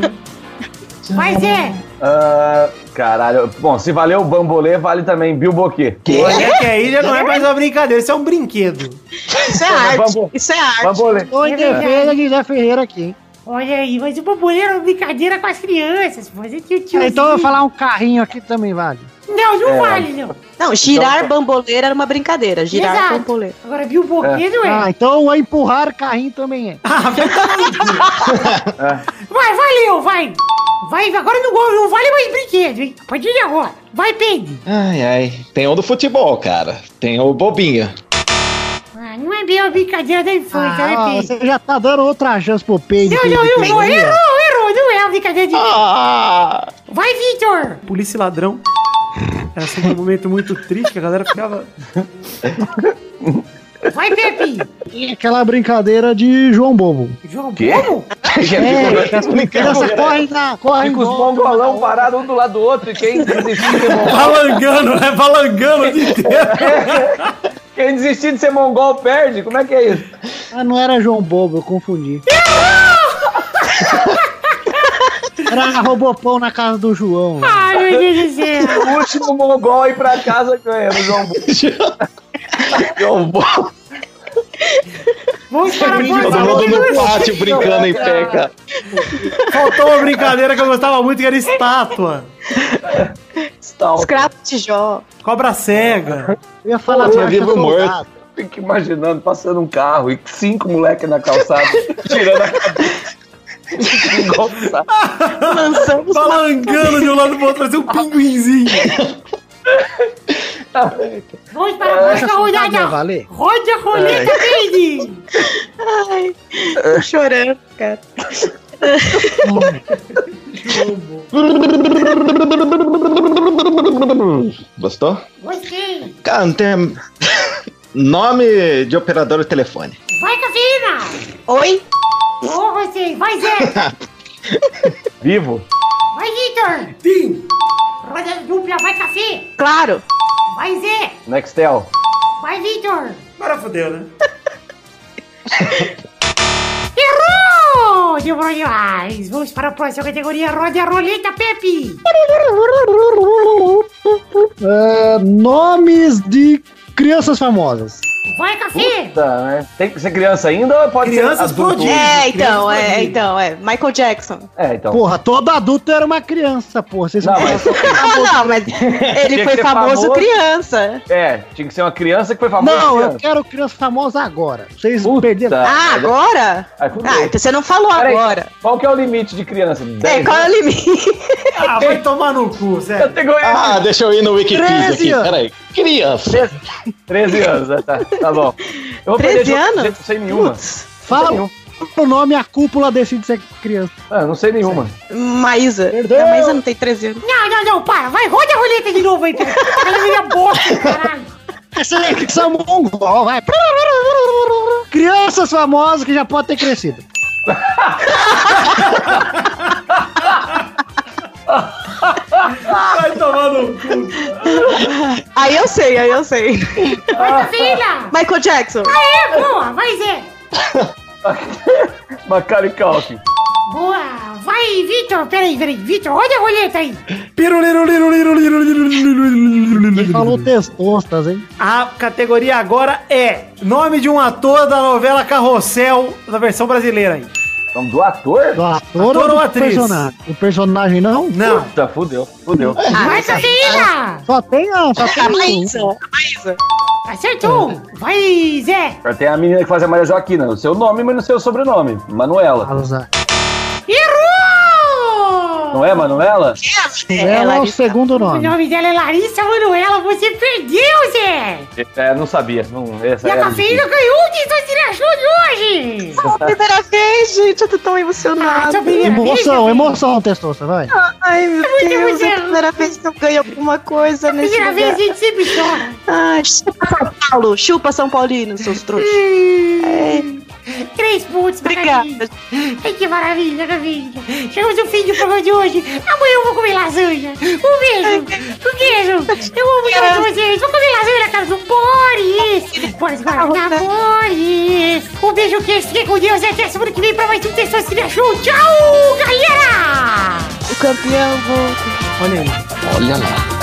[SPEAKER 3] Vai, Zé!
[SPEAKER 4] Ah, caralho. Bom, se valeu o bambolê, vale também bilboquê.
[SPEAKER 5] Olha que aí já não é mais uma brincadeira, isso é um brinquedo.
[SPEAKER 6] Isso é arte.
[SPEAKER 4] Bambu-
[SPEAKER 6] Isso é arte.
[SPEAKER 4] [laughs] Bambolê.
[SPEAKER 2] Tô em
[SPEAKER 3] É verdade.
[SPEAKER 2] defesa de Zé Ferreira aqui, hein?
[SPEAKER 3] Olha aí, mas o bamboleiro é uma brincadeira com as crianças, pô. Você tinha o tio.
[SPEAKER 2] Ah, então eu vou falar um carrinho aqui também, vale.
[SPEAKER 3] Não, não
[SPEAKER 4] É.
[SPEAKER 3] vale, não.
[SPEAKER 6] Não, girar bamboleira era uma brincadeira. Girar
[SPEAKER 3] Exato.
[SPEAKER 6] bamboleira.
[SPEAKER 3] Agora viu o boqueiro, é?
[SPEAKER 2] Ah, então empurrar carrinho também
[SPEAKER 3] Ah,
[SPEAKER 2] é.
[SPEAKER 3] Vai, valeu, vai! Vai, agora não, não vale mais brinquedo, hein? A partir de agora. Vai, Peide!
[SPEAKER 8] Ai, ai. Tem o do futebol, cara. Tem o bobinha.
[SPEAKER 3] Ah, não é bem uma brincadeira da infância, né,
[SPEAKER 2] Ah,
[SPEAKER 3] Peide?
[SPEAKER 2] você já tá dando outra chance pro Peide.
[SPEAKER 3] Não,
[SPEAKER 2] Peide,
[SPEAKER 3] não, não,
[SPEAKER 2] Peide.
[SPEAKER 3] não, um errou, errou, não é a brincadeira de...
[SPEAKER 8] Ah!
[SPEAKER 3] Vai, Victor!
[SPEAKER 5] Polícia e ladrão. Era sempre um momento muito triste que a galera ficava.
[SPEAKER 3] Vai, Pepe!
[SPEAKER 2] E Aquela brincadeira de João Bobo.
[SPEAKER 3] João
[SPEAKER 4] Quê?
[SPEAKER 3] Bobo? É.
[SPEAKER 2] Criança corre na. Corre em
[SPEAKER 4] Fica os
[SPEAKER 2] volta.
[SPEAKER 4] mongolão parados um do lado do outro e quem desistir é bom.
[SPEAKER 5] Balangando, né? Balangando o dia inteiro.
[SPEAKER 4] Quem desistir de ser mongol perde? Como é que é isso?
[SPEAKER 2] Ah, não era João Bobo, eu confundi. Era Robopão na casa do João. né?
[SPEAKER 3] [laughs]
[SPEAKER 2] velho.
[SPEAKER 3] Ai, meu Deus do céu.
[SPEAKER 4] O último mongol a ir pra casa ganha do João Bobo.
[SPEAKER 8] João Bobo
[SPEAKER 3] Vamos para a
[SPEAKER 8] todo
[SPEAKER 3] próxima
[SPEAKER 8] mundo no
[SPEAKER 3] notícia.
[SPEAKER 8] pátio brincando em pé, cara.
[SPEAKER 5] Faltou uma brincadeira que eu gostava muito, que era estátua.
[SPEAKER 4] Tal.
[SPEAKER 6] Escravo de Jó.
[SPEAKER 5] Cobra cega.
[SPEAKER 2] Eu ia falar assim, "Ah, tá
[SPEAKER 8] Pô,
[SPEAKER 2] marcha
[SPEAKER 8] vivo
[SPEAKER 2] soldado.
[SPEAKER 8] morto.
[SPEAKER 4] Fico imaginando, passando um carro e cinco moleques na calçada, [laughs] tirando a cabeça. Igual o saco.
[SPEAKER 6] Lançamos uma...
[SPEAKER 5] Balangando de um lado pro outro, parecia um pinguinzinho.
[SPEAKER 3] Vamos para a próxima
[SPEAKER 2] soldado vai
[SPEAKER 3] rodada.
[SPEAKER 2] valer?
[SPEAKER 3] Roda a roleta verde.
[SPEAKER 6] Ai, tô chorando, cara.
[SPEAKER 8] Gostou?
[SPEAKER 3] Gostei.
[SPEAKER 8] Cara, não tem. [laughs] Nome de operador de telefone.
[SPEAKER 3] Vai, Cafina.
[SPEAKER 6] Oi?
[SPEAKER 3] Ô, você. Vai, Zé.
[SPEAKER 4] Vivo?
[SPEAKER 3] Vai, Vitor! Sim! Roda dupla, vai café!
[SPEAKER 6] Claro.
[SPEAKER 3] Vai Zé!
[SPEAKER 4] Nextel?
[SPEAKER 3] Vai, Vitor!
[SPEAKER 5] Agora fodeu, né?
[SPEAKER 3] Errou! Demorou demais! Vamos para a próxima categoria, roda a roleta, Pepe!
[SPEAKER 2] Ah, nomes de crianças famosas.
[SPEAKER 3] Vai, café!
[SPEAKER 4] Tá, né? Tem que ser criança ainda ou pode
[SPEAKER 5] Crianças
[SPEAKER 4] ser adulto?
[SPEAKER 5] prodígio.
[SPEAKER 6] É, então, é, então, é. Michael
[SPEAKER 4] [laughs]
[SPEAKER 6] Jackson.
[SPEAKER 4] É, então.
[SPEAKER 2] Porra, todo adulto era uma criança, porra. Vocês
[SPEAKER 4] Não, mas-
[SPEAKER 6] Ah, não, mas
[SPEAKER 4] que
[SPEAKER 6] ele foi
[SPEAKER 4] ser
[SPEAKER 6] famoso,
[SPEAKER 4] famoso.
[SPEAKER 6] criança.
[SPEAKER 4] É, tinha que ser uma criança que foi famosa.
[SPEAKER 2] Não, eu
[SPEAKER 4] criança.
[SPEAKER 2] quero criança famosa agora. Vocês
[SPEAKER 4] Puta.
[SPEAKER 2] perderam.
[SPEAKER 6] Ah,
[SPEAKER 4] Tá, mas-
[SPEAKER 6] agora?
[SPEAKER 4] Ai, fudeu.
[SPEAKER 6] Ah, então você não falou
[SPEAKER 4] Peraí,
[SPEAKER 6] agora.
[SPEAKER 4] Qual que é o limite de criança?
[SPEAKER 6] É,
[SPEAKER 4] Dez
[SPEAKER 6] qual é o
[SPEAKER 4] anos?
[SPEAKER 6] limite? [laughs]
[SPEAKER 5] Ah, vai tomar no cu, sério.
[SPEAKER 4] Categoria
[SPEAKER 8] Ah, deixa eu ir no Wikipedia aqui.
[SPEAKER 2] 13 anos.
[SPEAKER 8] Peraí. Criança.
[SPEAKER 4] 13 anos, né? tá, tá bom. Eu
[SPEAKER 6] 13
[SPEAKER 4] vou perder de outro
[SPEAKER 6] anos?
[SPEAKER 4] jeito, sem nenhuma.
[SPEAKER 6] Putz.
[SPEAKER 2] Fala o nome, a cúpula decide ser criança.
[SPEAKER 4] Ah, não sei nenhuma. [laughs]
[SPEAKER 6] Maísa.
[SPEAKER 2] Perdeu.
[SPEAKER 6] A Maísa não tem 13 anos.
[SPEAKER 3] Não, não, não, para! Vai, roda a roleta de novo aí, Pepe! Tá Categoria bosta, caralho!
[SPEAKER 2] São mongol, vai. Crianças famosas que já podem ter crescido.
[SPEAKER 5] Vai tomar no cu.
[SPEAKER 6] Aí eu sei, aí eu sei.
[SPEAKER 4] [laughs]
[SPEAKER 3] Vai, Cafina!
[SPEAKER 6] Michael Jackson.
[SPEAKER 3] Aê, É, boa! Vai, Zé!
[SPEAKER 4] Macari Calkin.
[SPEAKER 3] Boa! Vai, Vitor! Peraí, peraí, Vitor, roda a roleta aí!
[SPEAKER 5] [laughs]
[SPEAKER 2] Ele falou testostas, hein?
[SPEAKER 5] A categoria agora é nome de um ator da novela Carrossel, da versão brasileira aí.
[SPEAKER 4] Nome do ator?
[SPEAKER 6] Ah,
[SPEAKER 2] Do ator,
[SPEAKER 5] Ator
[SPEAKER 2] ou
[SPEAKER 5] ou
[SPEAKER 2] do
[SPEAKER 5] atriz?
[SPEAKER 2] personagem? O personagem não?
[SPEAKER 5] Não.
[SPEAKER 4] Puta, fudeu, fudeu.
[SPEAKER 6] É. Ah,
[SPEAKER 3] Vai, Cafina!
[SPEAKER 2] Só tem a, só tem
[SPEAKER 6] A
[SPEAKER 2] um.
[SPEAKER 6] Maísa. A Maísa.
[SPEAKER 3] Acertou! Vai, Zé!
[SPEAKER 4] Tem a menina que faz a Maria Joaquina. O seu nome, mas não sei o sobrenome. Manuela.
[SPEAKER 2] Azar.
[SPEAKER 3] Errou!
[SPEAKER 6] Ah,
[SPEAKER 4] Não é Manuela?
[SPEAKER 2] Ela é o
[SPEAKER 6] Larissa.
[SPEAKER 2] segundo
[SPEAKER 3] O
[SPEAKER 2] nome.
[SPEAKER 3] nome dela é Larissa Manuela, você perdeu, Zé!
[SPEAKER 4] É, não sabia. Não, essa é
[SPEAKER 3] E a
[SPEAKER 6] É.
[SPEAKER 4] era
[SPEAKER 3] cafeína ganhou o desvacinação de hoje!
[SPEAKER 4] tá?
[SPEAKER 6] Pela É primeira vez, gente, eu tô tão
[SPEAKER 3] Ah,
[SPEAKER 6] emocionada.
[SPEAKER 3] sua primeira
[SPEAKER 2] Emoção,
[SPEAKER 3] vez,
[SPEAKER 2] emoção, testosta, vai.
[SPEAKER 6] Ai, meu
[SPEAKER 3] muito
[SPEAKER 6] Deus, é a
[SPEAKER 3] emocionante.
[SPEAKER 6] primeira vez que eu ganho alguma coisa
[SPEAKER 3] A
[SPEAKER 6] nesse
[SPEAKER 3] primeira
[SPEAKER 6] lugar.
[SPEAKER 3] vez a gente sempre chora.
[SPEAKER 6] Ai, chupa São Paulo, chupa São Paulino, seus trouxas.
[SPEAKER 3] Hum, Três pontos, pra
[SPEAKER 6] Obrigada.
[SPEAKER 3] Cafeína. Ai, que maravilha, um Cafeína. Chegamos ao fim do programa de hoje. Amanhã eu vou comer lasanha. Um beijo. Um beijo. Eu amo muito
[SPEAKER 6] Obrigada.
[SPEAKER 3] vocês. Vou comer lasanha na casa do Boris. Boris Guaraná, Boris. Um beijo, que fiquem com Deus. E até semana que vem pra mais um Tessão Cine Show. Tchau, galera!
[SPEAKER 6] O campeão volta.
[SPEAKER 5] Olha aí.
[SPEAKER 8] Olha lá.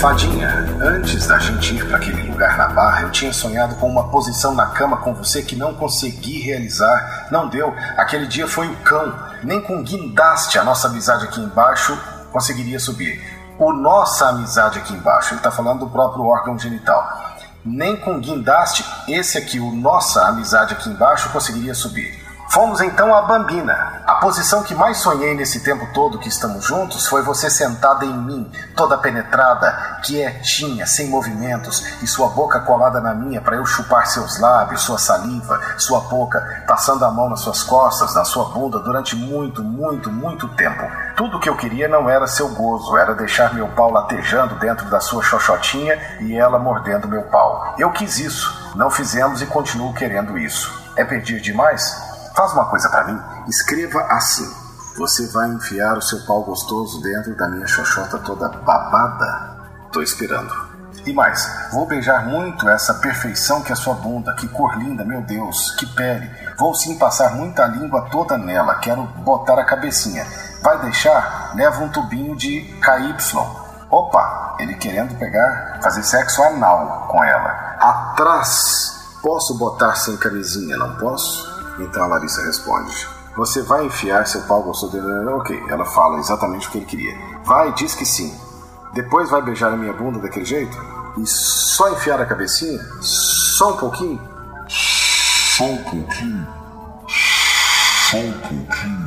[SPEAKER 11] Fadinha, antes da gente ir para aquele lugar na barra, eu tinha sonhado com uma posição na cama com você que não consegui realizar. Não deu. Aquele dia foi o cão. Nem com guindaste a nossa amizade aqui embaixo conseguiria subir. O nossa amizade aqui embaixo, ele tá falando do próprio órgão genital. Nem com guindaste, esse aqui, o nossa amizade aqui embaixo, conseguiria subir. Fomos então à Bambina. A posição que mais sonhei nesse tempo todo que estamos juntos foi você sentada em mim, toda penetrada, quietinha, sem movimentos, e sua boca colada na minha para eu chupar seus lábios, sua saliva, sua boca, passando a mão nas suas costas, na sua bunda durante muito, muito, muito tempo. Tudo o que eu queria não era seu gozo, era deixar meu pau latejando dentro da sua xoxotinha e ela mordendo meu pau. Eu quis isso, não fizemos e continuo querendo isso. É pedir demais? Faz uma coisa pra mim. Escreva assim. Você vai enfiar o seu pau gostoso dentro da minha xoxota toda babada? Tô esperando. E mais, vou beijar muito essa perfeição que é sua bunda. Que cor linda, meu Deus, que pele. Vou sim passar muita língua toda nela. Quero botar a cabecinha. Vai deixar? Leva um tubinho de KY. Opa, ele querendo pegar, fazer sexo anal com ela. Atrás. Posso botar sem camisinha, não posso? Então a Larissa responde: Você vai enfiar seu pau gostoso dele? Ok, ela fala exatamente o que ele queria. Vai, diz que sim. Depois vai beijar a minha bunda daquele jeito? E só enfiar a cabecinha? Só um pouquinho? Só um pouquinho. Só um pouquinho.